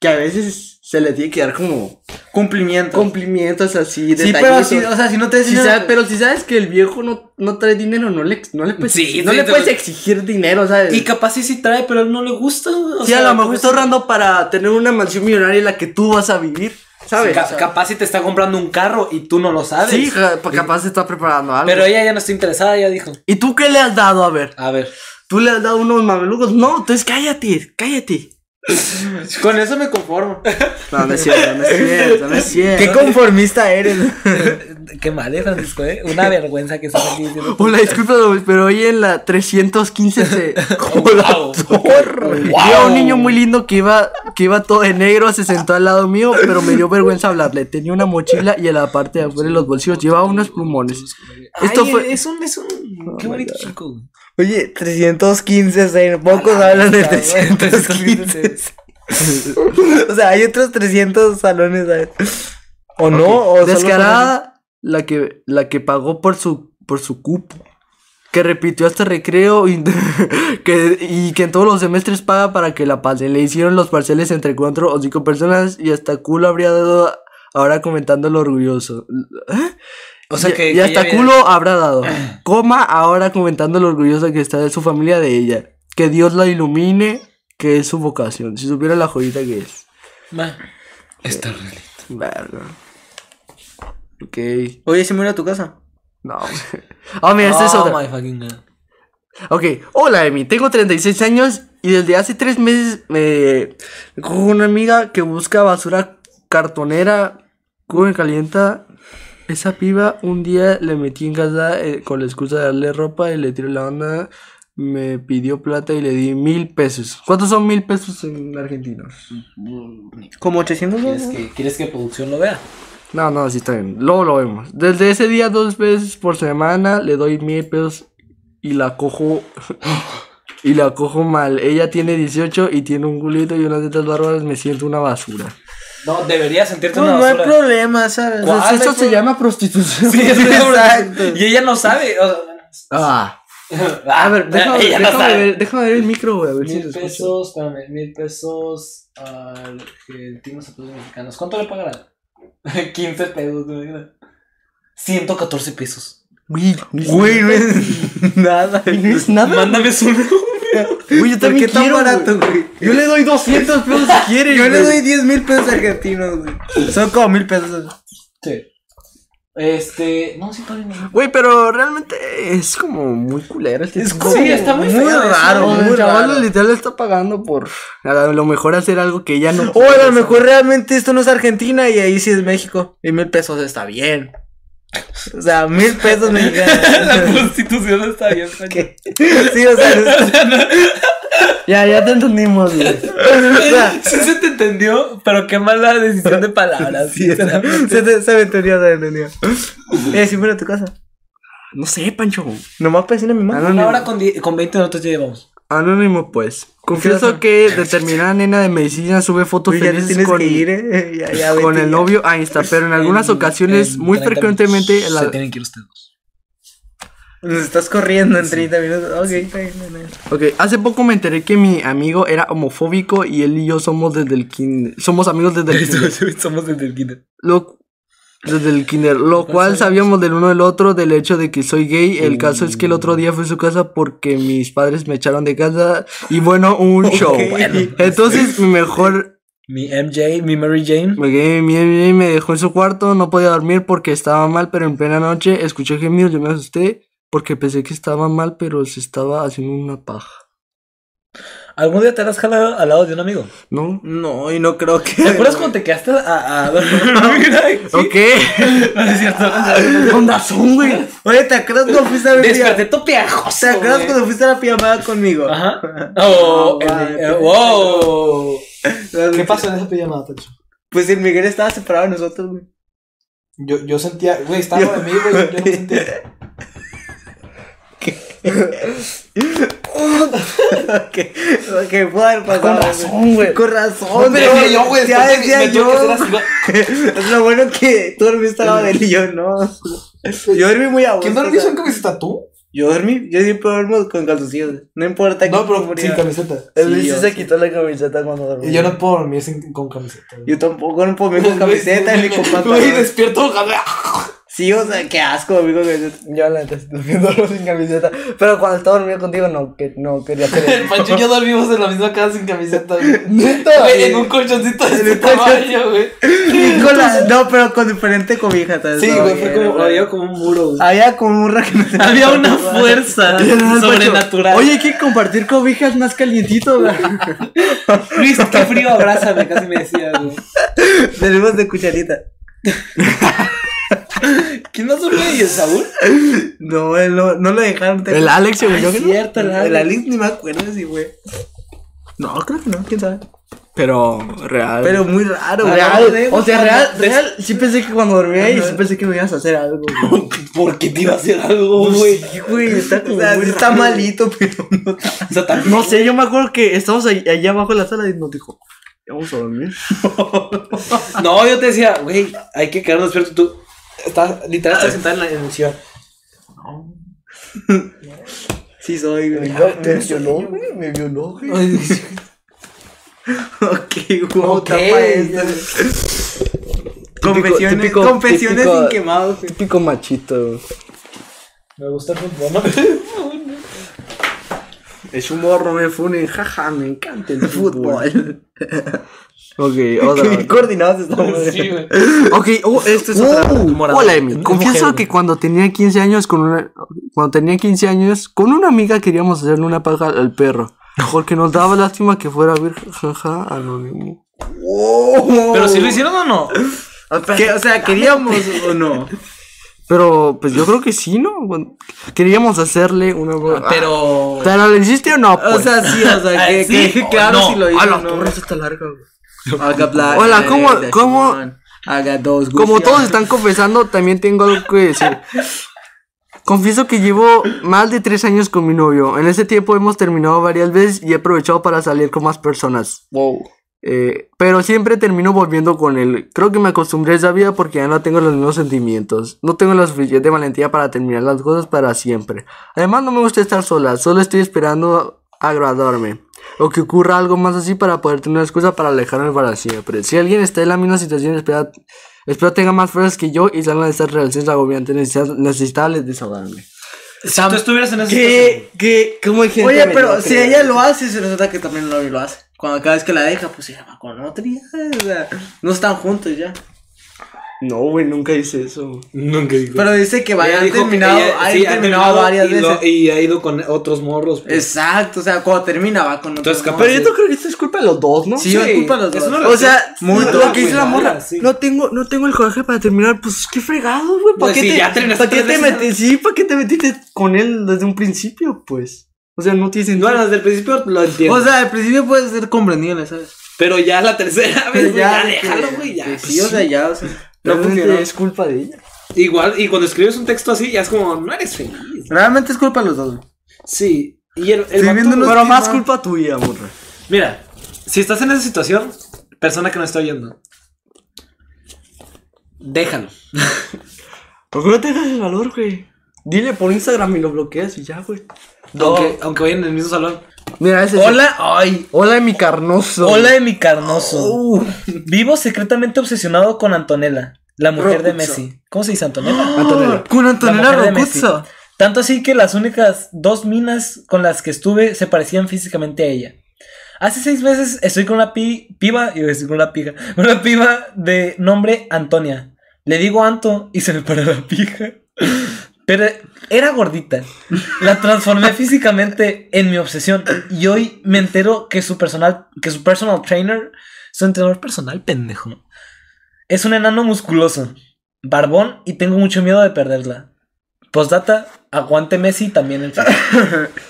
S2: Que a veces se le tiene que dar como
S3: Cumplimiento.
S2: cumplimientos así,
S3: Sí,
S2: detallitos.
S3: pero si, o sea, si no te
S2: Si
S3: dicen
S2: sabe- pero si sabes que el viejo no, no trae dinero, no le, no le puedes,
S1: Sí,
S2: no
S1: sí,
S2: le
S1: te-
S2: puedes exigir dinero, ¿sabes?
S1: Y capaz sí sí trae, pero a él no le gusta. o
S2: Sí,
S1: sea,
S2: a lo mejor
S1: pues,
S2: está ahorrando para tener una mansión millonaria en la que tú vas a vivir, ¿sabes?
S1: ca-
S2: O sea,
S1: capaz si te está comprando un carro y tú no lo sabes.
S2: sí, ja- pa- capaz se está preparando algo.
S1: Pero ella ya no está interesada, ya dijo.
S2: ¿Y tú qué le has dado? A ver,
S1: A ver.
S2: ¿tú le has dado unos mamelucos? No, entonces cállate, cállate.
S1: Con eso me conformo.
S2: No, no es cierto, no es cierto, no es
S3: Qué
S2: cierto.
S3: conformista eres.
S1: Qué mal, eh, Francisco, eh. Una vergüenza que estás aquí diciendo.
S2: Hola, disculpa, pero hoy en la 315 se...
S1: Wow.
S2: Vi a un niño muy lindo que iba, que iba todo de negro, se sentó al lado mío, pero me dio vergüenza hablarle. Tenía una mochila y en la parte de afuera de los bolsillos llevaba unos plumones. Esto
S1: Ay,
S2: fue-
S1: Es un, es un. qué bonito chico, güey.
S3: Oye, 315, Zayn. Pocos hablan de 315. o sea, hay otros 300 salones, ¿sabes? O no, o solo-
S2: Descarada, la que, la que pagó por su, por su cupo. Que repitió hasta recreo y que, y que en todos los semestres paga para que la pase. Le hicieron los parceles entre cuatro o cinco personas y hasta culo habría dado ahora comentando lo orgulloso.
S1: O sea
S2: y,
S1: que.
S2: y
S1: que ya
S2: hasta
S1: viene-
S2: culo habrá dado. Coma ahora comentando lo orgullosa que está de su familia de ella. Que Dios la ilumine, que es su vocación. Si supiera la joyita que es.
S1: Ma, Está realista.
S2: Verga. Ok.
S3: Oye, se me voy a tu casa.
S2: No. Ah, mira, esta es
S1: Oh,
S2: otra.
S1: my fucking God.
S2: Ok. Hola, Emi. Tengo 36 años y desde hace 3 meses me cojo una amiga que busca basura cartonera. ¿Cómo me calienta? Esa piba un día le metí en casa eh, con la excusa de darle ropa y le tiré la onda. Me pidió plata y le di mil pesos. ¿Cuántos son mil pesos en argentinos?
S3: Como 800
S1: ¿Quieres
S3: ¿no?
S1: que, ¿Quieres que producción lo vea?
S2: No, no, sí está bien. Luego lo vemos. Desde ese día, dos veces por semana, le doy mil pesos y la cojo. y la cojo mal. Ella tiene 18 y tiene un culito y unas tetas bárbaras. Me siento una basura.
S1: No, deberías sentirte
S3: Pues
S1: una
S3: no hay
S1: basura.
S3: problema, ¿sabes?
S1: ¿Cuál? Ah,
S2: Eso
S1: me
S2: se
S1: fue-
S2: llama prostitución.
S1: Sí, es una basura.
S3: Exacto.
S1: Y ella no sabe. o sea,
S2: Ah.
S1: Ah,
S2: A ver, déjame,
S1: ella no
S2: déjame
S1: sabe.
S2: ver, déjame ver el micro, güey. A ver si
S1: Mil
S2: se escucha.
S1: pesos, espérame, mil pesos argentinos a pesos mexicanos. ¿Cuánto le pagarán? 15 pesos, ¿te imaginas? 114 pesos.
S2: Güey,
S3: Güey, no es nada.
S2: no es nada.
S1: Mándame su
S2: Güey, yo
S3: ¿Por
S2: también
S3: qué tan
S2: quiero,
S3: barato,
S2: güey.
S3: güey?
S2: Yo le doy 200 pesos si quiere.
S3: Yo le
S2: güey.
S3: doy 10 mil pesos argentinos, güey. Son como mil pesos.
S1: Sí. Este. No, sí, paguen. ¿no?
S2: Güey, pero realmente es como muy culero este tipo.
S1: Sí, está muy, feo eso.
S3: raro,
S2: No,
S3: muy
S2: el chaval
S3: raro.
S2: literal está pagando por a lo mejor hacer algo que ella no.
S3: O a lo mejor realmente esto no es Argentina y ahí sí es México. Y mil pesos está bien. O sea, mil pesos mexicanos.
S1: La prostitución está bien, cañón.
S3: ¿Qué? Sí, o sea, es- ya, ya te entendimos, güey. O sea,
S1: Sí se te entendió, pero qué mala decisión de palabras.
S3: sí, o sea,
S1: sinceramente.
S3: se, te- se me entendió, se me entendió. Eh, siempre a tu casa.
S2: No sé, Pancho.
S3: Nomás para decirle a mi mamá.
S1: Una
S2: Anónimo,
S1: hora con, die- con 20 minutos ya llevamos.
S2: Anónimo, pues. Confieso que determinada nena de medicina sube fotos
S3: Uy, ya te
S2: felices
S3: tienes
S2: con,
S3: que ir, eh. Ya, ya,
S2: con
S3: vete,
S2: el
S3: ya.
S2: novio a Insta, pero en algunas
S1: En-
S2: ocasiones,
S1: en
S2: muy
S1: 40
S2: frecuentemente,
S1: minutos Se
S2: la,
S1: tienen que ir ustedes dos.
S3: Nos estás corriendo en 30 minutos. Ok, está bien, nena.
S2: Ok, hace poco me enteré que mi amigo era homofóbico y él y yo somos desde el kinder. Somos amigos desde el kinder.
S1: Somos desde el kinder.
S2: Lo, desde el kinder, lo cual sabíamos del uno del otro del hecho de que soy gay. El caso es que el
S3: Mm.
S2: otro día fui a su casa porque mis padres me echaron de casa y bueno, un show. Entonces mi mejor
S1: Mi MJ, mi Mary Jane.
S2: mi gay- mi gay me dejó en su cuarto, no podía dormir porque estaba mal, pero en plena noche escuché gemidos, yo me asusté porque pensé que estaba mal, pero se estaba haciendo una paja.
S1: ¿Algún día te harás jalado al lado de un amigo?
S2: ¿No?
S3: No, y no creo que.
S1: ¿Te acuerdas cuando te quedaste a... a... ¿Sí?
S2: Ok.
S1: No es cierto. no.
S2: Con razón, güey.
S3: Oye, ¿te acuerdas cuando fuiste a mi
S1: Desperté
S3: pijamada?
S1: topiajoso,
S3: ¿Te acuerdas
S1: güey.
S3: cuando fuiste a la pijamada conmigo?
S1: Ajá.
S3: Oh,
S1: Oh, el-
S3: vale.
S1: eh, wow.
S5: ¿Qué pasó en esa pijamada, Pancho?
S3: Pues el Miguel estaba separado de nosotros, güey.
S5: Yo, yo sentía, güey, estaba de mí, güey, yo no sentía.
S3: que, que pudo haber pasado. Con razón, güey. Con razón,
S5: Decía yo, güey,
S3: Ya
S5: después
S3: decía
S5: me tuve que hacer
S3: yo.
S5: así, güey.
S3: Es lo bueno que tú dormiste al lado de él y yo no. Yo dormí muy a gusto.
S5: ¿Quién
S3: o
S5: no hizo
S3: sea,
S5: en camiseta? ¿Tú?
S3: Yo dormí, yo siempre duermo con calzoncillos. güey. No importa
S5: No,
S3: que
S5: pero sin camiseta.
S3: Luis
S5: yo
S3: se
S5: sí.
S3: quitó la camiseta cuando dormí.
S5: Y yo no puedo dormir sin, con camiseta. güey.
S3: Yo tampoco no puedo dormir con camiseta ni con
S5: Güey,
S3: pantalón.
S5: despierto, ojalá.
S3: Sí, o sea, qué asco dormir con camiseta. Yo la neta duermo sin camiseta. Pero cuando estaba dormido contigo no, que, no quería
S5: El
S3: tener.
S5: Pancho y yo dormimos en la misma casa sin camiseta, güey.
S3: Neta,
S5: Güey,
S3: güey.
S5: en un colchoncito de
S3: En
S5: este
S3: un colchón.
S5: tamaño, güey.
S3: Con la- no, pero con diferente cobija. ¿sabes?
S5: Sí,
S3: No,
S5: güey, fue como-
S1: Había como un muro. güey.
S3: Había como un que no se-
S1: Había una fuerza sobrenatural.
S2: Oye, hay que compartir cobijas más calientito, güey.
S1: Luis, qué frío, abrázame, casi me decía, güey.
S3: Tenemos de cucharita.
S1: ¿Quién no supe de Saúl?
S3: No, él no, no lo dejaron. te- Ah,
S2: El Alex, güey, yo
S1: Es
S2: creo.
S1: cierto, la-
S3: El Alice ni me acuerdo si fue.
S2: No, creo que no.
S3: ¿Quién sabe?
S2: Pero real.
S3: Pero muy raro, güey.
S2: real.
S3: Real,
S2: o sea, real,
S3: cuando-
S2: real. Sí pensé que cuando dormía y
S3: Ajá.
S2: sí pensé que me ibas a hacer algo, güey.
S1: ¿Por qué te iba a hacer algo, güey?
S3: Sí, güey, está como muy está malito, pero no
S1: O sea, tan-
S2: No sé, yo me acuerdo que estábamos ahí- allá abajo en la sala y nos dijo, "Ya vamos a dormir.
S1: No, yo te decía, güey, hay que quedarnos despiertos. Tú estás, literal, estás sentada en, la- en el sillón.
S3: Sí soy, güey.
S2: Me violó, güey, me violó, güey.
S3: ok, güey. tapa esto. Confesiones,
S2: típico-
S3: confesiones
S2: típico-
S3: sin quemados, güey.
S2: Típico machito.
S1: Me gusta el fútbol, ¿no?
S2: Es un morro, me funen,
S5: Ah,
S2: jaja, me encanta el fútbol.
S3: Fútbol.
S2: ok, otra.
S3: Qué bien coordinados estamos. eh.
S1: Sí, güey.
S2: Ok, oh, esto es otra polémica. Confieso que cuando tenía 15 años con una cuando tenía 15 años con una amiga queríamos hacerle una paja al perro, porque nos daba lástima que fuera virgen, jaja, anónimo.
S1: Pero si lo hicieron o no.
S3: ¿Qué? O sea, ¿queríamos o no?
S2: Pero pues yo creo que sí, ¿no? Bueno, Queríamos hacerle una paja.
S1: Pero.
S2: Ah, pero lo hiciste o no?
S3: O
S2: pues?
S3: sea, sí, o sea, que,
S1: Ah, sí,
S3: que, que
S1: o
S3: claro
S1: no.
S3: si lo hizo.
S2: A la
S3: no.
S2: torre,
S3: está larga, güey.
S2: Hola, ¿cómo- cómo-
S3: Haga dos, güey.
S2: Como todos están confesando, también tengo algo que decir. Confieso que llevo más de tres años con mi novio. En ese tiempo hemos terminado varias veces y he aprovechado para salir con más personas.
S3: Wow.
S2: Eh, pero siempre termino volviendo con él. Creo que me acostumbré a esa vida porque ya no tengo los mismos sentimientos. No tengo la suficiente valentía para terminar las cosas para siempre. Además, no me gusta estar sola. Solo estoy esperando agradarme. O que ocurra algo más así para poder tener una excusa para alejarme para siempre. Si alguien está en la misma situación, espera, espero tenga más fuerzas que yo y salga de estas relaciones agobiantes. Necesita- Necesitables desahogarme.
S1: Si tú estuvieras en esa situación.
S2: ¿Qué? ¿Qué? ¿Cómo hay gente
S3: Oye, pero
S2: mediocre?
S3: si ella lo hace, se resulta que también el novio lo hace. Cuando cada vez que la deja, pues ella va con otra y ya, o sea, no están juntos ya.
S2: No, güey, nunca hice eso.
S9: Nunca dijo.
S3: Pero dice que vaya,
S9: Ella
S3: han
S9: dijo que
S3: terminado,
S9: ella-
S3: ha
S9: sí, ha
S3: terminado varias
S9: y lo-
S3: veces.
S9: y ha ido con otros morros. pues.
S3: Exacto, o sea, cuando termina va con otro
S9: Entonces,
S3: amor.
S9: capaz-
S2: Pero yo no creo que esto es culpa de los dos, ¿no?
S3: Sí, yo culpa a los
S9: es
S3: dos.
S9: una
S2: O sea,
S9: Muy
S2: lo
S9: tonta,
S2: que dice
S9: güey,
S2: la morra.
S9: mala, sí.
S2: No tengo, no tengo el coraje para terminar. Pues qué fregados, güey. ¿Para
S9: Pues
S2: qué
S9: sí,
S2: te,
S9: ya terminaste
S2: ¿para qué
S9: tres
S2: te
S9: veces.
S2: metiste? Sí, ¿para qué te metiste con él desde un principio, pues? O sea, no tiene sentido.
S9: Bueno, desde el principio lo entiendo.
S3: O sea, al principio puede ser comprendible, ¿sabes?
S9: pero ya la tercera vez, güey, ya,
S3: de que-
S9: déjalo, güey, ya.
S3: de que Sí, o sea, ya, o sea.
S2: no
S3: No funcionó.
S2: es culpa de ella.
S9: Igual, y cuando escribes un texto así, ya es como, no eres feliz.
S3: Realmente es culpa de los dos. güey.
S9: Sí. Y el, el
S3: Sí,
S9: vato-
S3: viéndolo-
S2: Pero
S3: que
S2: más
S3: no.
S2: culpa tuya, morra.
S9: Mira, si estás en esa situación, persona que no está oyendo, déjalo.
S2: ¿Por qué no te das el valor, güey? Dile por Instagram y lo bloqueas y ya, güey.
S9: Aunque, aunque vayan en el mismo salón.
S2: Mira, ese.
S1: Hola, ay.
S2: Hola, mi carnoso.
S1: Hola de mi carnoso. Vivo secretamente obsesionado con Antonella, la mujer de Messi. ¿Cómo se dice Antonella?
S2: Antonella.
S3: Con
S1: La
S3: Antonella
S1: mujer de Messi.
S3: Rocuzzo.
S1: Tanto así que las únicas dos minas con las que estuve se parecían físicamente a ella. Hace seis meses estoy con una pi piba, iba a decir con una pija, con una piba de nombre Antonia. Le digo Anto y se me para la pija. Pero era gordita. La transformé físicamente en mi obsesión. Y hoy me entero que su personal, que su personal trainer, su entrenador personal, pendejo, es un enano musculoso, barbón y tengo mucho miedo de perderla. Postdata, aguante Messi también el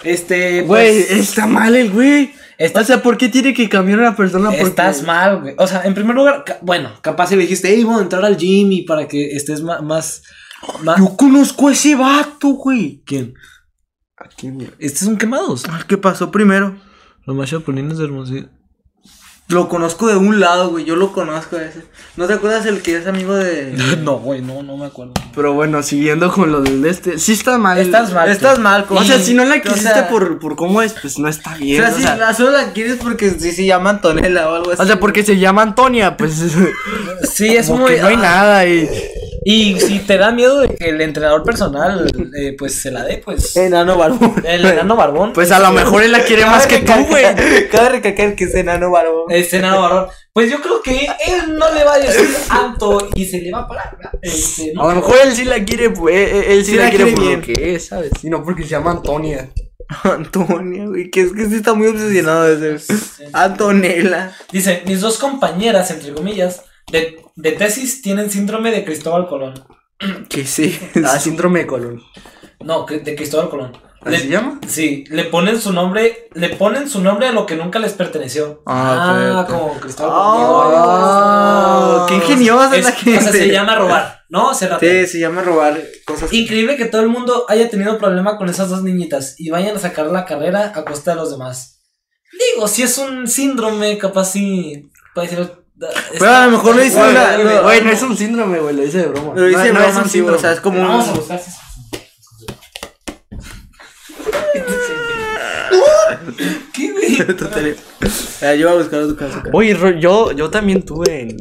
S9: Este,
S2: Güey,
S9: pues,
S2: está mal el güey.
S1: Está-
S2: O sea, ¿por qué tiene que cambiar una persona? Porque...
S1: Estás mal, güey. O sea, en primer lugar, ca- bueno,
S9: capaz si le dijiste, hey, vamos a entrar al gym y para que estés ma- más. más
S2: Yo conozco a ese vato, güey.
S9: ¿Quién?
S2: ¿A quién, güey?
S1: estos son Este quemados.
S3: Ay, ¿Qué pasó primero?
S9: Los más chapulines de Hermosillo.
S3: Lo conozco de un lado, güey. Yo lo conozco a ese. ¿No te acuerdas el que es amigo de.?
S1: No, güey, no, no me acuerdo.
S2: Pero bueno, siguiendo con lo del este. Sí está mal.
S1: Estás mal.
S3: Estás mal,
S2: O sea, si no la
S3: O
S2: quisiste
S3: sea,
S2: por, por cómo es, pues no está
S3: O
S2: bien.
S3: sea, si la solo la quieres porque sí se llama Antonella o algo así.
S2: o sea, porque se llama Antonia, pues.
S1: Sí, es
S2: como
S1: muy.
S2: que no hay
S1: ah,
S2: nada y.
S1: Y si te da miedo de que el entrenador personal, eh, pues se la dé, pues.
S3: Enano barbón.
S1: El enano barbón.
S2: Pues a lo mejor él la quiere más que tú, güey.
S3: Cabe recalcar que es enano barbón.
S1: Este enano barbón. Pues yo creo que él no le va a decir Anto y se le va a parar. ¿verdad? Este,
S2: A
S1: no.
S2: lo mejor él sí la quiere, pues. Él, él sí,
S3: Sí
S2: la,
S3: la
S2: quiere,
S3: quiere
S2: por
S3: bien.
S2: lo que es, ¿sabes? Y no porque se llama Antonia.
S3: Antonia, güey. Que es que sí está muy obsesionado de ese. Antonella.
S1: Pues, Dice: Mis dos compañeras, entre comillas, de, de tesis tienen síndrome de Cristóbal Colón.
S3: Que sí.
S2: Ah, síndrome de Colón.
S1: No, que- de Cristóbal Colón.
S2: ¿Así se
S1: Le-
S2: llama?
S1: Sí, le ponen su nombre, le ponen su nombre a lo que nunca les perteneció.
S2: Ah, ok, ok.
S1: como Cristóbal.
S3: Oh,
S1: Colón.
S3: qué ingeniosa
S1: Es-
S3: es la gente.
S1: O sea, se llama robar, ¿no? Se la-
S3: Sí, Eh, se llama robar cosas.
S1: Increíble que todo el mundo haya tenido problema con esas dos niñitas y vayan a sacar la carrera a costa de los demás. Digo, si es un síndrome, capaz sí puede ser.
S3: Pero a lo mejor lo dice
S2: Güey,
S3: una-
S2: güey,
S3: no,
S2: güey, no es un síndrome, güey, lo dice de broma.
S3: Lo dice
S2: no,
S3: broma,
S2: no es un
S3: sí,
S2: síndrome.
S3: o sea, es como un-
S1: Vamos a buscar si es- ¿Qué, güey?
S3: Ah, yo voy a buscar otro caso. cara.
S2: Oye, Ro- yo, yo también tuve en,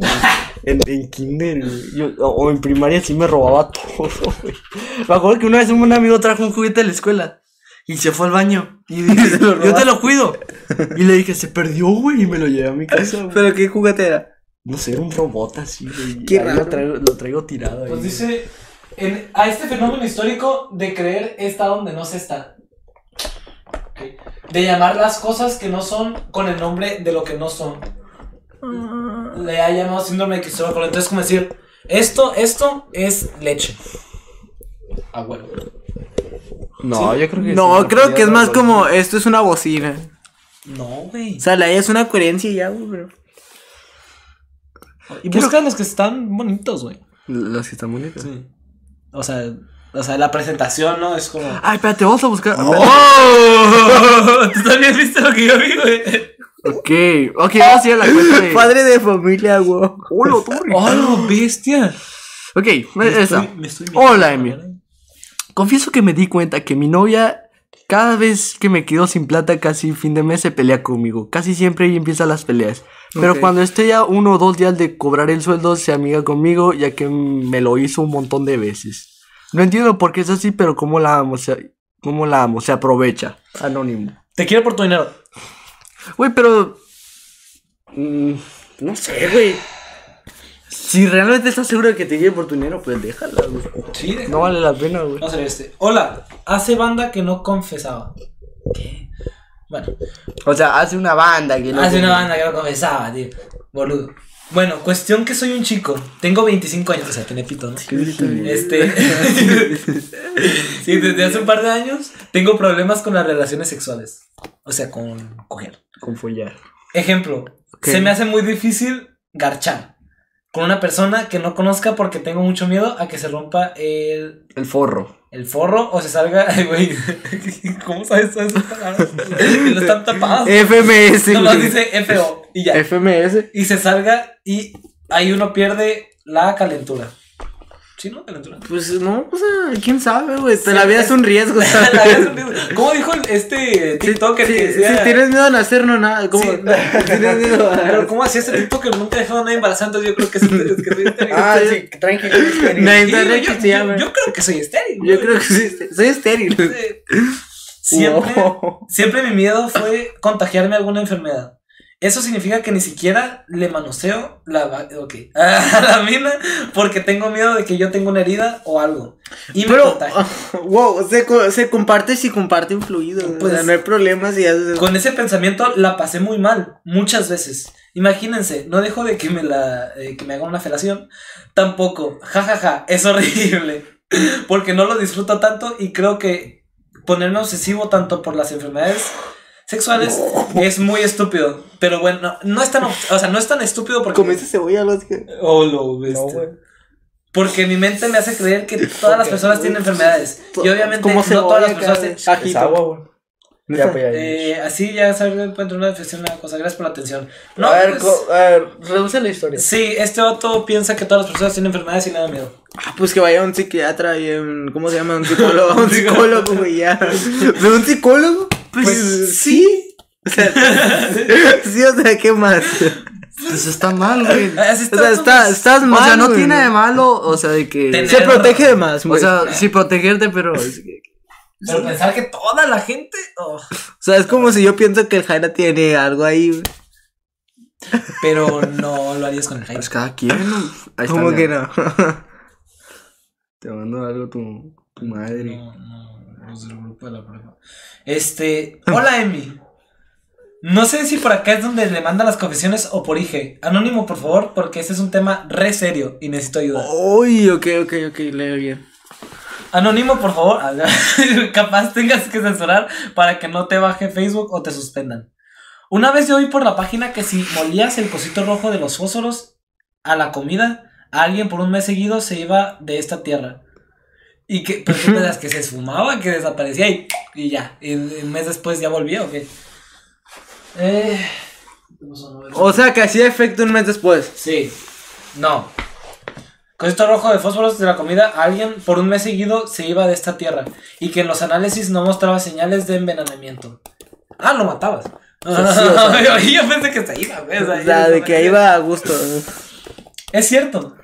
S2: en, en kinder güey. Yo- o o en primaria sí me robaba todo, güey. Me acuerdo que una vez un amigo trajo un juguete de la escuela y se fue al baño. Y dije, yo te lo cuido. Y le dije, se perdió, güey, y me lo llevé a mi casa, güey.
S3: Pero qué juguetera.
S2: No sé, era un robot así, güey.
S3: Qué
S2: Ahí
S3: raro.
S2: Lo traigo, lo traigo tirado ahí.
S1: Pues dice, en- a este fenómeno histórico de creer está donde no se está. Ok. De llamar las cosas que no son con el nombre de lo que no son. Le ha llamado síndrome de Cristóbal Colón. Entonces, como decir, esto, esto es leche. Ah, bueno.
S2: No, yo creo que
S3: No,
S2: sí,
S3: creo que es más
S2: lo-
S3: como esto es una bocina.
S1: No, güey.
S3: O sea, la I es una coherencia y ya, güey. pero-
S1: Y busca los que están bonitos, güey.
S2: Los que están bonitos.
S1: O sea, o sea, la presentación, ¿no? Es como.
S2: Ay, espérate, vamos a buscar. Oh.
S1: Oh, ¿Tú también viste lo que yo vi, güey?
S2: Ok, ok, vamos a ir a la cuenta de.
S3: Padre de familia, güey.
S2: Hola, Torre.
S1: ¡Hola, Oh, bestia!
S2: Ok, esa.
S1: Estoy- me estoy
S2: Hola, Emi. Confieso que me di cuenta que mi novia, cada vez que me quedo sin plata, casi fin de mes se pelea conmigo. Casi siempre ahí empiezan las peleas. Pero
S3: Ok.
S2: cuando estoy a uno o dos días de cobrar el sueldo, se amiga conmigo, ya que me lo hizo un montón de veces. No entiendo por qué es así, pero cómo la amo, se, cómo la amo, se aprovecha. Anónimo.
S1: Te quiero por tu dinero.
S2: Güey, pero. mm, no sé, güey. Si realmente estás seguro de que te quiere por tu dinero, pues déjala, güey.
S1: Sí, de-
S2: No vale la pena, güey.
S1: Vamos a ver este. Hola, hace banda que no confesaba. ¿Qué? Bueno,
S2: O sea, hace una banda que no.
S1: hace Ah, una banda que no confesaba, tío. Boludo. Bueno, cuestión que soy un chico. Tengo 25 años, o sea, tiene pito, ¿no? Este. sí, desde hace un par de años tengo problemas con las relaciones sexuales. O sea, con coger.
S2: Con follar.
S1: Ejemplo, se me hace muy difícil garchar con una persona que no conozca porque tengo mucho miedo a que se rompa el,
S2: El forro.
S1: el forro o se salga. Ay, güey, ¿Cómo sabes todas esas palabras? Que no están tapadas.
S3: Eh,
S2: FMS.
S1: no más
S2: güey.
S1: dice FO y ya.
S2: FMS.
S1: y se salga y ahí uno pierde la calentura. ¿Sí, no? Calentura.
S3: Pues no, o sea, quién sabe, güey. Pero
S1: Sí,
S3: la vida
S1: es-
S3: es un riesgo, ¿sabes?
S1: La verdad es un libro. ¿Cómo dijo el- este TikToker
S3: Si,
S1: que decía-
S3: si tienes miedo a nacer, no nada. ¿Cómo?
S1: Sí.
S3: Si tienes miedo a-
S1: Pero ¿cómo hacía este TikToker? Nunca dejó a nadie embarazada, entonces yo creo que es, es que soy estéril.
S2: Ah, sí, tranquilo.
S1: Sí,
S3: Nadie
S1: yo,
S3: sabe
S1: yo-
S3: que se llama.
S1: yo creo que soy estéril.
S3: Yo creo que sí, soy estéril.
S1: que siempre,
S3: Wow.
S1: siempre mi miedo fue contagiarme alguna enfermedad. Eso significa que ni siquiera le manoseo la, va- ok, a la mina porque tengo miedo de que yo tenga una herida o algo. Y me
S3: Pero, ah,
S1: contagio.
S3: wow, se, co- se comparte si comparten fluidos. o
S1: Pues-
S3: sea, no hay problemas y haces.
S1: Con ese pensamiento la pasé muy mal, muchas veces. Imagínense, no dejo de que me la eh, que me hagan una felación, tampoco. Ja ja ja, es horrible. Porque no lo disfruto tanto y creo que ponerme obsesivo tanto por las enfermedades sexuales es muy estúpido. Pero bueno, no es tan, obs- o sea, no es tan estúpido porque
S3: Comiste cebolla, los que.
S1: Oh, lo bestia.
S3: güey.
S1: Porque mi mente me hace creer que todas las personas tienen enfermedades. Y obviamente
S3: Como
S1: no
S3: cebolla,
S1: todas las
S3: cara,
S1: personas
S3: de
S1: tienen-
S5: Es
S3: ajito.
S5: agua, güey.
S3: Ya, pues,
S1: eh, así ya sabes, encuentro una reflexión, una cosa. Gracias por la atención. No,
S2: a ver,
S1: pues,
S2: co- a ver, reduce la historia.
S1: sí, este vato piensa que todas las personas tienen enfermedades y le da miedo.
S3: Ah, pues que vaya a un psiquiatra y un. ¿Cómo se llama? Un psicólogo. un psicólogo, güey, ya. ¿Pero un psicólogo? Pues, sí. O sea, sí, o sea, ¿qué más?
S2: Pues está mal, güey.
S1: Ah, Así
S3: O sea, está- estás mal.
S2: O sea, no
S3: güey.
S2: tiene de malo, o sea, de que.
S1: Tener-
S3: Se protege de más,
S2: O
S3: güey.
S2: sea, sí, protegerte, pero. es que-
S1: Pero pensar que toda la gente. oh.
S3: O sea, es como si yo pienso que el Jaira tiene algo ahí, güey.
S1: Pero no lo harías con el Jaime.
S2: Pues cada quien. ¿no? Ahí está,
S3: ¿Cómo
S2: mira.
S3: que no?
S2: Te mando algo tu, tu madre.
S1: No, no, los del grupo de la prueba. Este. Hola, Emi. No sé si por acá es donde le mandan las confesiones o por IG. Anónimo, por favor, porque este es un tema re serio y necesito ayuda.
S3: Uy, ok, ok, ok, leo bien.
S1: Anónimo, por favor. Capaz tengas que censurar para que no te baje Facebook o te suspendan. Una vez yo vi por la página que si molías el cosito rojo de los fósforos a la comida, alguien por un mes seguido se iba de esta tierra. Y que, pero ¿qué pensás? Que se esfumaba, que desaparecía y, y ya. Y un mes después ya volvía o qué. Eh, vamos a ver.
S3: O sea, que hacía efecto un mes después.
S1: Sí. No. Cosito rojo de fósforos de la comida, alguien por un mes seguido se iba de esta tierra y que en los análisis no mostraba señales de envenenamiento. Ah, lo matabas. yo pensé que se iba, güey. o sea,
S3: O sea, de que Pues ahí va a gusto.
S1: Es cierto.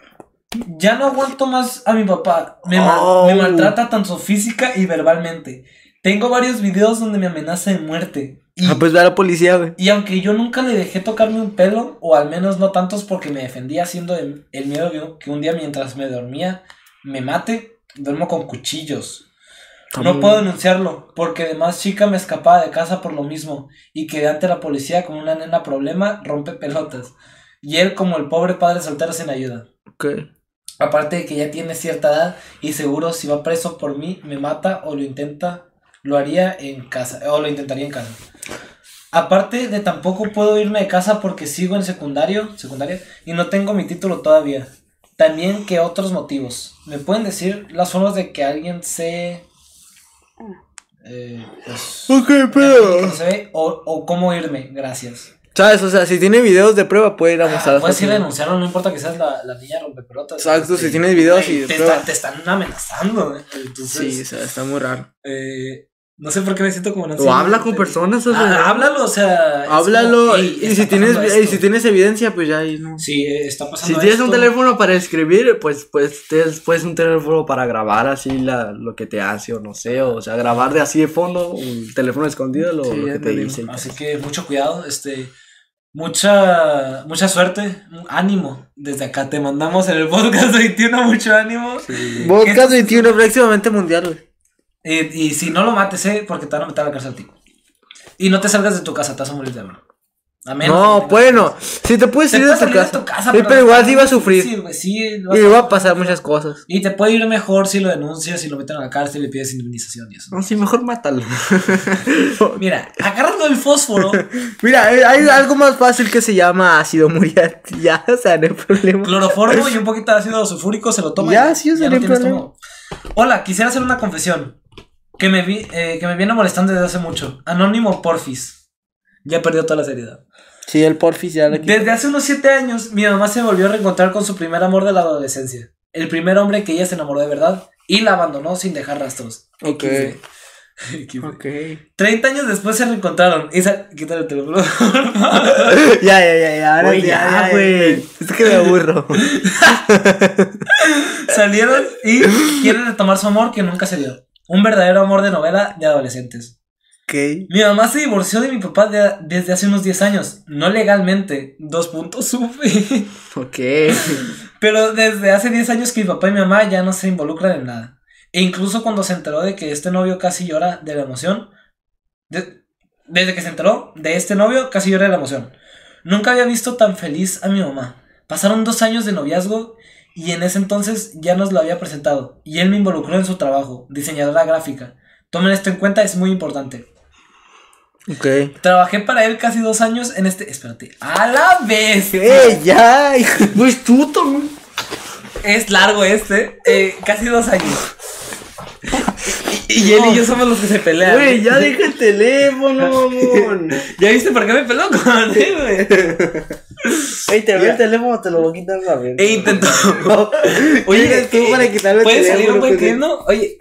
S1: Ya no aguanto más a mi papá. Me, ma-
S3: Oh.
S1: me maltrata tanto física y verbalmente. Tengo varios videos donde me amenaza de muerte. Y
S3: Ah, pues ve a la policía, güey.
S1: y aunque yo nunca le dejé tocarme un pelo, o al menos no tantos porque me defendía haciendo el, el miedo que un- que un día mientras me dormía me mate, duermo con cuchillos. No puedo denunciarlo, porque de más chica me escapaba de casa por lo mismo y quedé ante la policía como una nena problema, rompe pelotas. Y él como el pobre padre soltero sin ayuda.
S3: Ok.
S1: Aparte de que ya tiene cierta edad y seguro si va preso por mí, me mata o lo intenta, lo haría en casa, o lo intentaría en casa. Aparte de tampoco puedo irme de casa porque sigo en secundario, secundaria y no tengo mi título todavía. También que otros motivos. ¿Me pueden decir las formas de que alguien se... eh, pues,
S3: Ok,
S1: no
S3: pero.
S1: sé, o, o cómo irme? Gracias.
S3: ¿Sabes? O sea, si tiene videos de prueba, puede
S1: Ah,
S3: ir a mostrar. a
S1: Puedes ir a
S3: Fátima.
S1: denunciarlo, pues no importa que seas la, la niña rompepelotas.
S3: Exacto,
S1: Este,
S3: si tienes videos y
S1: Güey,
S3: de
S1: te,
S3: prueba.
S1: está- te están amenazando. güey. Entonces,
S3: Sí, o sea, está muy raro.
S1: eh, no sé por qué me siento como Nancy.
S2: O habla con personas, o
S1: Ah,
S2: sea.
S1: háblalo, o sea. es como,
S3: Háblalo.
S1: "Ey,
S3: Y
S1: está
S3: si tienes
S1: pasando
S3: y
S1: esto".
S3: si tienes evidencia, pues ya ahí no.
S1: Sí, eh, está pasando
S2: Si tienes un
S1: esto.
S2: teléfono para escribir, pues, pues, tienes, pues un teléfono para grabar así la, lo que te hace o no sé, o, sea, grabar de así de fondo, un teléfono escondido, lo,
S3: Sí,
S2: lo
S3: ya
S2: que te
S3: entendí.
S2: dice.
S1: Así que mucho cuidado, este. Mucha, mucha suerte, ánimo. Desde acá te mandamos en el podcast 21 mucho ánimo.
S3: Podcast 21, próximamente mundial, güey.
S1: Eh, y si no lo mates, eh, porque te van a meter a la cárcel a ti. Y no te salgas de tu casa, te vas a morir de hambre. A menos
S3: No,
S1: que tengas-
S3: bueno, si te puedes
S1: Te
S3: ir de tu
S1: puedes salir
S3: casa.
S1: de tu casa,
S3: Sí, pero igual sí iba a
S1: es muy
S3: sufrir.
S1: difícil, güey, sí, lo
S3: Y
S1: vas
S3: iba a pasar muchas cosas.
S1: Y te puede ir mejor si lo denuncias, si lo meten a la cárcel y le pides indemnización y eso.
S3: No, sí, mejor mátalo.
S1: Mira, agarrando el fósforo,
S3: Mira, eh, hay algo más fácil que se llama ácido muriático. Ya, o sea, no hay problema.
S1: cloroformo y un poquito de ácido sulfúrico, se lo toma.
S3: Ya,
S1: y
S3: sí, ese no hay
S1: tienes
S3: problema.
S1: estómago. Hola, quisiera hacer una confesión que me, vi, eh, que me viene molestando desde hace mucho. Anónimo Porfis. Ya perdió toda la seriedad.
S3: Sí, el porfis ya lo quitó.
S1: Desde hace unos 7 años, mi mamá se volvió a reencontrar con su primer amor de la adolescencia. El primer hombre que ella se enamoró de verdad y la abandonó sin dejar rastros.
S3: Ok.
S1: XD. XD.
S3: Ok.
S1: 30 años después se reencontraron. Y sa- Quítale el teléfono.
S3: Ya, ya, ya, ya. Ahora
S1: Güey,
S3: sí,
S1: ya,
S3: ya, güey. Es que me aburro.
S1: Salieron y quieren retomar su amor que nunca se dio. Un verdadero amor de novela de adolescentes.
S3: ok.
S1: Mi mamá se divorció de mi papá de- desde hace unos 10 años. No legalmente. Dos puntos sufrí.
S3: Ok.
S1: Pero desde hace 10 años que mi papá y mi mamá ya no se involucran en nada. E incluso cuando se enteró de que este novio casi llora de la emoción. de- desde que se enteró de este novio, casi llora de la emoción. Nunca había visto tan feliz a mi mamá. Pasaron dos años de noviazgo y en ese entonces ya nos lo había presentado. Y él me involucró en su trabajo, diseñadora gráfica. Tomen esto en cuenta, es muy importante.
S3: Ok.
S1: Trabajé para él casi dos años en este. Espérate. ¡A la vez!
S3: ¡Eh, ya! No es tuto, ¿no?
S1: Es largo este, eh, casi dos años. Y, y él y yo somos los que se pelean.
S3: Güey, ya deja el teléfono, mamón.
S1: ¿Ya viste por qué me peló con él, güey?
S3: Ey, te veo el teléfono, te lo voy a quitar la vez.
S1: E intentó.
S3: Oye, tú para quitarle el
S1: ¿Puede salir
S3: teléfono, pues,
S1: un buen clip,
S3: pendejo.
S1: no? Oye,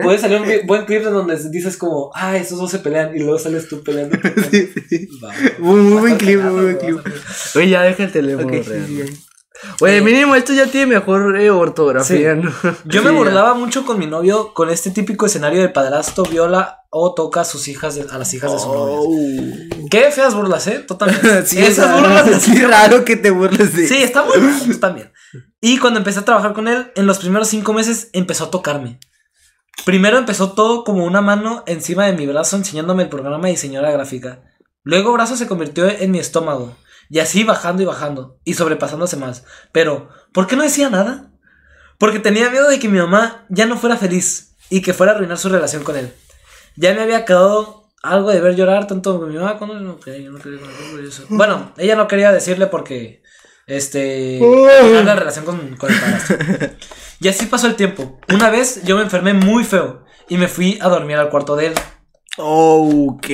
S1: puede salir un bu- buen clip en donde dices como, ah, estos dos se pelean y luego sales tú peleando. Va,
S3: Muy, muy
S1: va a
S3: buen
S1: estar
S3: clip, muy
S1: pegado,
S3: buen
S1: güey,
S3: clip.
S1: va a estar
S2: Güey, ya deja el teléfono.
S3: Ok,
S2: real.
S3: sí, sí.
S2: Güey,
S3: Eh.
S2: mínimo esto ya tiene mejor eh, ortografía,
S1: Sí.
S2: ¿no?
S1: Yo me
S2: Sí, ya.
S1: burlaba mucho con mi novio con este típico escenario de padrastro viola o toca a sus hijas de- a las hijas de su novio. Qué feas burlas, ¿eh? Totalmente.
S3: Oh. Sí,
S1: Esas
S3: raro,
S1: burlas así
S3: sí, raro que te burles de.
S1: Sí, está muy mal, pues, también. Y cuando empecé a trabajar con él, en los primeros cinco meses empezó a tocarme. Primero empezó todo como una mano encima de mi brazo enseñándome el programa de diseñadora gráfica. Luego brazo se convirtió en mi estómago. Y así bajando y bajando. Y sobrepasándose más. Pero, ¿por qué no decía nada? Porque tenía miedo de que mi mamá ya no fuera feliz. Y que fuera a arruinar su relación con él. Ya me había quedado algo de ver llorar tanto mi mamá como... no quería- no quería- no quería eso. Bueno, ella no quería decirle porque... Este. arruinar la relación con, con el padrastro. Y así pasó el tiempo. Una vez yo me enfermé muy feo y me fui a dormir al cuarto de él.
S3: Oh, ok,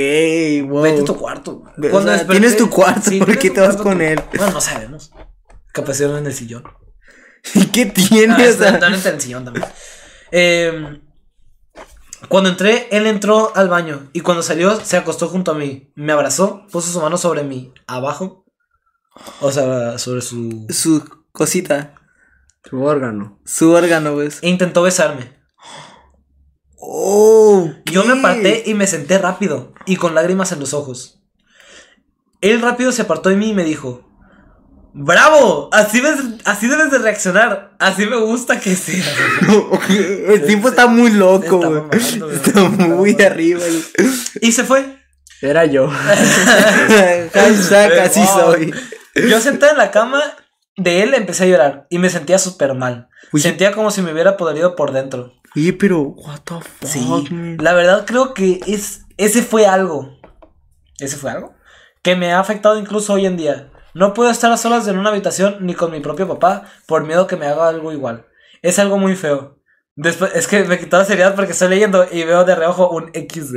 S3: wow.
S1: Vete a tu cuarto.
S3: Ve- o sea, tienes tu cuarto, ¿por
S1: tienes
S3: qué
S1: tu
S3: te vas con él?
S1: Bueno, no sabemos. Capacidad en el sillón.
S3: ¿Y qué
S1: Ah,
S3: tienes?
S1: es totalmente en el sillón también. Eh, cuando entré, él entró al baño y cuando salió se acostó junto a mí. Me abrazó, puso su mano sobre mí, abajo. O sea, sobre su...
S3: Su cosita,
S2: Tu órgano.
S3: su órgano, pues.
S1: E intentó besarme.
S3: Oh,
S1: Yo me
S3: ¿qué?
S1: aparté y me senté rápido y con lágrimas en los ojos. Él rápido se apartó de mí y me dijo, ¡Bravo! Así, ves- así debes de reaccionar. Así me gusta que seas.
S3: El tipo está muy
S1: Está
S3: loco, güey.
S1: mamando, güey.
S3: Está muy arriba. güey.
S1: Y se fue.
S2: Era yo.
S3: Hashtag así
S1: Wow.
S3: soy.
S1: Yo sentada en la cama de él empecé a llorar y me sentía súper mal.
S3: Uy.
S1: Sentía como si me hubiera podrido por dentro.
S3: Oye, pero, what the fuck,
S1: Sí,
S3: man?
S1: la verdad creo que es, ese fue algo. ¿Ese fue algo? Que me ha afectado incluso hoy en día. No puedo estar a solas en una habitación ni con mi propio papá por miedo que me haga algo igual. Es algo muy feo. Después, es que me quitó la seriedad porque estoy leyendo y veo de reojo un XD.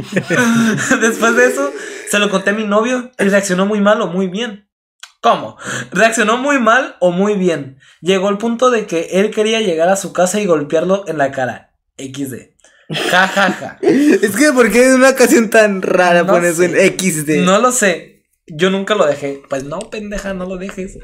S1: Después de eso, se lo conté a mi novio y reaccionó muy mal o muy bien. ¿Cómo? Reaccionó muy mal o muy bien. Llegó el punto de que él quería llegar a su casa y golpearlo en la cara. XD. Ja, ja, ja.
S3: Es que, ¿por qué es una canción tan rara
S1: No
S3: pones en
S1: sé.
S3: XD?
S1: No lo sé. Yo nunca lo dejé. Pues no, pendeja, no lo dejes.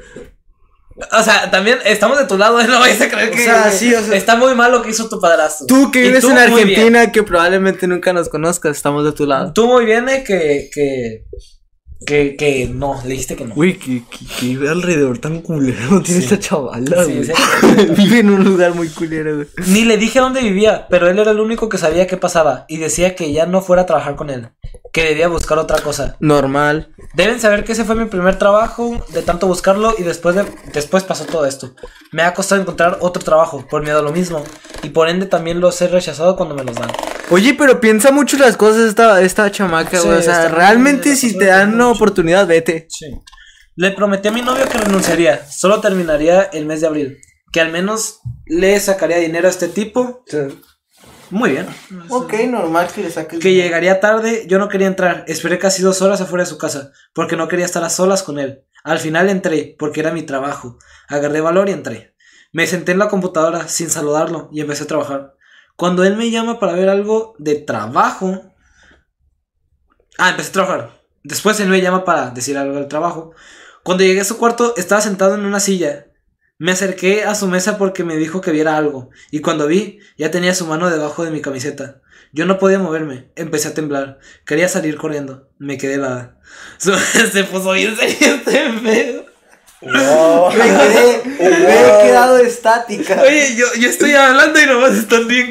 S1: O sea, también estamos de tu lado, no vais a creer
S3: O
S1: que
S3: sea, sí, o sea-
S1: está muy mal lo que hizo tu padrastro.
S3: Tú que
S1: Y
S3: vives
S1: tú
S3: en
S1: muy bien.
S3: Argentina, que probablemente nunca nos conozcas, estamos de tu lado.
S1: Tú muy bien eh, que, que, Que, que no, le dijiste que no.
S2: Güey, que, que, que ve alrededor tan culero tiene esta chavala,
S1: Sí,
S2: güey.
S1: sí.
S3: Vive en un lugar muy culero, güey.
S1: Ni le dije dónde vivía, pero él era el único que sabía qué pasaba y decía que ya no fuera a trabajar con él, que debía buscar otra cosa.
S3: Normal.
S1: Deben saber que ese fue mi primer trabajo, de tanto buscarlo y después, de- después pasó todo esto. Me ha costado encontrar otro trabajo por miedo a lo mismo y por ende también los he rechazado cuando me los dan.
S3: Oye, pero piensa mucho las cosas esta, esta chamaca,
S1: Sí,
S3: güey. o sea,
S1: está muy-
S3: realmente
S1: está
S3: si
S1: muy
S3: te dan una
S1: mucho.
S3: oportunidad, vete.
S1: Sí. Le prometí a mi novio que renunciaría. Solo terminaría el mes de abril. Que al menos le sacaría dinero a este tipo. Muy bien.
S3: Ok, normal que le saques.
S1: Que llegaría tarde, yo no quería entrar. Esperé casi dos horas afuera de su casa, porque no quería estar a solas con él. Al final entré, porque era mi trabajo. Agarré valor y entré. Me senté en la computadora sin saludarlo y empecé a trabajar. Cuando él me llama para ver algo de trabajo. Ah, empecé a trabajar. Después él me llama para decir algo del trabajo. Cuando llegué a su cuarto, estaba sentado en una silla. Me acerqué a su mesa porque me dijo que viera algo, y cuando vi, ya tenía su mano debajo de mi camiseta. Yo no podía moverme, empecé a temblar, quería salir corriendo, me quedé helada. Su- Se puso bien serio este pedo.
S3: Me quedé, me he quedado estática.
S1: Oye, yo, yo estoy hablando y nomás están bien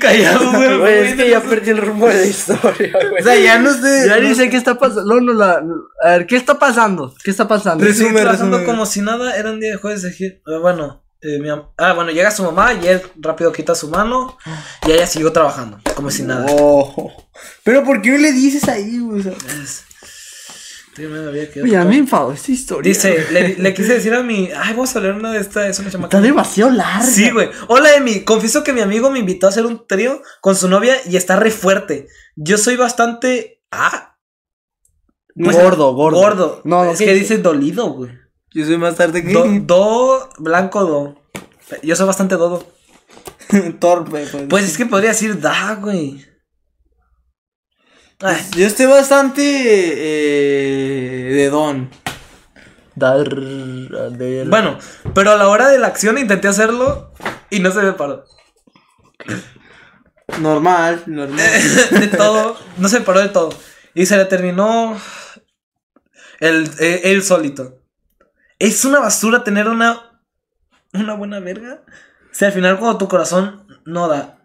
S1: callados, güey.
S2: Güey, es que ya perdí el rumbo de la historia,
S3: O
S2: güey.
S3: sea, ya no sé.
S2: Ya
S3: no-
S2: ni sé qué está pasando. No, no, la. A ver, ¿qué está pasando? ¿Qué está pasando?
S1: Estoy
S3: resume,
S1: trabajando
S3: resume.
S1: como si nada, era un día de jueves de gi- eh, Bueno, eh, mi am- ah, bueno, llega su mamá y él rápido quita su mano y ella siguió trabajando, como si nada.
S3: Oh. Pero ¿por qué no le dices ahí, güey? O sea,
S1: Es- Tío, me había quedado
S2: Ya
S1: todo.
S2: me enfadó esta historia.
S1: Dice, le, le quise decir a mi. Ay, vamos a leer una de estas. Es una chamaca.
S2: Está demasiado larga.
S1: Sí, güey. Hola, Emi. Confieso que mi amigo me invitó a hacer un trío con su novia y está re fuerte. Yo soy bastante. Ah, pues-
S2: gordo, gordo.
S1: gordo.
S2: No, no,
S1: es que dice dolido, güey.
S3: yo soy más tarde que
S1: Do, do, blanco, do. Yo soy bastante dodo.
S3: torpe. Pues.
S1: Pues es que podría decir da, güey.
S2: Ah.
S1: Ay,
S3: pues, yo estoy bastante eh, de don.
S2: Dar. a ver.
S1: Bueno, pero a la hora de la acción intenté hacerlo y no se me paró.
S3: Normal, normal.
S1: de todo, no se paró de todo. Y se le terminó el, eh, él solito. Es una basura tener una, una buena verga. Si al final cuando tu corazón no da.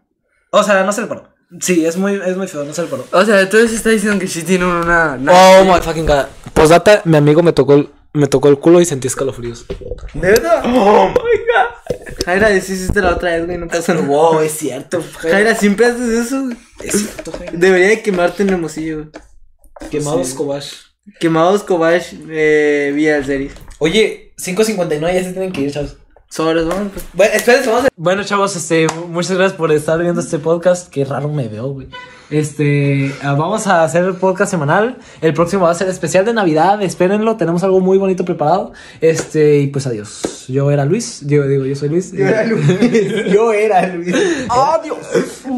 S1: O sea, no se le paró. Sí, es muy, es muy feo, no se le paró.
S2: O sea, entonces está diciendo que sí tiene una. una-
S6: Oh my fucking god. Posdata, mi amigo me tocó el, me tocó el culo y sentí escalofríos.
S3: ¿De verdad? Oh my god. Jaira, sí hiciste la otra vez, güey, no pasa nada.
S1: Wow, es cierto.
S3: Jaira, siempre haces eso, güey.
S1: Es cierto, güey.
S3: Debería de quemarte en Hermosillo, güey.
S1: Quemados Kobash.
S3: Quemados Kobash, eh, vía el series.
S1: Oye, 5.59 ya se tienen que ir, chavos.
S3: Sobres, vamos, pues.
S1: Bueno, espérense, vamos a... Bueno, chavos, este, muchas gracias por estar viendo este podcast. Qué raro me veo, güey. Este, ah, vamos a hacer el podcast semanal. El próximo va a ser especial de Navidad. Espérenlo, tenemos algo muy bonito preparado. Este, y pues adiós. Yo era Luis. Eh, Yo digo, yo soy Luis.
S3: Yo era Luis.
S1: Adiós.